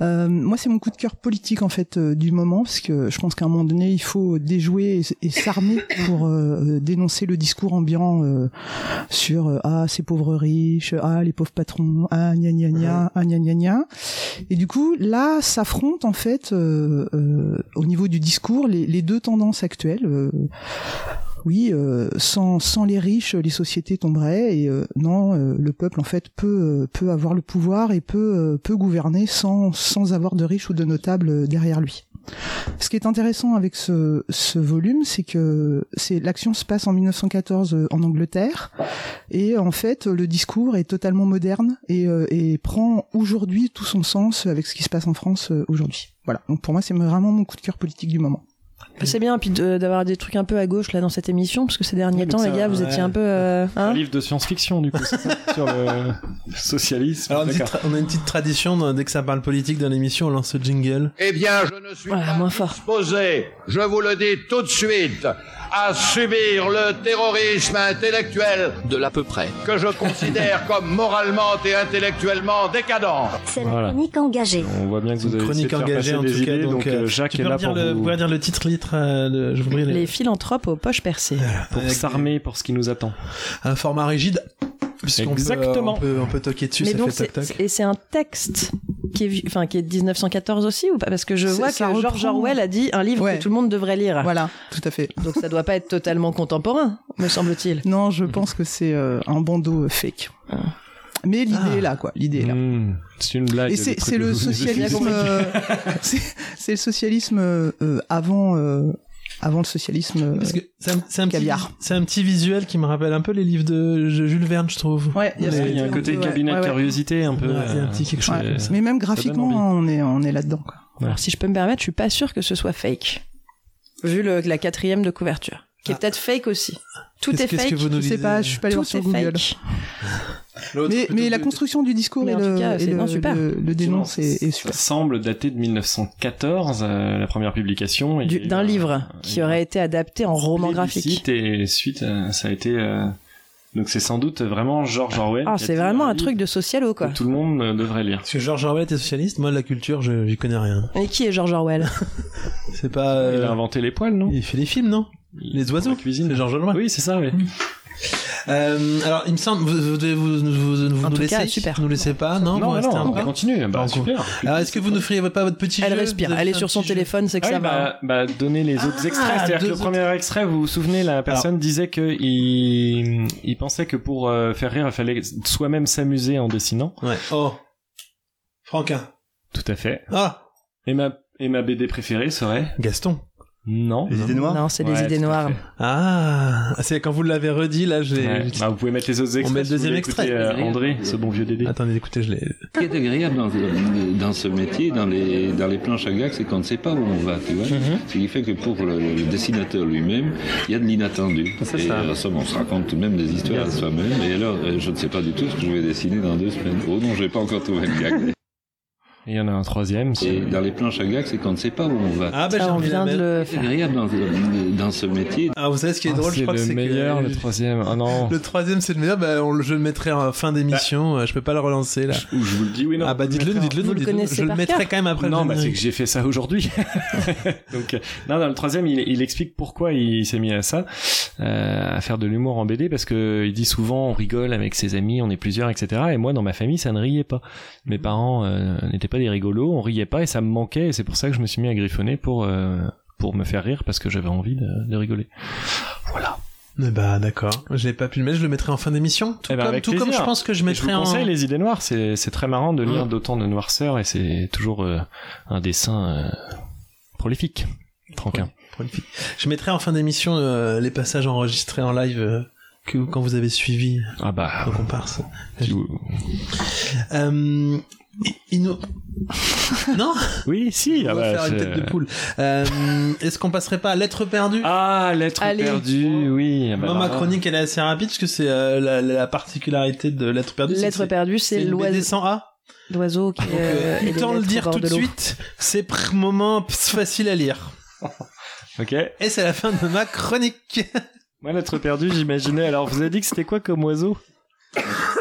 S9: Euh, moi, c'est mon coup de cœur politique en fait euh, du moment, parce que je pense qu'à un moment donné, il faut déjouer et, et s'armer pour euh, dénoncer le discours ambiant euh, sur euh, ah ces pauvres riches, ah les pauvres patrons, ah gna gna gna, ah gna gna gna. Et du coup, là, s'affrontent en fait euh, euh, au niveau du discours les, les deux tendances actuelles. euh, oui, euh, sans, sans les riches, les sociétés tomberaient. Et euh, non, euh, le peuple en fait peut euh, peut avoir le pouvoir et peut euh, peut gouverner sans sans avoir de riches ou de notables euh, derrière lui. Ce qui est intéressant avec ce, ce volume, c'est que c'est l'action se passe en 1914 euh, en Angleterre et en fait le discours est totalement moderne et, euh, et prend aujourd'hui tout son sens avec ce qui se passe en France euh, aujourd'hui. Voilà. Donc pour moi, c'est vraiment mon coup de cœur politique du moment.
S2: Bah, C'est bien, puis de- d'avoir des trucs un peu à gauche là dans cette émission, parce que ces derniers
S6: Oui,
S2: temps,
S6: mais
S2: les
S6: ça,
S2: gars, vous
S6: ouais.
S2: étiez un peu. euh,
S6: un
S2: hein
S6: livre de science-fiction du coup c'est ça sur le socialisme.
S1: Alors, on a une petite tra- on a une petite tradition, dans- dès que ça parle politique dans l'émission, on lance le jingle.
S11: Eh bien, je ne suis pas disposé, je vous le dis tout de suite, à subir le terrorisme intellectuel
S12: De l'à peu près.
S11: que je considère comme moralement et intellectuellement décadent.
S13: C'est
S6: Voilà.
S13: chronique engagée.
S6: On voit bien que vous avez essayé de
S1: Chronique
S6: faire
S1: engagée
S6: passer
S1: en tout
S6: des
S1: cas.
S6: idées,
S1: donc,
S6: donc, euh,
S1: euh,
S6: Jacques
S1: tu peux
S6: est
S1: me
S6: là
S1: dire
S6: pour
S1: le,
S6: vous-
S1: vous pouvez dire le titre litre euh, le- je vous prie, le-
S2: Les philanthropes aux poches percées.
S6: pour s'armer pour ce qui nous attend.
S1: Un format rigide. puisqu'on peut-
S6: Exactement.
S1: on peut, on peut toquer dessus,
S2: Mais
S1: ça
S2: donc,
S1: fait
S2: c'est-
S1: toc toc.
S2: c'est- et c'est un texte qui est, vieux- enfin, qui est de 1914 aussi ou pas Parce que je
S9: C'est-
S2: vois que
S9: ça reprend.
S2: George Orwell a dit un livre
S9: Ouais.
S2: que tout le monde devrait lire.
S9: Voilà, tout à fait.
S2: Donc ça doit pas être totalement contemporain, me semble-t-il.
S9: Non, je pense que c'est euh, un bandeau euh, fake.
S2: Ah.
S9: Mais l'idée est là, quoi. L'idée est
S2: Mmh.
S9: là.
S6: Hmm, C'est une blague.
S9: Et c'est
S6: le truc
S9: c'est
S6: que
S9: le
S6: vous venez de
S9: socialisme,
S6: dire.
S9: euh,
S2: [laughs]
S9: c'est c'est le socialisme euh, euh, avant euh, avant le socialisme euh,
S1: Parce que c'est un, c'est un petit,
S9: caviar.
S1: c'est un petit visuel qui me rappelle un peu les livres de J- Jules Verne, je trouve.
S9: Ouais, il y a
S1: Les-
S9: ça,
S6: Il y a un côté
S9: Ouais,
S6: cabinet
S9: ouais,
S6: de
S9: ouais.
S6: curiosité un peu.
S1: Ouais, il y a un petit quelque chose
S6: euh,
S1: comme ça.
S9: Mais même
S6: ça donne
S9: graphiquement, on est on est là-dedans. quoi.
S2: Alors si je peux me permettre, je suis pas sûr que ce soit fake, vu le- la quatrième de couverture, qui est peut-être fake aussi. Tout
S9: Ah. Qu'est-ce-
S2: est,
S9: qu'est-ce
S2: fake.
S9: que vous nous Je sais dites- pas, je suis pas allée
S2: Tout
S9: voir sur
S2: est
S9: Google.
S2: fake.
S9: Mais, mais la construction du discours
S2: Mais
S9: et
S2: en
S9: le,
S2: tout cas,
S9: et
S2: c'est-
S9: le-
S2: non, super.
S9: le- le dénonce est, est super.
S6: Ça semble dater de 1914, euh, la première publication. et
S2: Du-
S6: il y a eu
S2: D'un
S6: un
S2: livre qui aurait été adapté en roman graphique. Ah,
S6: plébiscite Et suite, euh, ça a été. euh, Donc c'est sans doute vraiment George Orwell.
S2: Ah,
S6: qui a
S2: c'est
S6: dit
S2: vraiment un
S6: livre
S2: truc de socialo quoi.
S6: que Tout le monde euh, devrait lire.
S1: Parce que George Orwell était socialiste, moi la culture, je- j'y connais rien.
S2: Et qui est George Orwell
S1: C'est pas. euh,
S6: Il a inventé les poils, non
S1: Il fait les films, non Les oiseaux. Cuisine. C'est George Orwell.
S6: Oui, c'est ça. Oui.
S1: Euh, alors, il me semble, vous, vous, devez- vous, vous- vous
S2: En
S1: nous
S2: tout
S1: laissez,
S2: cas, super.
S1: nous laissez pas, non
S6: Non,
S1: Vous
S6: non,
S1: restez un
S6: on
S1: peu
S6: continue, bah,
S1: Alors,
S6: super.
S1: Alors, est-ce que vous ne feriez pas votre petit
S2: Elle
S1: jeu
S2: respire,
S1: Vous avez
S2: elle est
S1: fait un
S2: sur son
S1: petit jeu
S2: téléphone, c'est que
S6: Ah
S2: ça
S6: oui,
S2: va.
S1: hein
S6: bah, bah, donnez les
S1: Ah,
S6: autres extraits. C'est-à-dire que
S2: deux
S6: le premier extrait, vous vous souvenez, la personne disait que il, il pensait que pour euh, faire rire, il fallait soi-même s'amuser en dessinant.
S1: Ouais. Oh. Franquin.
S6: Tout à fait.
S1: Ah.
S6: Et ma, et ma BD préférée serait
S1: Gaston.
S6: Non.
S7: Les idées
S2: Non, c'est des
S6: Ouais,
S2: idées
S6: tout à
S2: noires.
S6: fait.
S1: Ah, c'est quand vous l'avez redit, là, j'ai.
S6: Ouais. Bah, vous pouvez mettre les autres extraits.
S1: On met le
S6: si vous
S1: deuxième
S6: voulez écouter,
S1: extrait. Ah.
S6: euh, André, ce bon vieux Dédé.
S1: Attendez, écoutez, je l'ai.
S14: Ce qui est agréable dans, dans ce métier, dans les, dans les planches à gag, c'est qu'on ne sait pas où on va, tu vois. Ce qui fait que pour le, le dessinateur lui-même, il y a de l'inattendu. Et euh, somme, on se raconte tout de même des histoires à soi-même. Et alors, euh, je ne sais pas du tout ce que je vais dessiner dans deux semaines. Oh non, je n'ai pas encore trouvé le gag.
S6: Et il y en a un troisième.
S14: Et dans les planches à gag, c'est qu'on ne sait pas où on va.
S1: Ah, bah, j'ai envie de la mettre.
S14: C'est agréable dans, dans ce métier.
S1: Ah, vous savez ce qui est
S6: Ah,
S1: drôle,
S6: c'est
S1: je crois que
S6: le
S1: c'est que.
S6: meilleur, le troisième. Ah non.
S1: Le troisième, c'est le meilleur. Bah, on, le- je le mettrai en fin d'émission. euh, Je peux pas le relancer là.
S6: Ou je vous le dis, Bah. oui, non.
S1: Ah bah dites-le, dites-le,
S2: Vous le
S1: dites-le.
S2: connaissez
S1: Je le
S2: par
S1: mettrai
S2: cœur
S1: quand même après. le
S6: non, bah
S1: générique.
S6: c'est que j'ai fait ça aujourd'hui. [laughs] Donc, euh, non, non, le troisième, il, il explique pourquoi il s'est mis à ça, euh, à faire de l'humour en BD, parce que il dit souvent on rigole avec ses amis, on est plusieurs, etc. Et moi, dans ma famille, ça ne riait pas. Mes parents euh, n'étaient pas des rigolos, on riait pas et ça me manquait. Et c'est pour ça que je me suis mis à griffonner pour euh, pour me faire rire parce que j'avais envie de, de rigoler. Voilà.
S1: Eh bah d'accord, je l'ai pas pu le mettre, je le mettrai en fin d'émission. Tout,
S6: Eh ben,
S1: comme,
S6: avec
S1: tout comme
S6: plaisir.
S1: je pense que je
S6: Et
S1: mettrai
S6: vous
S1: en.
S6: conseille les idées noires, c'est c'est très marrant de lire d'autant de noirceur et c'est toujours euh, un dessin euh, prolifique. Franquin.
S1: Prolifique. Je mettrai en fin d'émission euh, les passages enregistrés en live euh, que quand vous avez suivi
S6: Ah bah. [laughs]
S1: nos comparses.
S6: tu-
S1: Euh, il nous- non
S6: Oui, si.
S1: On
S6: ah
S1: va
S6: bah,
S1: faire une
S6: c'est-
S1: tête de poule. Euh, Est-ce qu'on passerait pas à lettre perdue
S6: Ah, lettre
S1: Allez.
S6: perdue, oui. ah bah,
S1: Moi, ma
S6: bah,
S1: chronique, elle est assez rapide parce que c'est euh, la, la particularité de lettre perdue. Ah, c'est que
S2: L'être
S1: c'est-
S2: perdu, c'est
S1: une BD
S2: l'oiseau.
S1: sans A.
S2: L'oiseau qui. euh, est
S1: Autant le
S2: des lettres au
S1: dire
S2: bord
S1: tout de
S2: l'eau.
S1: suite, c'est pr- moment p- facile à lire.
S6: Ok.
S1: Et c'est la fin de ma chronique.
S6: Moi, l'être perdu, j'imaginais. Alors, vous avez dit que c'était quoi comme oiseau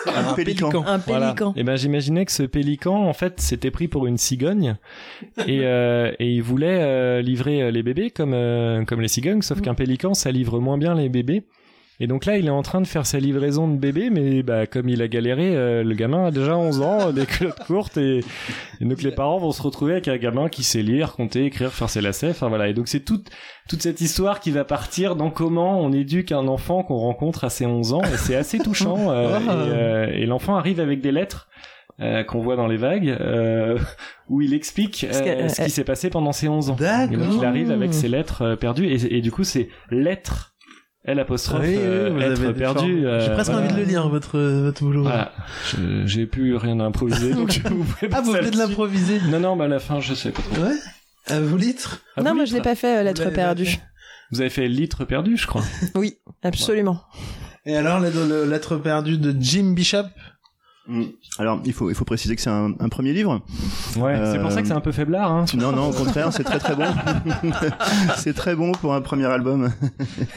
S7: Un pélican.
S2: Un
S6: Voilà.
S2: pélican.
S6: Et ben, j'imaginais que ce pélican, en fait, s'était pris pour une cigogne et, euh, et il voulait euh, livrer euh, les bébés comme euh, comme les cigognes, sauf qu'un pélican, ça livre moins bien les bébés. Et donc là, il est en train de faire sa livraison de bébés, mais bah, comme il a galéré, euh, le gamin a déjà 11 ans, euh, des culottes courtes, et, et donc les parents vont se retrouver avec un gamin qui sait lire, compter, écrire, faire ses lacets, enfin voilà. Et donc c'est toute, toute cette histoire qui va partir dans comment on éduque un enfant qu'on rencontre à ses 11 ans, et c'est
S1: [laughs]
S6: assez touchant. euh,
S10: Ah.
S6: et, euh, et l'enfant arrive avec des lettres euh, qu'on voit dans les vagues, euh, [laughs] où il explique
S10: Parce que,
S6: euh, ce
S10: euh,
S6: qui s'est passé pendant ses 11 ans. Et donc il arrive avec ses lettres euh, perdues, et, et du coup c'est lettres, L apostrophe,
S1: Oui, oui,
S6: euh,
S1: vous avez
S6: lettres
S1: des formes.
S6: perdues. euh,
S1: J'ai presque
S6: voilà.
S1: envie de le lire, votre, votre boulot.
S6: Voilà. Je- J'ai plus rien improviser, donc je
S1: [laughs]
S6: vous pouvez
S1: Ah, vous venez de l'improviser
S6: Non, non, mais à la fin, je sais pas trop.
S1: Ouais À vous litre
S6: Ah,
S2: non,
S6: vous
S2: moi je l'ai
S6: litre
S2: pas fait, euh, l'être
S6: l'avez
S2: perdu.
S6: Vous avez fait litre perdu, je crois.
S2: Oui, absolument.
S1: Et alors, le- le- l'être perdu de Jim Bishop
S7: Mm. Alors, il faut, il faut préciser que c'est un, un premier livre.
S6: Ouais, c'est pour ça que c'est un peu faiblard. Hein.
S7: Non, non, au contraire, c'est très très bon. [laughs] c'est très bon pour un premier album.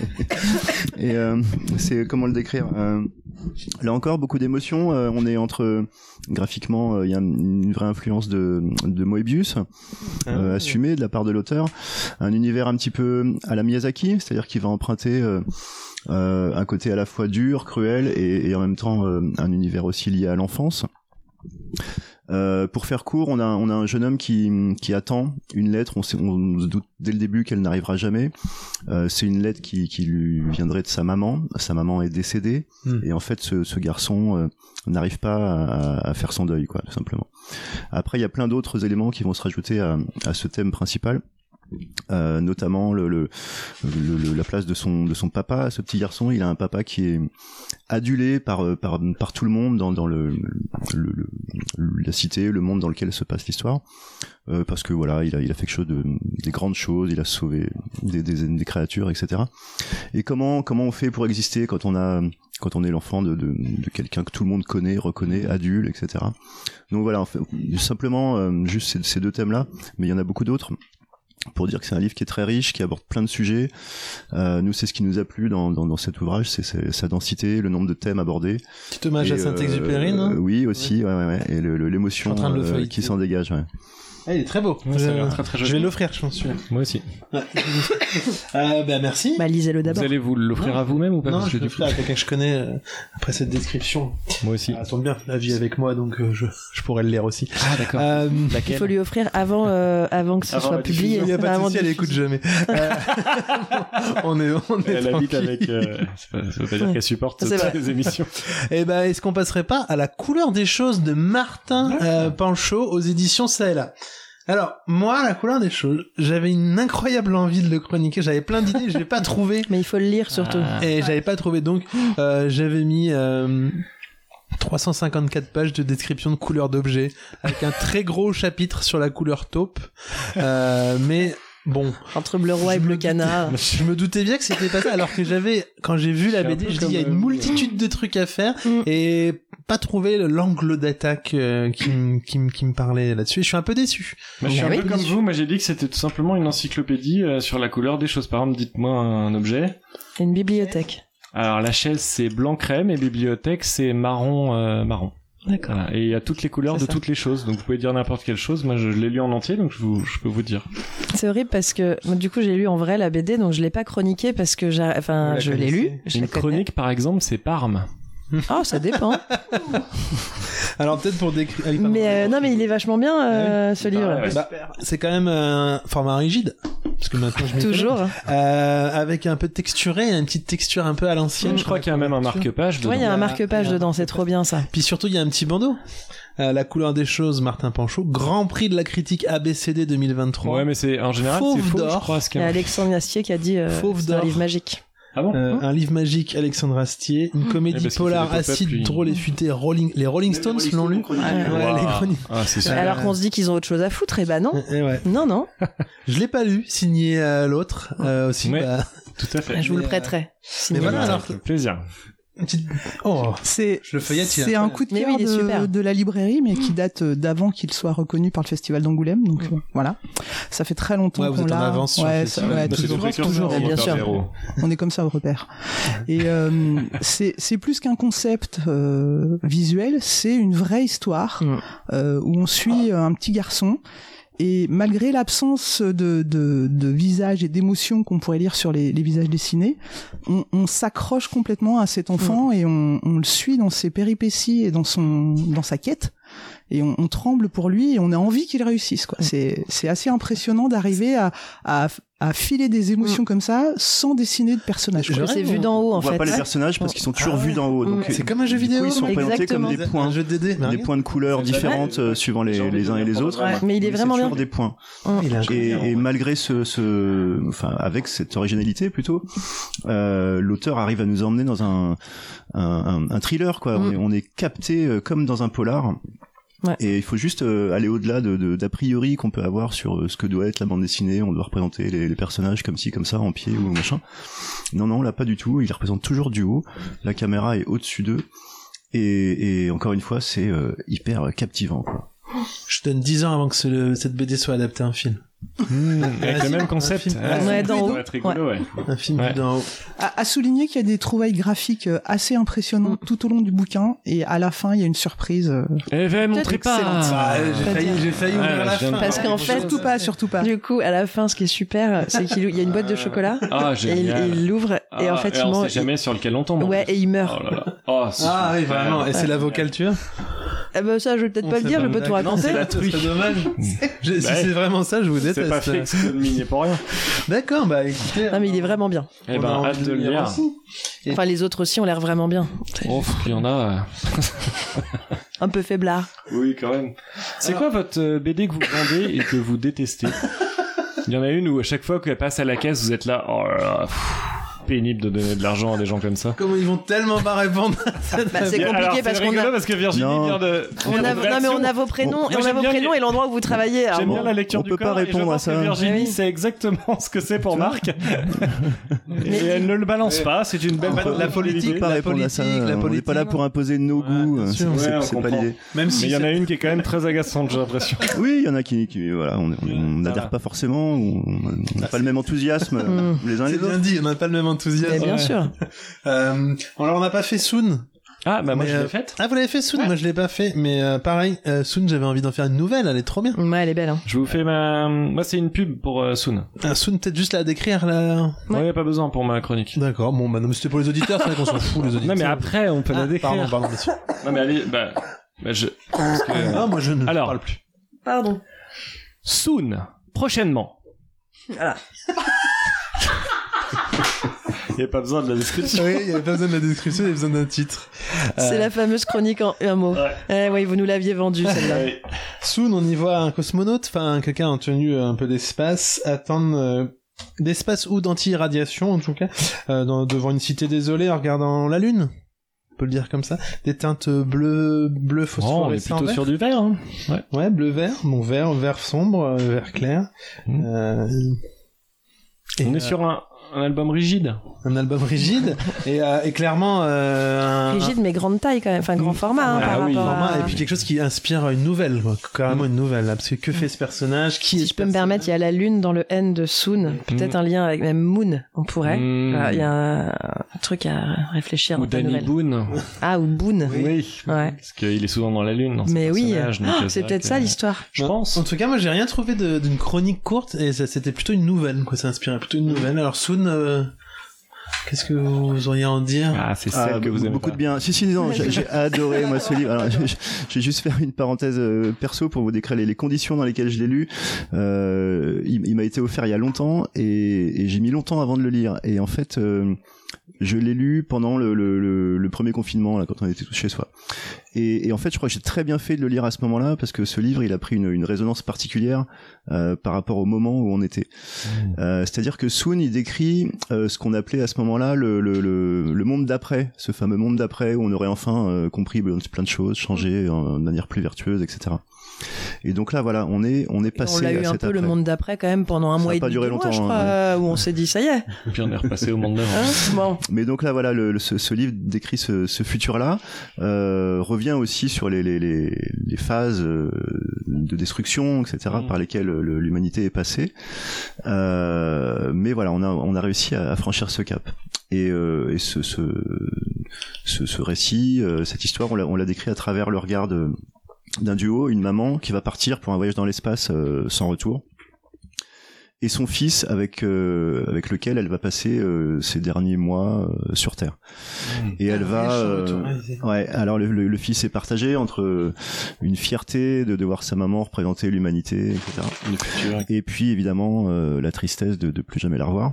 S7: [laughs] Et euh, c'est comment le décrire Euh, Là encore, beaucoup d'émotions. Euh, on est entre graphiquement, euh, il y a une vraie influence de, de Moebius euh, assumée de la part de l'auteur. Un univers un petit peu à la Miyazaki, c'est-à-dire qu'il va emprunter euh, euh, un côté à la fois dur, cruel, et, et en même temps euh, un univers aussi lié à l'enfance. Euh, pour faire court, on a, on a un jeune homme qui, qui attend une lettre. On, sait, on se doute dès le début qu'elle n'arrivera jamais. Euh, c'est une lettre qui, qui lui viendrait de sa maman. Sa maman est décédée.
S1: Hmm.
S7: Et en fait, ce, ce garçon euh, n'arrive pas à, à faire son deuil, quoi, tout simplement. Après, il y a plein d'autres éléments qui vont se rajouter à, à ce thème principal. Euh, notamment le, le- le- le- la place de son de son papa ce petit garçon il a un papa qui est adulé par euh, par, par tout le monde dans, dans le, le- le- le- la cité le monde dans lequel se passe l'histoire Euh, parce que voilà il a il a fait quelque chose de des grandes choses il a sauvé des, des, des créatures etc et comment comment on fait pour exister quand on a quand on est l'enfant de, de, de quelqu'un que tout le monde connaît reconnaît adulte etc donc voilà en fait, simplement euh, juste ces, ces deux thèmes là mais il y en a beaucoup d'autres pour dire que c'est un livre qui est très riche, qui aborde plein de sujets. Euh, nous, c'est ce qui nous a plu dans, dans, dans cet ouvrage, c'est- c'est sa densité, le nombre de thèmes abordés.
S1: Petit hommage à
S7: euh,
S1: Saint-Exupéry, non
S7: euh, Oui, aussi, ouais, ouais, ouais. et le- le- l'émotion
S1: Je suis en train de le
S7: euh,
S1: feuilleter.
S7: qui s'en dégage. Ouais.
S1: Ah, il est très beau.
S6: Ouais, ça a l'air
S1: Je-
S6: très, très
S1: je vais
S6: joli.
S1: l'offrir, je pense, celui-là.
S6: Moi aussi.
S1: Euh, bah, merci.
S2: Bah, lisez-le d'abord.
S6: Vous allez vous l'offrir
S1: Non.
S6: à vous-même ou pas
S1: Non,
S6: Parce
S1: je
S6: que
S1: vais
S6: du
S1: l'offrir à quelqu'un que je connais euh, après cette description.
S6: Moi aussi.
S1: Ça tombe bien, la vie est avec moi, donc euh, je, je pourrais le lire aussi.
S6: Ah, d'accord.
S2: Euh, Il faut lui offrir avant, euh, avant que ce soit publié.
S1: Il n'y a pas de
S2: Avant
S1: souci, elle
S2: diffusion.
S1: écoute jamais. Euh, [laughs] on est, on est
S6: Elle habite
S1: tranquille.
S6: avec. euh, [laughs] ça ça veut pas dire qu'elle supporte
S1: C'est
S6: toutes
S1: vrai.
S2: [laughs]
S6: les émissions.
S1: Eh ben, est-ce qu'on passerait pas à la couleur des choses de Martin euh, Panchaud aux éditions ça et là Alors, moi, la couleur des choses, j'avais une incroyable envie de le chroniquer. J'avais plein d'idées, je Ah. l'ai pas trouvé.
S2: Mais il faut le lire surtout.
S1: Et j'avais pas trouvé, donc euh, j'avais mis euh, 354 pages de description de couleur d'objets avec un très gros chapitre sur la couleur taupe. Euh, mais bon.
S2: Entre bleu roi et bleu canard.
S1: [laughs] Je me doutais bien que c'était pas ça. Alors que j'avais, quand j'ai vu la
S6: suis un
S1: BD,
S6: peu
S1: je dis il y a
S6: comme,
S1: une
S6: euh,
S1: multitude de trucs à faire
S2: Mm.
S1: et pas trouvé l'angle d'attaque euh, qui, m- qui, m- qui me parlait là-dessus. Et Je suis un peu déçu.
S6: Moi, Bah, je suis
S1: Ah
S6: un
S1: oui.
S6: peu comme vous, moi j'ai dit que c'était tout simplement une encyclopédie euh, sur la couleur des choses. Par exemple, dites-moi un objet.
S2: Une bibliothèque.
S6: Alors la chaise c'est blanc crème et bibliothèque c'est marron euh, marron.
S2: D'accord.
S6: Voilà. Et il y a toutes les couleurs de toutes les choses. Donc vous pouvez dire n'importe quelle chose. Moi je, je l'ai lu en entier donc je, vous- je peux vous dire.
S2: C'est horrible parce que moi, du coup j'ai lu en vrai la BD donc je l'ai pas chroniquée parce que j'ai enfin je l'ai lu. Je
S6: Une
S2: la connais.
S6: chronique par exemple c'est Parme.
S2: Oh
S1: [laughs]
S2: ça dépend.
S1: Alors peut-être pour décrire.
S2: mais euh, non mais il est vachement bien euh, ce livre.
S1: Bah, c'est quand même un format rigide. Parce que maintenant, je m'y
S2: Toujours,
S1: connais.
S2: hein.
S1: Euh, avec un peu de texturé, une petite texture un peu à l'ancienne.
S6: Mm, Je crois qu'il y a même un marque-page
S2: Tu vois, il y a un marque-page dedans, c'est trop bien ça.
S1: Puis surtout, il y a un petit bandeau. Euh, la couleur des choses, Martin Panchaud. Grand prix de la critique ABCD 2023.
S6: Ouais mais c'est en général c'est
S1: Fauve
S6: faux je
S1: d'or.
S6: crois. ce
S2: Il y
S6: qu'il y
S2: a
S6: a.
S2: Alexandre Astier qui a dit euh,
S1: Fauve
S2: c'est un
S1: d'or.
S2: livre magique.
S6: Ah bon
S1: Euh, un livre magique, Alexandre Astier, une
S6: Eh
S1: comédie
S6: ben, s'il
S1: polar
S6: fait des pop-up,
S1: acide,
S6: lui.
S1: drôle et futée. Rolling... Les Rolling Stones l'ont lu. Ouais,
S6: Waouh.
S1: les chroniques.
S6: Ah, c'est super.
S2: Alors qu'on se dit qu'ils ont autre chose à foutre et bah non.
S1: Eh ouais.
S2: Non non.
S1: Je l'ai pas lu, signé euh, l'autre euh, aussi.
S6: Ouais.
S1: bah.
S6: Tout à fait.
S2: Ah, Je vous le prêterai.
S1: Mais
S2: Signé.
S1: voilà,
S6: Ah,
S1: alors
S6: avec plaisir.
S1: Une petite- Oh,
S9: c'est
S1: je le feuillette. il est Mm.
S9: C'est un
S1: incroyable.
S9: coup de cœur de, de la librairie, mais qui date euh, d'avant qu'il soit reconnu par le Festival d'Angoulême. Donc
S1: Mm.
S9: euh, voilà, ça fait très longtemps
S1: Ouais, vous
S9: qu'on
S1: êtes en
S9: l'a.
S1: avance sur le
S9: ouais,
S1: festival.
S9: ça- ouais,
S1: Bah, c'est
S9: toujours,
S1: des précurseurs,
S9: toujours,
S1: on
S9: bien
S1: repère zéro.
S9: sûr. On est comme ça au repère. Et euh, c'est c'est plus qu'un concept euh, visuel, c'est une vraie histoire euh, où on suit euh, un petit garçon. Et malgré l'absence de, de, de visage et d'émotion qu'on pourrait lire sur les, les visages dessinés, on, on s'accroche complètement à cet enfant et on, on le suit dans ses péripéties et dans son dans sa quête. Et on, on tremble pour lui et on a envie qu'il réussisse. Quoi. C'est c'est assez impressionnant d'arriver à, à à filer des émotions comme ça sans dessiner de personnage. quoi.
S2: C'est vu d'en haut,
S7: on
S2: en
S7: voit
S2: fait.
S7: pas les personnages parce qu'ils sont toujours vus d'en haut. donc,
S1: C'est
S7: euh,
S1: comme un jeu
S7: du coup,
S1: vidéo,
S7: Ils sont présentés
S1: exactement.
S7: comme des
S1: Un
S7: points,
S1: jeu de dés,
S7: des points de couleur différentes euh, suivant les, les uns et les autres.
S2: Ouais, mais il est
S7: Donc,
S2: vraiment
S7: c'est
S2: bien.
S7: toujours des points.
S1: Il est
S7: Et, et malgré ce, ce, enfin, avec cette originalité plutôt, euh, l'auteur arrive à nous emmener dans un, un, un- un thriller quoi. On, est, on est capté euh, comme dans un polar. Et il faut juste euh, aller au-delà de, de- d'a priori qu'on peut avoir sur euh, ce que doit être la bande dessinée. On doit représenter les, les personnages comme ci, comme ça, en pied ou machin. Non, non, là pas du tout. Il les représente toujours du haut. La caméra est au-dessus d'eux. Et, et encore une fois, c'est euh, hyper captivant quoi.
S1: Je donne 10 ans avant que ce- cette BD soit adaptée à un film.
S6: avec le même concept.
S1: Un film,
S6: Ah,
S9: Ouais,
S6: ça
S9: d'en
S6: pourrait
S9: haut.
S6: être rigolo, ouais.
S1: un film
S6: Ouais.
S1: vu d'en haut.
S9: À, à souligner qu'il y a des trouvailles graphiques euh, assez impressionnantes
S2: Mm.
S9: tout au long du bouquin et à la fin il y a une surprise. euh,
S6: Eh ben, montrez
S9: montrez
S6: pas
S9: pas.
S1: Ah, j'ai failli, j'ai failli ouvrir la fin.
S2: Parce qu'en fait,
S9: Surtout pas, surtout pas.
S2: Du coup, à la fin, ce qui est super, c'est qu'il il y a une boîte de chocolat. et
S6: Ah,
S2: il-
S6: génial.
S2: il l'ouvre et en
S6: Ah,
S2: fait,
S6: et
S2: il
S6: on
S2: mange.
S6: sait jamais sur lequel on tombe. en
S2: Ouais,
S6: plus.
S2: et il meurt.
S6: Oh là là. Oh, c'est
S1: Ah oui,
S6: super.
S1: vraiment. Et c'est la vocale tu as
S2: Eh ben, ça, je vais peut-être
S1: On
S2: pas
S1: sait
S2: le dire, je peux tout
S1: Non,
S2: raconter.
S1: c'est la truie. C'est dommage. Je- si
S6: Bah,
S1: c'est vraiment ça, je vous déteste.
S6: C'est pas fait exterminé pour rien.
S1: D'accord, bah écoutez.
S2: Non, mais il est vraiment bien.
S6: Eh
S1: On
S6: ben,
S1: a envie
S6: hâte de le lire.
S1: aussi.
S2: Enfin, les autres aussi ont l'air vraiment bien.
S6: Oh, il y en a. euh,
S2: Un peu faiblard.
S6: Oui, quand même. C'est quoi votre euh, BD que vous vendez et que vous détestez Il y en a une où à chaque fois qu'elle passe à la caisse, vous êtes là, oh là là, pff, pénible de donner de l'argent à des gens comme ça.
S1: Comment ils vont tellement pas répondre à cette
S2: Bah, c'est compliqué
S6: Alors,
S2: parce
S6: c'est
S2: qu'on
S6: rigolo
S2: a.
S6: parce que Virginie
S7: Non.
S6: vient de.
S2: On a, non mais on a vos prénoms et on a vos prénoms et l'endroit où vous travaillez. Alors
S6: J'aime
S2: bon.
S6: bien la lecture
S7: on
S6: du
S7: peut
S6: corps
S7: pas
S6: et je
S7: répondre à
S6: pense que
S7: ça.
S6: Virginie sait exactement ce que c'est
S2: [laughs]
S6: pour Marc et elle ne le balance pas. C'est une belle
S1: La politique,
S7: Pas
S1: la
S7: répondre à
S1: politique,
S7: ça.
S1: la
S7: On n'est
S1: politique.
S7: pas là pour imposer nos goûts. euh,
S1: sûr.
S6: Ouais,
S7: c'est- c'est-
S6: on
S7: c'est pas
S6: comprend.
S7: l'idée.
S1: Même
S6: Mais
S1: si
S6: il y en
S1: c'est-
S6: a une qui est quand même très agaçante, j'ai l'impression.
S7: Oui, il y en a qui, qui voilà, on on- on n'adhère pas forcément, ou on n'a pas le même
S1: [laughs]
S7: enthousiasme euh, les uns
S1: Mm.
S7: les
S1: C'est bien
S7: autres.
S1: dit, on n'a pas le même enthousiasme.
S2: Mais bien
S1: Ouais.
S2: sûr.
S1: Euh, alors on n'a pas fait Soon.
S6: Ah bah moi
S1: mais,
S6: je
S1: euh,
S6: l'ai faite.
S1: Ah vous l'avez fait Soon, moi je l'ai pas fait, mais euh, pareil, euh, Soon j'avais envie d'en faire une nouvelle, elle est trop bien.
S2: Ouais, elle est belle. Hein.
S6: Je vous fais ma. Moi c'est une pub pour euh, Soon.
S1: Ah, Soon peut-être juste la décrire là.
S6: Ouais. y a pas besoin pour ma chronique.
S1: D'accord, bon bah non mais c'était pour les auditeurs, c'est vrai qu'on s'en fout les auditeurs.
S6: Non mais après on peut
S1: Ah,
S6: la décrire.
S1: pardon,
S2: bah.
S1: pardon, monsieur.
S6: Non mais allez, bah, bah, je. parce que-
S1: Ah, moi je ne
S6: Alors.
S1: parle plus.
S2: Pardon.
S6: Soon, prochainement. [laughs]
S2: Voilà.
S6: Il n'y a pas besoin de la description.
S1: Oui, il n'y avait pas besoin de la description, il y avait besoin d'un titre. Euh.
S2: C'est la fameuse chronique en un mot.
S6: Ouais.
S2: Eh ouais, vous nous l'aviez vendue celle-là.
S1: Soon, on y voit un cosmonaute, enfin quelqu'un en tenue euh, un peu d'espace, attendre euh, d'espace ou d'anti-irradiation en tout cas, euh, dans- devant une cité désolée en regardant la lune. On peut le dire comme ça. Des teintes bleues, bleu
S6: Oh, on est
S1: phosphorescent.
S6: plutôt
S1: vert.
S6: sur du vert. Hein.
S1: Ouais, bleu vert, bon vert, vert sombre, euh, vert clair.
S6: Mm.
S1: Euh, et,
S6: on est
S1: euh,
S6: sur un, un album rigide.
S1: un album
S6: [laughs]
S1: rigide et, euh, et clairement euh, un-
S2: Rigide mais grande taille quand même, enfin grand format hein,
S6: Ah
S2: par
S6: oui,
S2: rapport
S1: Norma,
S2: à.
S1: et puis quelque chose qui inspire une nouvelle, quoi, carrément une nouvelle, là, parce que que fait ce personnage, qui
S2: Mmh. Si
S1: est
S2: je peux me permettre, il y a la lune dans le N de Soon, peut-être
S6: Mm.
S2: un lien avec même Moon, on pourrait.
S6: Mm.
S2: Voilà, euh, Il y a un, un truc à réfléchir
S6: Ou
S2: dans ta
S6: Danny
S2: nouvelle.
S6: Boone.
S2: Ah, ou Boone.
S6: Oui.
S2: Ouais.
S6: Parce qu'il est souvent dans la lune. Dans ses
S2: Mais oui, Ah,
S6: personnages, donc, euh,
S2: c'est
S6: vrai
S2: peut-être
S6: que-
S2: ça l'histoire.
S6: Je pense.
S1: En tout cas, moi, j'ai rien trouvé de- d'une chronique courte, et ça, c'était plutôt une nouvelle, quoi. Ça inspirait plutôt une nouvelle. Alors, Soon, euh, qu'est-ce que vous auriez à en dire
S6: Ah, c'est
S7: Ah,
S6: celle que vous aimez.
S7: beaucoup
S6: pas.
S7: de bien. Si, si, non, j'ai j'ai adoré, moi, ce livre. Alors, je, je- je vais juste faire une parenthèse euh, perso pour vous décrire les, les conditions dans lesquelles je l'ai lu. Euh, il il m'a été offert il y a longtemps et, et j'ai mis longtemps avant de le lire. Et en fait, euh, je l'ai lu pendant le, le- le- le premier confinement, là, quand on était tous chez soi. Et, et en fait, je crois que j'ai très bien fait de le lire à ce moment-là parce que ce livre, il a pris une, une résonance particulière euh, par rapport au moment où on était. Euh, C'est-à-dire que Soon, il décrit euh, ce qu'on appelait à ce moment-là le, le, le, le monde d'après, ce fameux monde d'après où on aurait enfin euh, compris plein de choses, changé euh, de manière plus vertueuse, etc. Et donc là, voilà, on est, on est
S2: On
S7: passé
S2: l'a
S7: à
S2: eu un
S7: cet
S2: peu le
S7: après.
S2: monde d'après quand même pendant un
S7: Ça
S2: mois
S7: a
S2: et
S7: pas
S2: demi,
S7: duré
S2: deux mois, je
S7: longtemps,
S2: crois,
S7: hein.
S2: euh, où on s'est dit ça y est. hein,
S6: Et puis on est repassé au monde d'avant. [laughs]
S7: Mais donc là, voilà, le, le- ce, ce livre décrit ce, ce futur-là, euh, revient aussi sur les, les, les, les phases euh, de destruction, etc., par lesquelles euh, le- l'humanité est passée. Euh, mais voilà, on a, on a réussi à, à franchir ce cap. Et, euh, et ce, ce, ce, ce récit, euh, cette histoire, on l'a- on l'a décrit à travers le regard de- d'un duo, une maman qui va partir pour un voyage dans l'espace euh, sans retour et son fils avec euh, avec lequel elle va passer euh, ses derniers mois euh, sur Terre. Et elle va euh, ouais alors le, le- le fils est partagé entre une fierté de, de voir sa maman représenter l'humanité etc. Et puis évidemment euh, la tristesse de, de plus jamais la revoir.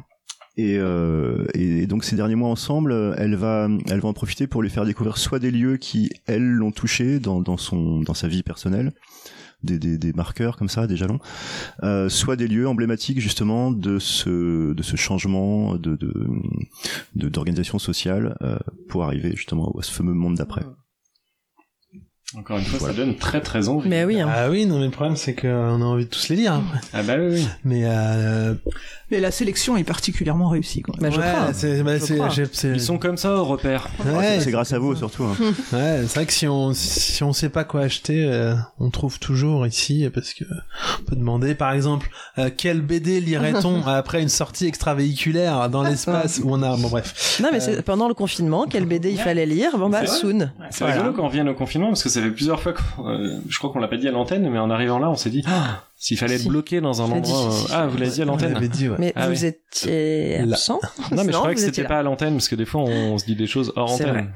S7: Et, euh, et donc ces derniers mois ensemble, euh, elle va, elle va en profiter pour lui faire découvrir soit des lieux qui elles l'ont touché dans, dans son, dans sa vie personnelle, des, des, des marqueurs comme ça, des jalons, euh, soit des lieux emblématiques justement de ce, de ce changement de, de, de- d'organisation sociale euh, pour arriver justement à ce fameux monde d'après. Ah,
S6: Encore une fois, ça donne très très envie.
S2: Mais oui. hein.
S1: Ah oui, non, mais le problème, c'est qu'on a envie de tous les lire. après.
S6: Ah bah oui, oui.
S1: Mais euh,
S9: Mais la sélection est particulièrement réussie. Quoi.
S6: Ah,
S1: Ouais, c'est- bah, c'est- j'ai- c'est-
S6: Ils sont comme ça au repère.
S1: Ouais,
S7: c'est grâce à vous surtout. hein.
S1: ouais, c'est vrai que si on si on sait pas quoi acheter, euh, on trouve toujours ici parce que on peut demander par exemple euh, quel BD
S6: [laughs]
S1: lirait-on après une sortie extravéhiculaire dans l'espace où on a bon bref.
S2: Non, mais
S1: Euh,
S2: c'est pendant le confinement, quel BD il fallait lire Bon bah,
S6: C'est vrai.
S2: Soon.
S6: C'est
S2: Voilà.
S6: rigolo quand on vient au confinement parce que ça fait plusieurs fois qu'on, euh, je crois qu'on l'a pas dit à l'antenne, mais en arrivant là, on s'est dit ah, s'il fallait être bloqué dans un
S2: Je l'ai dit,
S6: endroit.
S2: si,
S6: euh,
S2: si,
S6: ah,
S2: si.
S6: vous l'avez dit à
S2: On
S6: l'antenne.
S2: l'avait dit, ouais. Mais
S6: Ah
S2: vous étiez
S6: Euh, Là.
S2: absent
S6: Non, mais je
S2: Non,
S6: croyais que
S2: vous étiez
S6: c'était
S2: là.
S6: pas à l'antenne parce que des fois on se dit des choses hors
S2: C'est
S6: antenne.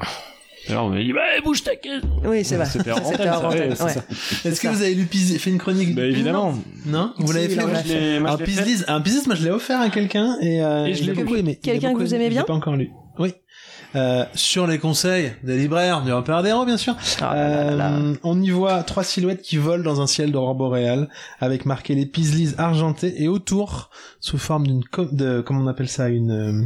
S6: Alors on m'a dit bah bouge ta gueule.
S2: Oui, c'est vrai.
S6: C'était hors
S2: C'était
S6: antenne.
S2: hors
S6: ça, ouais,
S2: antenne,
S6: c'est
S2: ouais.
S6: ça.
S1: Est-ce que vous avez lu Pizzi- fait une chronique
S6: Bah, évidemment.
S1: Non, vous l'avez
S6: Si,
S1: fait.
S6: moi,
S1: vous
S6: je l'ai- moi, je
S1: Un
S6: l'ai
S1: Pizzi,
S6: fait.
S1: un Pizzi, moi je l'ai offert à quelqu'un et, euh,
S6: Et je
S1: il
S6: l'ai
S1: a
S6: lu.
S1: beaucoup aimé. Il a
S2: Quelqu'un
S1: beaucoup
S2: que vous
S1: aimé.
S2: aimez
S1: Je l'ai
S2: bien
S1: pas encore lu. Oui. Euh, sur les conseils des libraires du repère des héros, bien sûr.
S6: Ah
S1: Euh, On y voit trois silhouettes qui volent dans un ciel d'aurore boréale, avec marqué les Pizlis argentés et autour, sous forme d'une, co- de, comment on appelle ça, une, euh,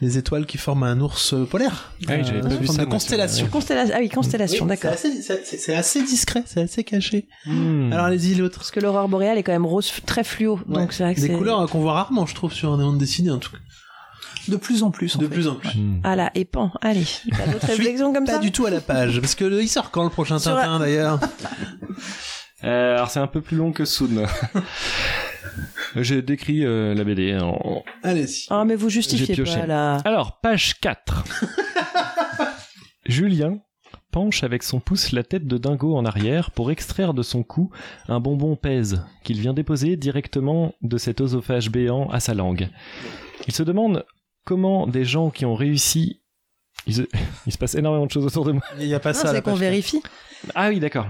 S1: les étoiles qui forment un ours polaire. Euh,
S6: Ah oui, j'avais pas
S1: sous
S6: vu
S1: forme
S6: ça,
S1: de
S6: moi, sur la-
S1: constellation.
S2: Constellation. Ah oui, Constellation,
S1: Oui,
S2: d'accord.
S1: C'est assez, c'est- c'est- c'est assez discret, c'est assez caché.
S6: Hmm.
S1: Alors allez-y l'autre.
S2: Parce que l'aurore boréale est quand même rose f- très fluo, donc c'est vrai que
S1: Des
S2: c'est-
S1: couleurs euh, qu'on voit rarement, je trouve, sur un monde dessiné en tout cas.
S9: De plus en plus. hein.
S1: De plus en plus.
S2: Ah là, et pan. Allez, t'as d'autres
S1: Je suis
S2: réflexions comme
S1: pas
S2: ça
S1: du tout à la page, parce que il sort quand le prochain
S2: Sur
S1: Tintin d'ailleurs
S6: Euh, alors c'est un peu plus long que Soon. Je décris euh, la BD. en-
S1: Allez-y.
S2: Ah, mais vous
S6: J'ai
S2: justifiez
S6: pioché. Ah,
S2: pas là.
S6: Alors, page 4. [laughs] Julien penche avec son pouce la tête de Dingo en arrière pour extraire de son cou un bonbon pèse qu'il vient déposer directement de cet oesophage béant à sa langue. Il se demande comment des gens qui ont réussi... Il se, [laughs] il se passe énormément de choses autour de moi.
S1: Il n'y a pas
S2: Non, c'est qu'on vérifie.
S6: Ah oui, d'accord.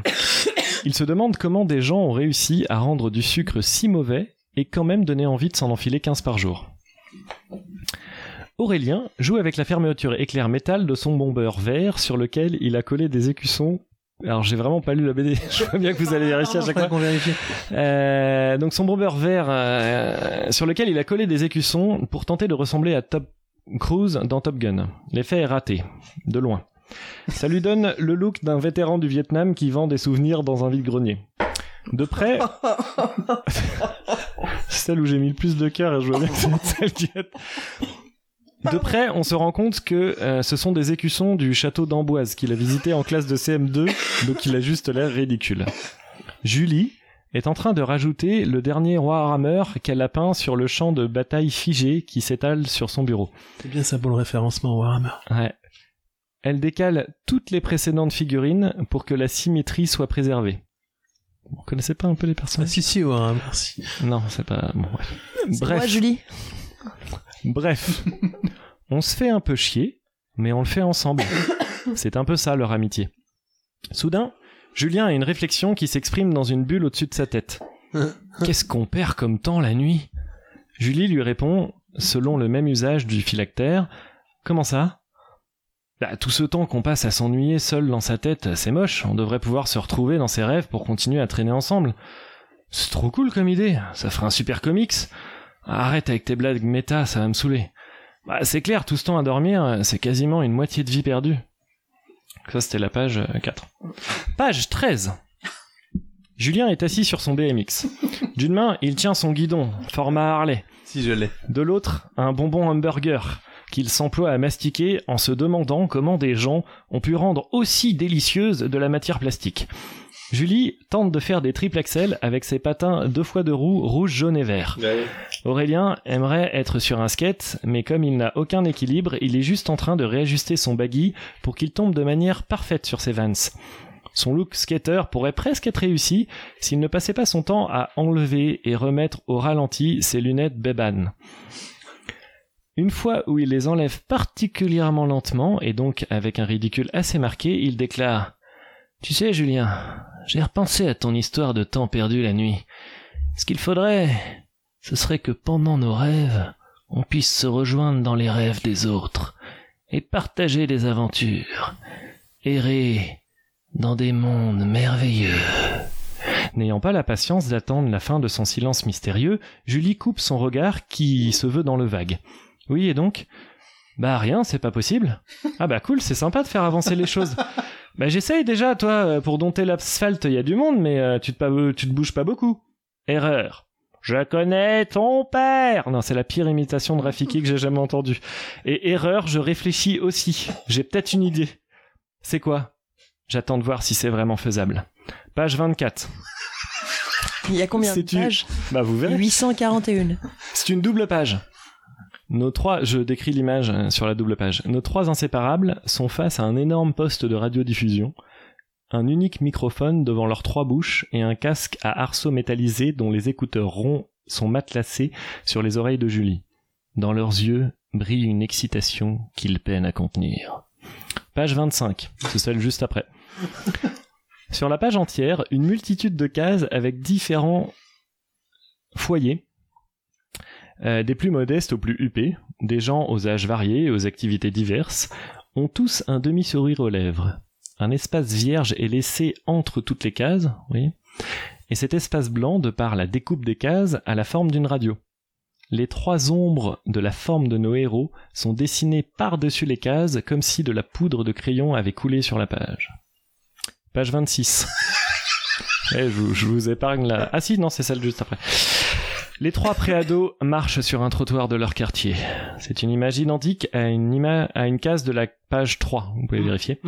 S6: Il se demande comment des gens ont réussi à rendre du sucre si mauvais et quand même donner envie de s'en enfiler 15 par jour. Aurélien joue avec la fermeture éclair métal de son bombeur vert sur lequel il a collé des écussons. Alors j'ai vraiment pas lu la BD, [laughs] je vois bien que vous allez vérifier à chaque fois.
S1: qu'on vérifie.
S6: Euh, donc son bomber vert euh, sur lequel il a collé des écussons pour tenter de ressembler à Top Cruise dans Top Gun. L'effet est raté, de loin. Ça lui donne le look d'un vétéran du Vietnam qui vend des souvenirs dans un vide-grenier. De près, celle où j'ai mis le plus de cœur et je vois bien que c'est celle qui est de près, on se rend compte que euh, ce sont des écussons du château d'Amboise qu'il a visité en classe de CM2, donc il a juste l'air ridicule. Julie est en train de rajouter le dernier roi rameur qu'elle a peint sur le champ de bataille figé qui s'étale sur son bureau.
S1: C'est bien ça pour le référencement Warhammer.
S6: Ouais. Elle décale toutes les précédentes figurines pour que la symétrie soit préservée. Vous connaissez pas un peu les personnages
S1: Ah, Si, si, Warhammer, merci.
S6: Non, c'est pas... Bon, bref.
S2: Bref. Moi,
S6: Bref.
S2: Julie.
S6: Bref, on se fait un peu chier, mais on le fait ensemble. C'est un peu ça leur amitié. Soudain, Julien a une réflexion qui s'exprime dans une bulle au-dessus de sa tête. Qu'est-ce qu'on perd comme temps la nuit Julie lui répond, selon le même usage du phylactère, Comment ça Bah, Tout ce temps qu'on passe à s'ennuyer seul dans sa tête, c'est moche, on devrait pouvoir se retrouver dans ses rêves pour continuer à traîner ensemble. C'est trop cool comme idée, ça ferait un super comics. Arrête avec tes blagues méta, ça va me saouler. Bah, c'est clair, tout ce temps à dormir, euh, c'est quasiment une moitié de vie perdue. Ça, c'était la page euh, 4. Page 13. Julien est assis sur son BMX. D'une main, il tient son guidon, format Harley.
S1: Si je l'ai.
S6: De l'autre, un bonbon hamburger qu'il s'emploie à mastiquer en se demandant comment des gens ont pu rendre aussi délicieuse de la matière plastique. Julie tente de faire des triple axel avec ses patins deux fois de roue rouge, jaune et vert. Aurélien aimerait être sur un skate, mais comme il n'a aucun équilibre, il est juste en train de réajuster son baggy pour qu'il tombe de manière parfaite sur ses vans. Son look skater pourrait presque être réussi s'il ne passait pas son temps à enlever et remettre au ralenti ses lunettes bébanes. Une fois où il les enlève particulièrement lentement et donc avec un ridicule assez marqué, il déclare Tu sais, Julien, j'ai repensé à ton histoire de temps perdu la nuit. Ce qu'il faudrait, ce serait que pendant nos rêves, on puisse se rejoindre dans les rêves des autres et partager des aventures, errer dans des mondes merveilleux. N'ayant pas la patience d'attendre la fin de son silence mystérieux, Julie coupe son regard qui se veut dans le vague. Oui, et donc Bah rien, c'est pas possible. Ah bah cool, c'est sympa de faire avancer les choses. Bah j'essaye déjà, toi, euh, pour dompter l'asphalte, il y a du monde, mais euh, tu, te pas- tu te bouges pas beaucoup. Erreur. Je connais ton père. Non, c'est la pire imitation de Rafiki que j'ai jamais entendue. Et erreur, je réfléchis aussi. J'ai peut-être une idée. C'est quoi J'attends de voir si c'est vraiment faisable. Page 24.
S2: Il y a combien de
S6: C'est une-
S2: pages
S6: Bah vous verrez.
S2: 841.
S6: C'est une double page. Nos trois, je décris l'image euh, sur la double page. Nos trois inséparables sont face à un énorme poste de radiodiffusion, un unique microphone devant leurs trois bouches et un casque à arceaux métallisés dont les écouteurs ronds sont matelassés sur les oreilles de Julie. Dans leurs yeux brille une excitation qu'ils peinent à contenir. Page 25, c'est celle juste après. Sur la page entière, une multitude de cases avec différents foyers euh, des plus modestes aux plus huppés, des gens aux âges variés et aux activités diverses, ont tous un demi-sourire aux lèvres. Un espace vierge est laissé entre toutes les cases, oui, et cet espace blanc, de par la découpe des cases, a la forme d'une radio. Les trois ombres de la forme de nos héros sont dessinées par-dessus les cases comme si de la poudre de crayon avait coulé sur la page. Page 26. [laughs] Eh, je, vous- je vous épargne la... Ah si, non, c'est celle juste après. Les trois préados marchent sur un trottoir de leur quartier. C'est une image identique à une, ima- à une case de la page 3, vous pouvez vérifier.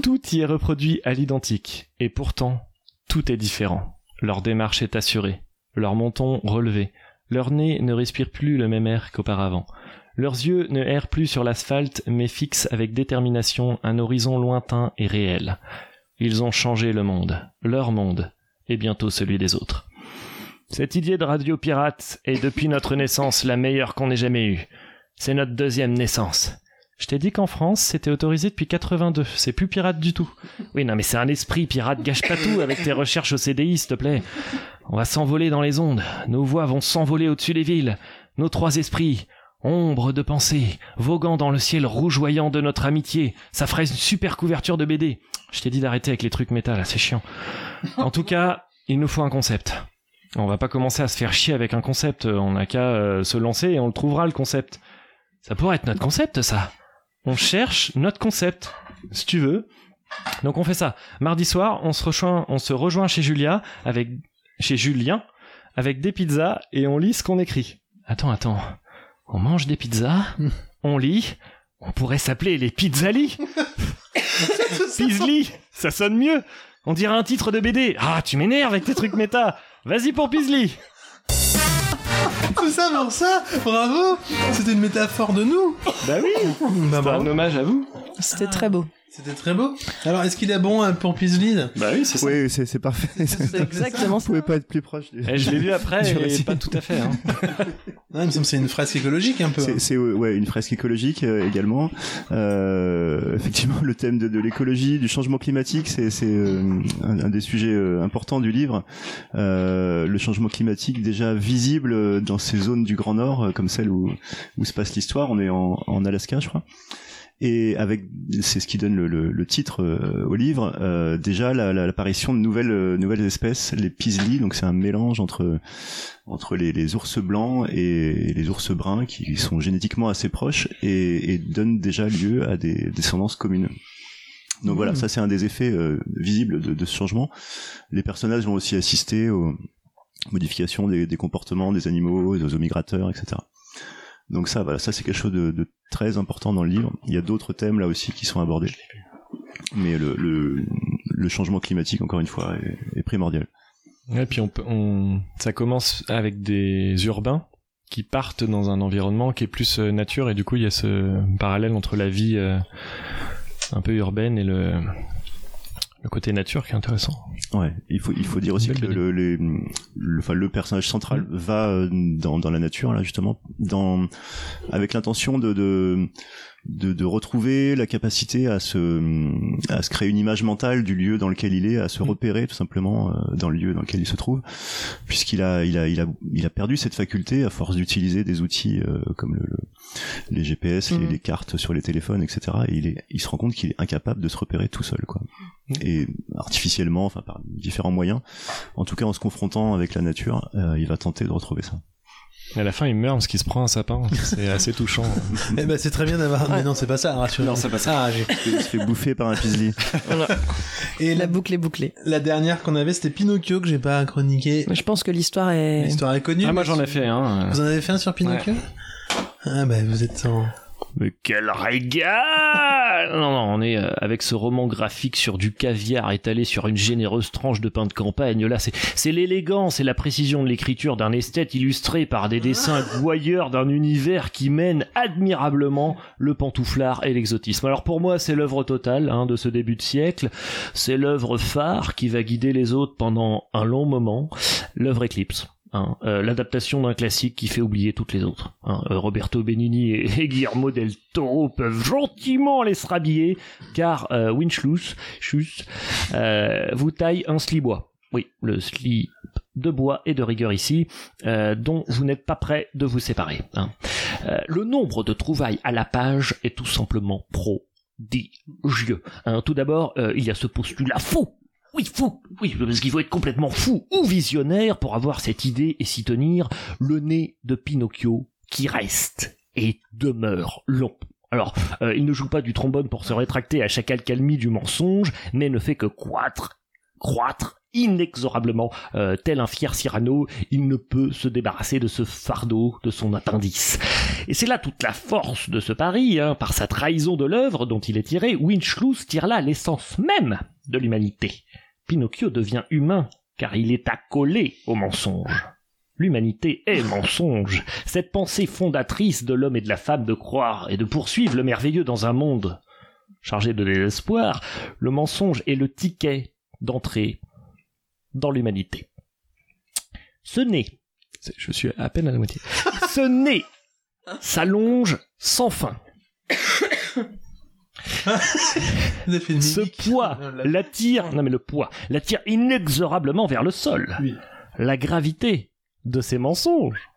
S6: Tout y est reproduit à l'identique, et pourtant, tout est différent. Leur démarche est assurée, leur menton relevé, leur nez ne respire plus le même air qu'auparavant. Leurs yeux ne errent plus sur l'asphalte, mais fixent avec détermination un horizon lointain et réel. Ils ont changé le monde, leur monde, et bientôt celui des autres. Cette idée de radio pirate est depuis notre naissance la meilleure qu'on ait jamais eue. C'est notre deuxième naissance. Je t'ai dit qu'en France, c'était autorisé depuis 82. C'est plus pirate du tout. Oui, non, mais c'est un esprit pirate. Gâche pas tout avec tes recherches au CDI, s'il te plaît. On va s'envoler dans les ondes. Nos voix vont s'envoler au-dessus des villes. Nos trois esprits, ombres de pensée, voguant dans le ciel rougeoyant de notre amitié. Ça ferait une super couverture de BD. Je t'ai dit d'arrêter avec les trucs métal, là, c'est chiant. En tout cas, il nous faut un concept. On va pas commencer à se faire chier avec un concept. On a qu'à euh, se lancer et on le trouvera, le concept. Ça pourrait être notre concept, ça. On cherche notre concept, si tu veux. Donc on fait ça. Mardi soir, on se rejoint, on se rejoint chez Julia avec chez Julien avec des pizzas et on lit ce qu'on écrit. Attends, attends. On mange des pizzas, on lit. On pourrait s'appeler les Pizzali. Pizli, ça sonne mieux. On dirait un titre de BD. Ah, tu m'énerves avec tes trucs méta. Vas-y pour Pizli.
S1: Tout ça pour ça Bravo C'était une métaphore de nous
S6: Bah oui
S1: C'était
S6: un hommage à vous
S2: C'était très beau.
S6: Ah.
S1: C'était très beau. Alors, est-ce qu'il est bon euh, pour Pizlid
S6: Bah oui, c'est
S1: ça.
S7: Oui, c'est c'est parfait.
S2: C'est exactement ça.
S7: Vous pouvez pas être plus proche. Du...
S6: Eh, je l'ai
S15: [laughs]
S6: lu après,
S7: du
S6: et
S7: récit.
S6: pas tout à fait. hein.
S1: c'est une fresque écologique un peu. hein.
S7: C'est, c'est, ouais, une fresque écologique euh, également. Euh, [laughs] effectivement, le thème de, de l'écologie, du changement climatique, c'est, c'est, euh, un, un des sujets euh, importants du livre. Euh, le changement climatique déjà visible euh, dans ces zones du Grand Nord, euh, comme celle où, où se passe l'histoire. On est en, en Alaska, je crois. Et avec, c'est ce qui donne le, le- le titre euh, au livre, euh, déjà la- la- l'apparition de nouvelles, euh, nouvelles espèces, les pislis, donc c'est un mélange entre, entre les, les ours blancs et les ours bruns qui sont génétiquement assez proches et, et donnent déjà lieu à des descendances communes. Donc voilà,
S16: Mmh.
S7: ça c'est un des effets euh, visibles de, de ce changement. Les personnages vont aussi assister aux modifications des, des comportements des animaux, des oiseaux migrateurs, etc. Donc ça, voilà, ça c'est quelque chose de, de très important dans le livre. Il y a d'autres thèmes là aussi qui sont abordés, mais le, le, le changement climatique, encore une fois, est, est primordial.
S15: Et puis on, peut- on- ça commence avec des urbains qui partent dans un environnement qui est plus euh, nature et du coup il y a ce parallèle entre la vie euh, un peu urbaine et le, le côté nature qui est intéressant.
S7: Ouais, il faut il faut dire aussi que le, les- le- enfin, le personnage central va euh, dans, dans la nature là justement dans avec l'intention de, de de de retrouver la capacité à se à se créer une image mentale du lieu dans lequel il est, à se repérer tout simplement euh, dans le lieu dans lequel il se trouve puisqu'il a il a il a il a perdu cette faculté à force d'utiliser des outils euh, comme le, le- les GPS, les, les cartes sur les téléphones, etc. Et il est il se rend compte qu'il est incapable de se repérer tout seul quoi et artificiellement, enfin par différents moyens. En tout cas, en se confrontant avec la nature, euh, il va tenter de retrouver ça.
S15: Et à la fin il meurt parce qu'il se prend un sapin, c'est assez touchant.
S1: Eh ben, c'est très bien d'avoir. Mais non, c'est pas ça, Ah, rassurez-moi. Non, c'est pas ça.
S7: [laughs] Il se fait bouffer par un pisli.
S1: Et
S2: la boucle est bouclée.
S1: La dernière qu'on avait, c'était Pinocchio que j'ai pas chroniqué.
S2: Je pense que l'histoire est.
S1: L'histoire est connue.
S15: Ah, moi j'en ai fait un. euh.
S1: Vous en avez fait un sur Pinocchio Ah bah vous êtes en...
S6: Mais quel régal Non, non, on est euh, avec ce roman graphique sur du caviar étalé sur une généreuse tranche de pain de campagne. Là, c'est c'est l'élégance et la précision de l'écriture d'un esthète illustré par des dessins [laughs] gouailleurs d'un univers qui mène admirablement le pantouflard et l'exotisme. Alors pour moi, c'est l'œuvre totale hein, de ce début de siècle. C'est l'œuvre phare qui va guider les autres pendant un long moment. L'œuvre éclipse. hein. Euh, L'adaptation d'un classique qui fait oublier toutes les autres. hein. Euh, Roberto Benigni et, [laughs] et Guillermo del Toro peuvent gentiment aller se rhabiller, car euh, Winchluss Schuss, euh, vous taille un slibois. Oui, le slip de bois et de rigueur ici, euh, dont vous n'êtes pas prêt de vous séparer. hein. Euh, le nombre de trouvailles à la page est tout simplement prodigieux. Hein, tout d'abord, euh, il y a ce postulat fou oui, fou. Oui, parce qu'il faut être complètement fou ou visionnaire pour avoir cette idée et s'y tenir. Le nez de Pinocchio qui reste et demeure long. Alors, euh, il ne joue pas du trombone pour se rétracter à chaque accalmie du mensonge, mais ne fait que croître, croître inexorablement, euh, tel un fier Cyrano, il ne peut se débarrasser de ce fardeau, de son appendice. Et c'est là toute la force de ce pari, hein, par sa trahison de l'œuvre dont il est tiré, Winchloose tire là l'essence même de l'humanité. Pinocchio devient humain, car il est accolé au mensonge. L'humanité est mensonge. Cette pensée fondatrice de l'homme et de la femme de croire et de poursuivre le merveilleux dans un monde chargé de désespoir, le mensonge est le ticket d'entrée dans l'humanité. Ce nez,
S15: Je suis à peine à la moitié.
S6: ce nez s'allonge sans fin. Ce poids l'attire, non mais le poids l'attire inexorablement vers le sol. La gravité de ses [laughs] mensonges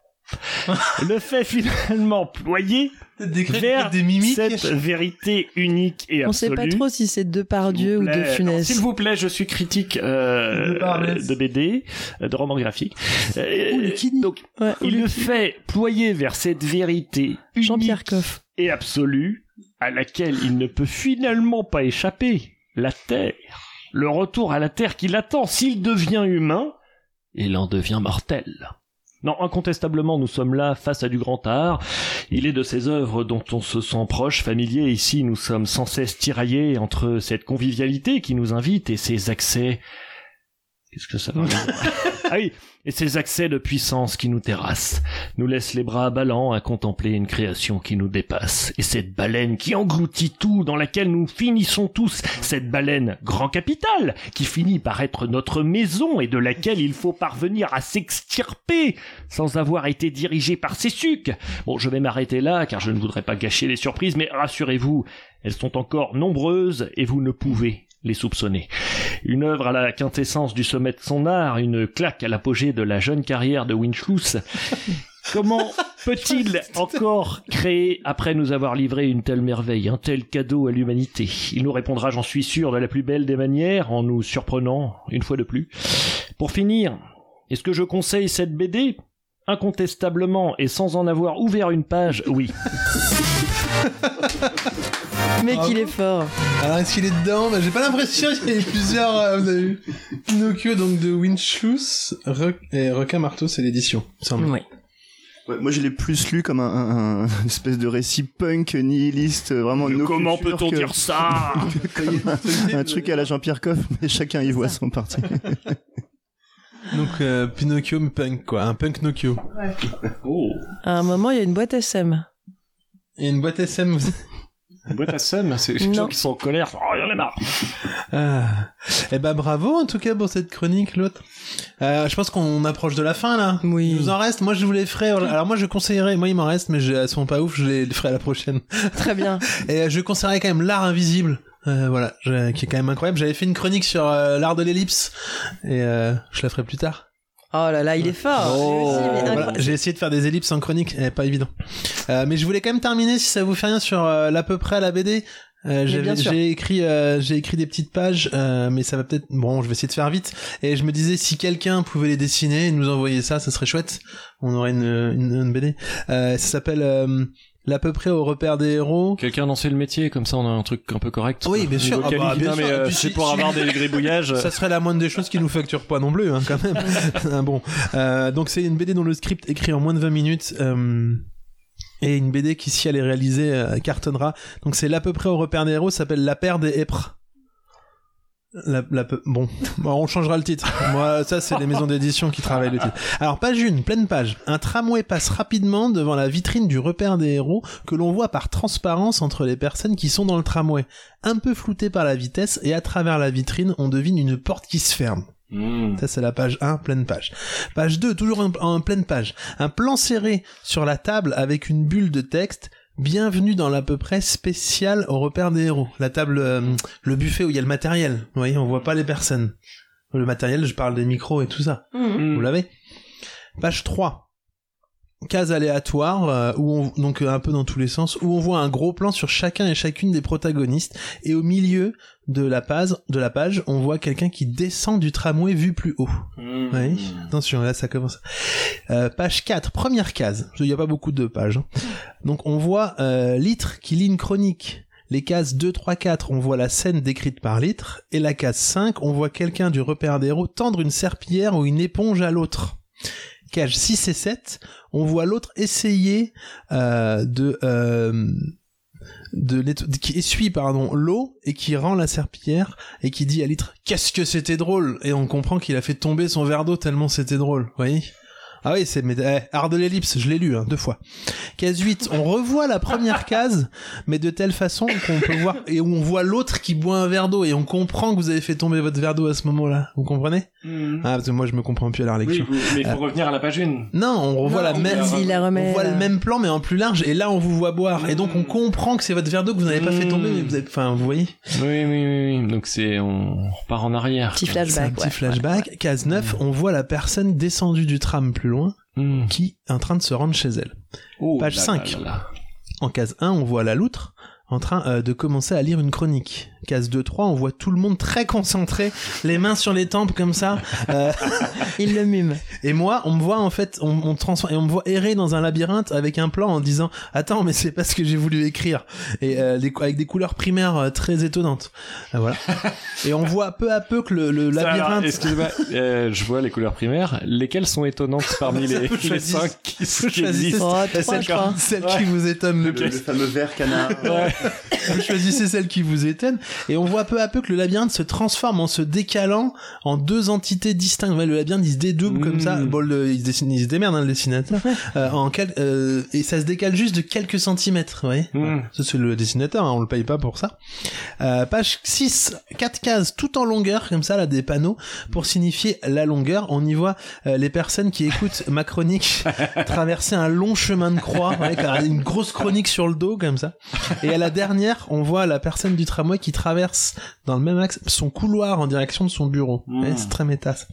S6: le fait finalement ployer vers cette vérité unique et
S2: On sait
S6: absolue.
S2: pas trop si c'est de Pardieu ou de
S6: plaît. Alors,
S2: Funès.
S6: S'il vous plaît, je suis critique euh, de BD, euh, de romans graphiques. Euh, donc, il le fait ployer vers cette vérité unique et absolue à laquelle il ne peut finalement pas échapper. La Terre. Le retour à la Terre qui l'attend. S'il devient humain, il en devient mortel. Non, incontestablement, nous sommes là face à du grand art. Il est de ces œuvres dont on se sent proche, familier. Ici, nous sommes sans cesse tiraillés entre cette convivialité qui nous invite et ces accès. Qu'est-ce que ça va Ah oui, et ces accès de puissance qui nous terrassent, nous laissent les bras ballants à contempler une création qui nous dépasse, et cette baleine qui engloutit tout, dans laquelle nous finissons tous, cette baleine grand capital, qui finit par être notre maison et de laquelle il faut parvenir à s'extirper sans avoir été dirigé par ses sucs. Bon, je vais m'arrêter là, car je ne voudrais pas gâcher les surprises, mais rassurez-vous, elles sont encore nombreuses et vous ne pouvez les soupçonner. Une œuvre à la quintessence du sommet de son art, une claque à l'apogée de la jeune carrière de Winchloose. Comment peut-il encore créer après nous avoir livré une telle merveille, un tel cadeau à l'humanité Il nous répondra, j'en suis sûr, de la plus belle des manières, en nous surprenant une fois de plus. Pour finir, est-ce que je conseille cette BD [laughs] Incontestablement et sans en avoir ouvert une page, oui.
S2: Mais qu'il
S6: Ah.
S2: est fort.
S1: Alors, est-ce qu'il est dedans Bah, J'ai pas l'impression, il y a eu plusieurs. euh, vous avez eu Pinocchio, donc de Winchluss, Re- et Requin Marteau, c'est l'édition, il me semble.
S2: Oui.
S7: Ouais, moi, je l'ai plus lu comme un, un- un espèce de récit punk nihiliste, euh, vraiment. no
S17: comment
S7: culture
S17: peut-on
S7: que-
S17: dire ça
S7: que comme [laughs]
S1: [laughs]
S7: un, un truc à la Jean-Pierre Coff, mais chacun y voit son parti.
S17: [laughs]
S1: Donc, euh, Pinocchio, mais punk, quoi. Un punk Nokio.
S6: Oh.
S2: À un moment, il y a une boîte SM.
S1: Et une boîte SM, vous-
S6: Une boîte à somme, hein, c'est les
S1: Non.
S6: gens qui sont en colère. Oh, y'en a marre.
S1: Ah. Eh ben bravo en tout cas pour cette chronique l'autre. Euh, je pense qu'on approche de la fin là.
S2: Oui.
S1: Il nous en reste. Moi je vous les ferai. Alors moi je conseillerais. Moi il m'en reste mais je, elles sont pas ouf. Je les ferai à la prochaine.
S2: Très bien.
S1: Et euh, je conseillerais quand même l'art invisible. Euh, voilà, je- qui est quand même incroyable. J'avais fait une chronique sur euh, l'art de l'ellipse et euh, je la ferai plus tard.
S2: Oh là là, il est fort.
S1: Oh.
S2: Lui aussi, mais
S1: Voilà,
S2: incroyable.
S1: J'ai essayé de faire des ellipses en chronique, eh, pas évident. Euh, mais je voulais quand même terminer, si ça vous fait rien, sur euh, l'à peu près à la BD. Euh, j'avais-
S2: bien sûr.
S1: j'ai écrit, euh, j'ai écrit des petites pages, euh, mais ça va peut-être. Bon, je vais essayer de faire vite. Et je me disais si quelqu'un pouvait les dessiner et nous envoyer ça, ça serait chouette. On aurait une, une, une BD. Euh, ça s'appelle euh, l'à peu près au repère des héros.
S6: Quelqu'un lancer le métier, comme ça on a un truc un peu correct.
S1: Oui, bien sûr.
S6: Niveau
S1: Ah bah,
S6: quali.
S1: bien
S6: Non, mais
S1: sûr. Et
S6: euh,
S1: puis
S6: c'est
S1: si-
S6: pour
S1: si-
S6: avoir des gribouillages. euh.
S1: Ça serait la moindre des choses qui nous facturent pas non plus, hein, quand
S6: [laughs]
S1: même. Ah bon, Euh, donc c'est une BD dont le script écrit en moins de 20 minutes. euh, Et une BD qui, si elle est réalisée, euh, cartonnera. Donc c'est l'à peu près au repère des héros, ça s'appelle La paire des hépres. La, la peu- Bon, [laughs] Bon, on changera le titre. Moi, ça, c'est les maisons d'édition qui travaillent le titre. Alors, page 1, pleine page. Un tramway passe rapidement devant la vitrine du repère des héros que l'on voit par transparence entre les personnes qui sont dans le tramway. Un peu flouté par la vitesse et à travers la vitrine, on devine une porte qui se ferme.
S6: Mmh.
S1: Ça, c'est la page 1, pleine page. Page 2, toujours en, en pleine page. Un plan serré sur la table avec une bulle de texte. Bienvenue dans l'à peu près spécial au repère des héros. La table, euh, le buffet où il y a le matériel. Vous voyez, on voit pas les personnes. Le matériel, je parle des micros et tout ça.
S6: Mm. Mmh.
S2: Mhm.
S1: Vous l'avez Page 3 case aléatoire euh, où on donc euh, un peu dans tous les sens où on voit un gros plan sur chacun et chacune des protagonistes et au milieu de la page de la page on voit quelqu'un qui descend du tramway vu plus haut. Oui. Attention là ça commence. Euh, page 4, première case. Il n'y a pas beaucoup de pages. hein. Donc on voit euh, litre qui lit une chronique. Les cases 2, 3, 4, on voit la scène décrite par litre. Et la case 5, on voit quelqu'un du repère des héros tendre une serpillière ou une éponge à l'autre cages 6 et 7, on voit l'autre essayer euh, de, euh, de netto- qui essuie pardon l'eau et qui rend la serpillière et qui dit à Litre qu'est-ce que c'était drôle et on comprend qu'il a fait tomber son verre d'eau tellement c'était drôle, vous voyez ah oui, c'est mais, eh, art de l'ellipse, je l'ai lu hein, deux fois. Case 8, on revoit la première case, mais de telle façon qu'on peut voir et où on voit l'autre qui boit un verre d'eau et on comprend que vous avez fait tomber votre verre d'eau à ce moment-là. Vous comprenez
S6: Mhm.
S1: Ah parce que moi je me comprends plus à la
S6: Oui,
S1: lecture.
S6: vous- mais il faut
S1: Euh,
S6: revenir à la page 1.
S1: non, on revoit la
S6: Non,
S1: même,
S6: vas-y, la
S2: remet, euh, Oh,
S1: on voit
S2: là.
S1: le même plan mais en plus large et là on vous voit boire et donc on comprend que c'est votre verre d'eau que vous n'avez pas fait tomber mais vous avez, enfin vous voyez.
S6: Oui, oui, oui, oui. Donc c'est on repart en arrière.
S2: Petit
S1: C'est un
S2: flashback.
S1: petit
S2: ouais.
S1: flashback. Case 9, on voit la personne descendue du tram plus loin
S6: Hmm.
S1: qui est en train de se rendre chez elle. Page
S6: Oh là,
S1: 5.
S6: là, là, là.
S1: En case 1, on voit la loutre en train euh, de commencer à lire une chronique. Case 2, 3, on voit tout le monde très concentré, les mains sur les tempes comme ça. euh,
S2: [laughs] Il le mime.
S1: Et moi, on me voit en fait, on, on transforme et on me voit errer dans un labyrinthe avec un plan en disant attends mais c'est pas ce que j'ai voulu écrire et euh, des cou- avec des couleurs primaires euh, très étonnantes. Euh, voilà. et on voit peu à peu que le, le
S6: Ça, alors,
S1: labyrinthe.
S6: Excusez-moi, euh, je vois les couleurs primaires. Lesquelles sont étonnantes [laughs] parmi
S1: Ça
S6: les,
S1: peut
S6: les
S1: choisir.
S6: 5 qui,
S1: Vous
S6: qui
S1: choisissez
S6: existent
S1: celle,
S2: Oh.
S6: D'accord.
S1: celle
S6: Ouais.
S1: qui vous étonne le,
S7: Le, le
S1: plus.
S7: fameux verre canard.
S1: Vous choisissez celle qui vous étonne et on voit peu à peu que le labyrinthe se transforme en se décalant en deux entités distinctes. Ouais, le labyrinthe il se dédouble comme ça. Bon, le- il, se dessine- il se démerde hein, le dessinateur. Euh, en quel- euh, et ça se décale juste de quelques centimètres. Vous voyez
S6: Mm. Hmm.
S1: Ça, c'est le dessinateur, hein, on le paye pas pour ça. Euh, page 6, 4 cases tout en longueur comme ça là des panneaux pour signifier la longueur. On y voit euh, les personnes qui écoutent ma chronique traverser un long chemin de croix avec un- une grosse chronique sur le dos comme ça. Et à la dernière, on voit la personne du tramway qui traverse dans le même axe son couloir en direction de son bureau. Ouais, c'est très méta. ça.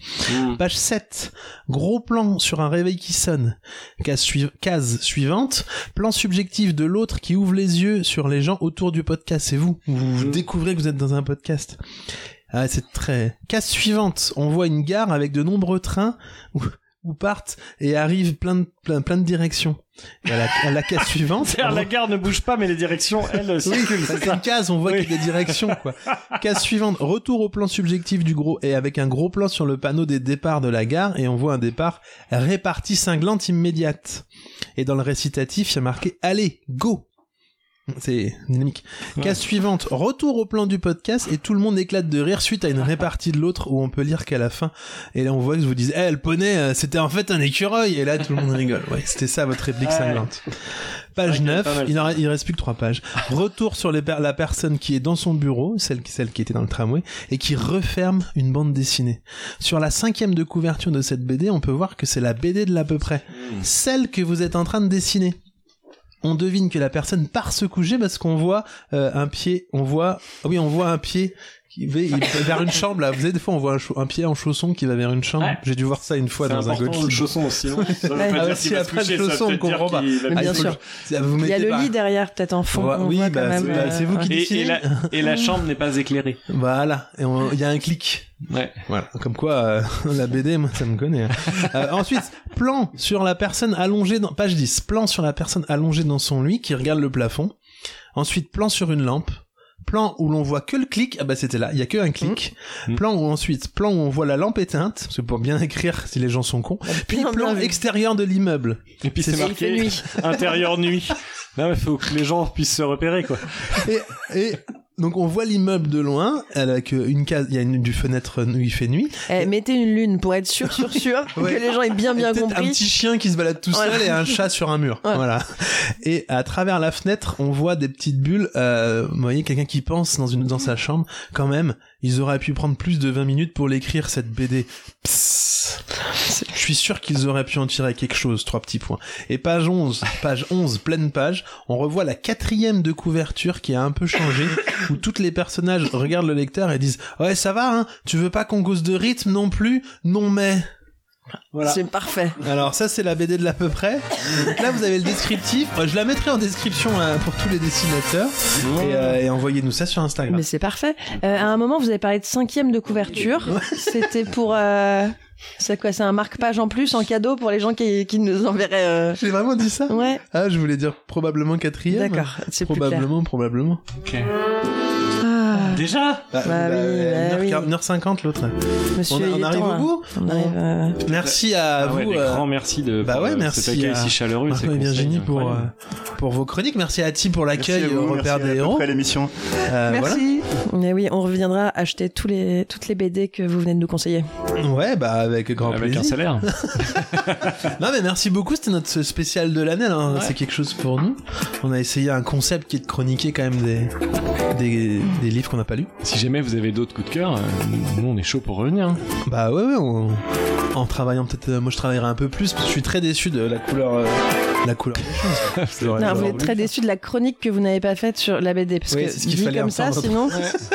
S1: Page 7, gros plan sur un réveil qui sonne. Case, suiv- case suivante, plan subjectif de l'autre qui ouvre les yeux sur les gens autour du podcast. C'est vous, vous découvrez que vous êtes dans un podcast. Ah, c'est très. Case suivante, on voit une gare avec de nombreux trains où, où partent et arrivent plein de, plein, plein de directions. Et à la, à la case suivante.
S6: C'est-à-dire, la gare ne bouge pas, mais les directions, elles, circulent, c'est ça
S1: une case, on voit qu'il y a des directions, quoi. Case suivante, retour au plan subjectif du gros, et avec un gros plan sur le panneau des départs de la gare, et on voit un départ réparti cinglante immédiate. Et dans le récitatif, il y a marqué, allez, go! C'est dynamique. Case suivante, retour au plan du podcast et tout le monde éclate de rire suite à une répartie de l'autre où on peut lire qu'à la fin, et là on voit que je vous disais, eh, le poney, euh, c'était en fait un écureuil, et là tout le monde rigole. Ouais, c'était ça votre réplique
S6: Ouais.
S1: cinglante. Page 9, il, en re- il reste plus que trois pages. Retour sur les per- la personne qui est dans son bureau, celle, qui- celle qui était dans le tramway, et qui referme une bande dessinée. Sur la cinquième de couverture de cette BD, on peut voir que c'est la BD de l'à peu près. Celle que vous êtes en train de dessiner. On devine que la personne part se coucher parce qu'on voit euh, un pied, on voit, ah oui, on voit un pied qui va il va vers une chambre. Là, vous savez, des fois, on voit un, chau- un pied en chausson qui va vers une chambre. J'ai dû voir ça une fois
S6: C'est
S1: dans un
S6: important,
S1: Gottlieb.
S6: le chausson, sinon, ça veut pas dire
S1: ah, bah,
S6: qu'il
S1: si,
S6: va se
S1: après
S6: coucher,
S1: le
S6: ça veut
S1: chausson, on
S6: peut-être dire
S1: comprend pas.
S6: qu'il va
S1: Ah,
S6: bien
S1: faut-
S6: sûr.
S1: ça, vous
S2: Il y a
S1: mettez
S2: le
S1: par-
S2: lit derrière, peut-être en fond.
S1: Ouais,
S2: on
S1: oui,
S2: voit
S1: bah,
S2: quand même,
S1: c'est- bah,
S2: euh,
S1: c'est vous qui
S2: ouais.
S1: décidez.
S6: Et la,
S1: [laughs]
S6: et la chambre n'est pas éclairée.
S1: Voilà, et on- il y a un clic. Voilà. Comme quoi, euh, la BD, moi, ça me connaît. hein. Euh, ensuite, plan sur la personne allongée dans page 10. Plan sur la personne allongée dans son lit qui regarde le plafond. Ensuite, plan sur une lampe. Plan où l'on voit que le clic. Ah bah c'était là. Il y a que un clic. Plan où ensuite, plan où on voit la lampe éteinte. C'est pour bien écrire si les gens sont cons. Puis plan extérieur de l'immeuble.
S6: Et puis c'est marqué [laughs] intérieur nuit. Non, mais faut que les gens puissent se repérer, quoi.
S1: et, et donc on voit l'immeuble de loin avec euh, une case, il y a une du fenêtre euh, où il fait nuit.
S2: Eh, mettez une lune pour être sûr, sûr, sûr
S1: [laughs] Ouais.
S2: que les gens aient bien, bien
S1: Et peut-être
S2: compris.
S1: Un petit chien qui se balade tout seul
S2: Voilà.
S1: et un chat sur un
S2: [laughs]
S1: mur. Voilà. Et à travers la fenêtre, on voit des petites bulles. euh, vous voyez, quelqu'un qui pense dans, une, dans sa chambre. Quand même, ils auraient pu prendre plus de 20 minutes pour l'écrire, cette BD. Psst. Je suis sûr qu'ils auraient pu en tirer quelque chose, trois petits points. Et page 11, page 11, pleine page, on revoit la quatrième de couverture qui a un peu changé, où toutes les personnages regardent le lecteur et disent « Ouais, ça va, hein Tu veux pas qu'on cause de rythme non plus Non mais... »
S2: C'est parfait.
S1: Alors ça c'est la BD de l'à peu près. Donc là vous avez le descriptif. Euh, Je la mettrai en description euh, pour tous les dessinateurs. Et, euh, et envoyez-nous ça sur Instagram.
S2: Mais c'est parfait. Euh, à un moment, vous avez parlé de cinquième de couverture. C'était pour. euh, C'est quoi C'est un marque-page en plus, en cadeau pour les gens qui, qui nous enverraient. euh,
S1: J'ai vraiment dit ça
S2: Ouais.
S1: Ah je voulais dire probablement quatrième.
S2: D'accord, c'est plus
S1: Probablement, probablement.
S2: Ah.
S6: Déjà
S1: Bah, bah,
S2: bah
S1: 1h50 l'autre.
S2: Monsieur,
S1: on, on
S2: il est
S1: arrive
S2: temps,
S1: au bout
S2: hein. On arrive, euh,
S1: Merci à
S6: Ah ouais,
S1: vous.
S6: des grands merci de-
S1: bah
S6: pour,
S1: ouais,
S6: euh,
S1: merci
S6: cet accueil
S1: à
S6: si chaleureux et
S1: Marco
S6: ces
S1: et
S6: conseils
S1: Virginie pour,
S6: incroyables.
S1: euh, pour vos chroniques. Merci à Tim pour l'accueil
S7: Merci à vous,
S1: au repère
S7: merci à
S1: des
S7: peu
S1: héros.
S7: près l'émission.
S1: Euh,
S9: Bah,
S1: voilà.
S2: Merci. Mais Eh oui, on reviendra acheter tous les, toutes les BD que vous venez de nous conseiller.
S1: Ouais, bah avec grand
S6: Avec
S1: plaisir.
S6: un salaire.
S1: non mais merci beaucoup, c'était notre spécial de l'année, alors
S6: Ouais.
S1: c'est quelque chose pour nous. On a essayé un concept qui est de chroniquer quand même des, des, des livres qu'on n'a pas lus.
S6: Si jamais vous avez d'autres coups de cœur, euh, nous on est chaud pour revenir. hein.
S1: Bah ouais, ouais on- en travaillant peut-être, euh, moi je travaillerai un peu plus, parce que je suis très déçu de la couleur, euh, la couleur des
S6: [laughs]
S1: choses. J'aurais-
S2: Non,
S1: j'aurais
S2: vous êtes
S1: voulu
S2: très
S1: faire.
S2: déçu de la chronique que vous n'avez pas faite sur la BD. Parce
S1: Oui,
S2: que
S1: c'est ce qu'il
S2: dit
S1: fallait
S2: comme ça,
S1: entendre.
S2: sinon.
S1: Ouais. [laughs]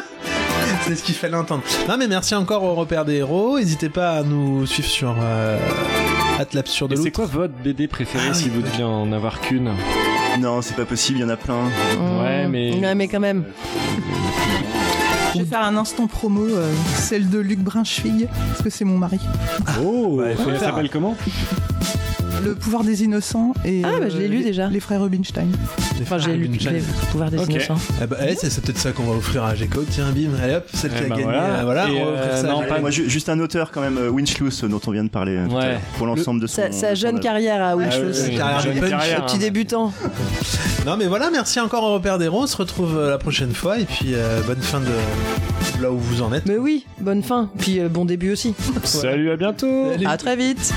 S1: C'est ce qu'il fallait entendre. Non mais merci encore au repère des héros, n'hésitez pas à nous suivre sur euh, Atlapsure de
S6: Et c'est
S1: l'autre.
S6: quoi votre BD préférée si vous deviez en avoir qu'une
S7: Non, c'est pas possible, il y en a plein.
S6: Ouais, mais.
S2: Ouais, mais quand même.
S9: Je vais faire un instant promo, euh, celle de Luc Brunschwig, parce que c'est mon mari.
S6: Oh
S1: Ah. faut le
S6: Elle
S1: faire.
S6: s'appelle comment
S9: Le pouvoir des innocents et.
S2: Ah, bah, je l'ai lu
S9: euh, les-
S2: déjà.
S9: Les frères Rubinstein.
S2: Enfin, j'ai lu
S1: Rubinstein.
S2: le pouvoir des
S6: Ok.
S2: innocents.
S1: Eh bah, eh, c'est c'est peut-être ça qu'on va offrir à Géco. Tiens, bim, allez hop, celle
S6: Eh
S1: qui a
S6: bah
S1: gagné.
S6: voilà.
S1: euh, Voilà,
S6: Et,
S1: on va offrir
S6: euh,
S1: ça. à
S6: non,
S1: Géco.
S6: pas-
S7: Moi, ju- juste un auteur quand même, euh, Winchloose, euh, dont on vient de parler euh, tout à
S6: Ouais.
S7: l'heure, pour l'ensemble de son.
S2: Sa, sa jeune carrière à
S1: Ah,
S2: Wishloose.
S1: oui, carrière
S6: Jeune
S1: punch.
S6: euh, carrière,
S2: Le petit
S6: hein.
S2: débutant.
S1: Non mais voilà, merci encore au repère des Roses, on se retrouve euh, la prochaine fois et puis euh, bonne fin de de là où vous en êtes.
S2: Mais oui, bonne fin. Puis euh, bon début aussi.
S6: Salut, à bientôt
S1: Salut.
S2: À très vite.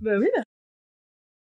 S2: Bah oui, merci.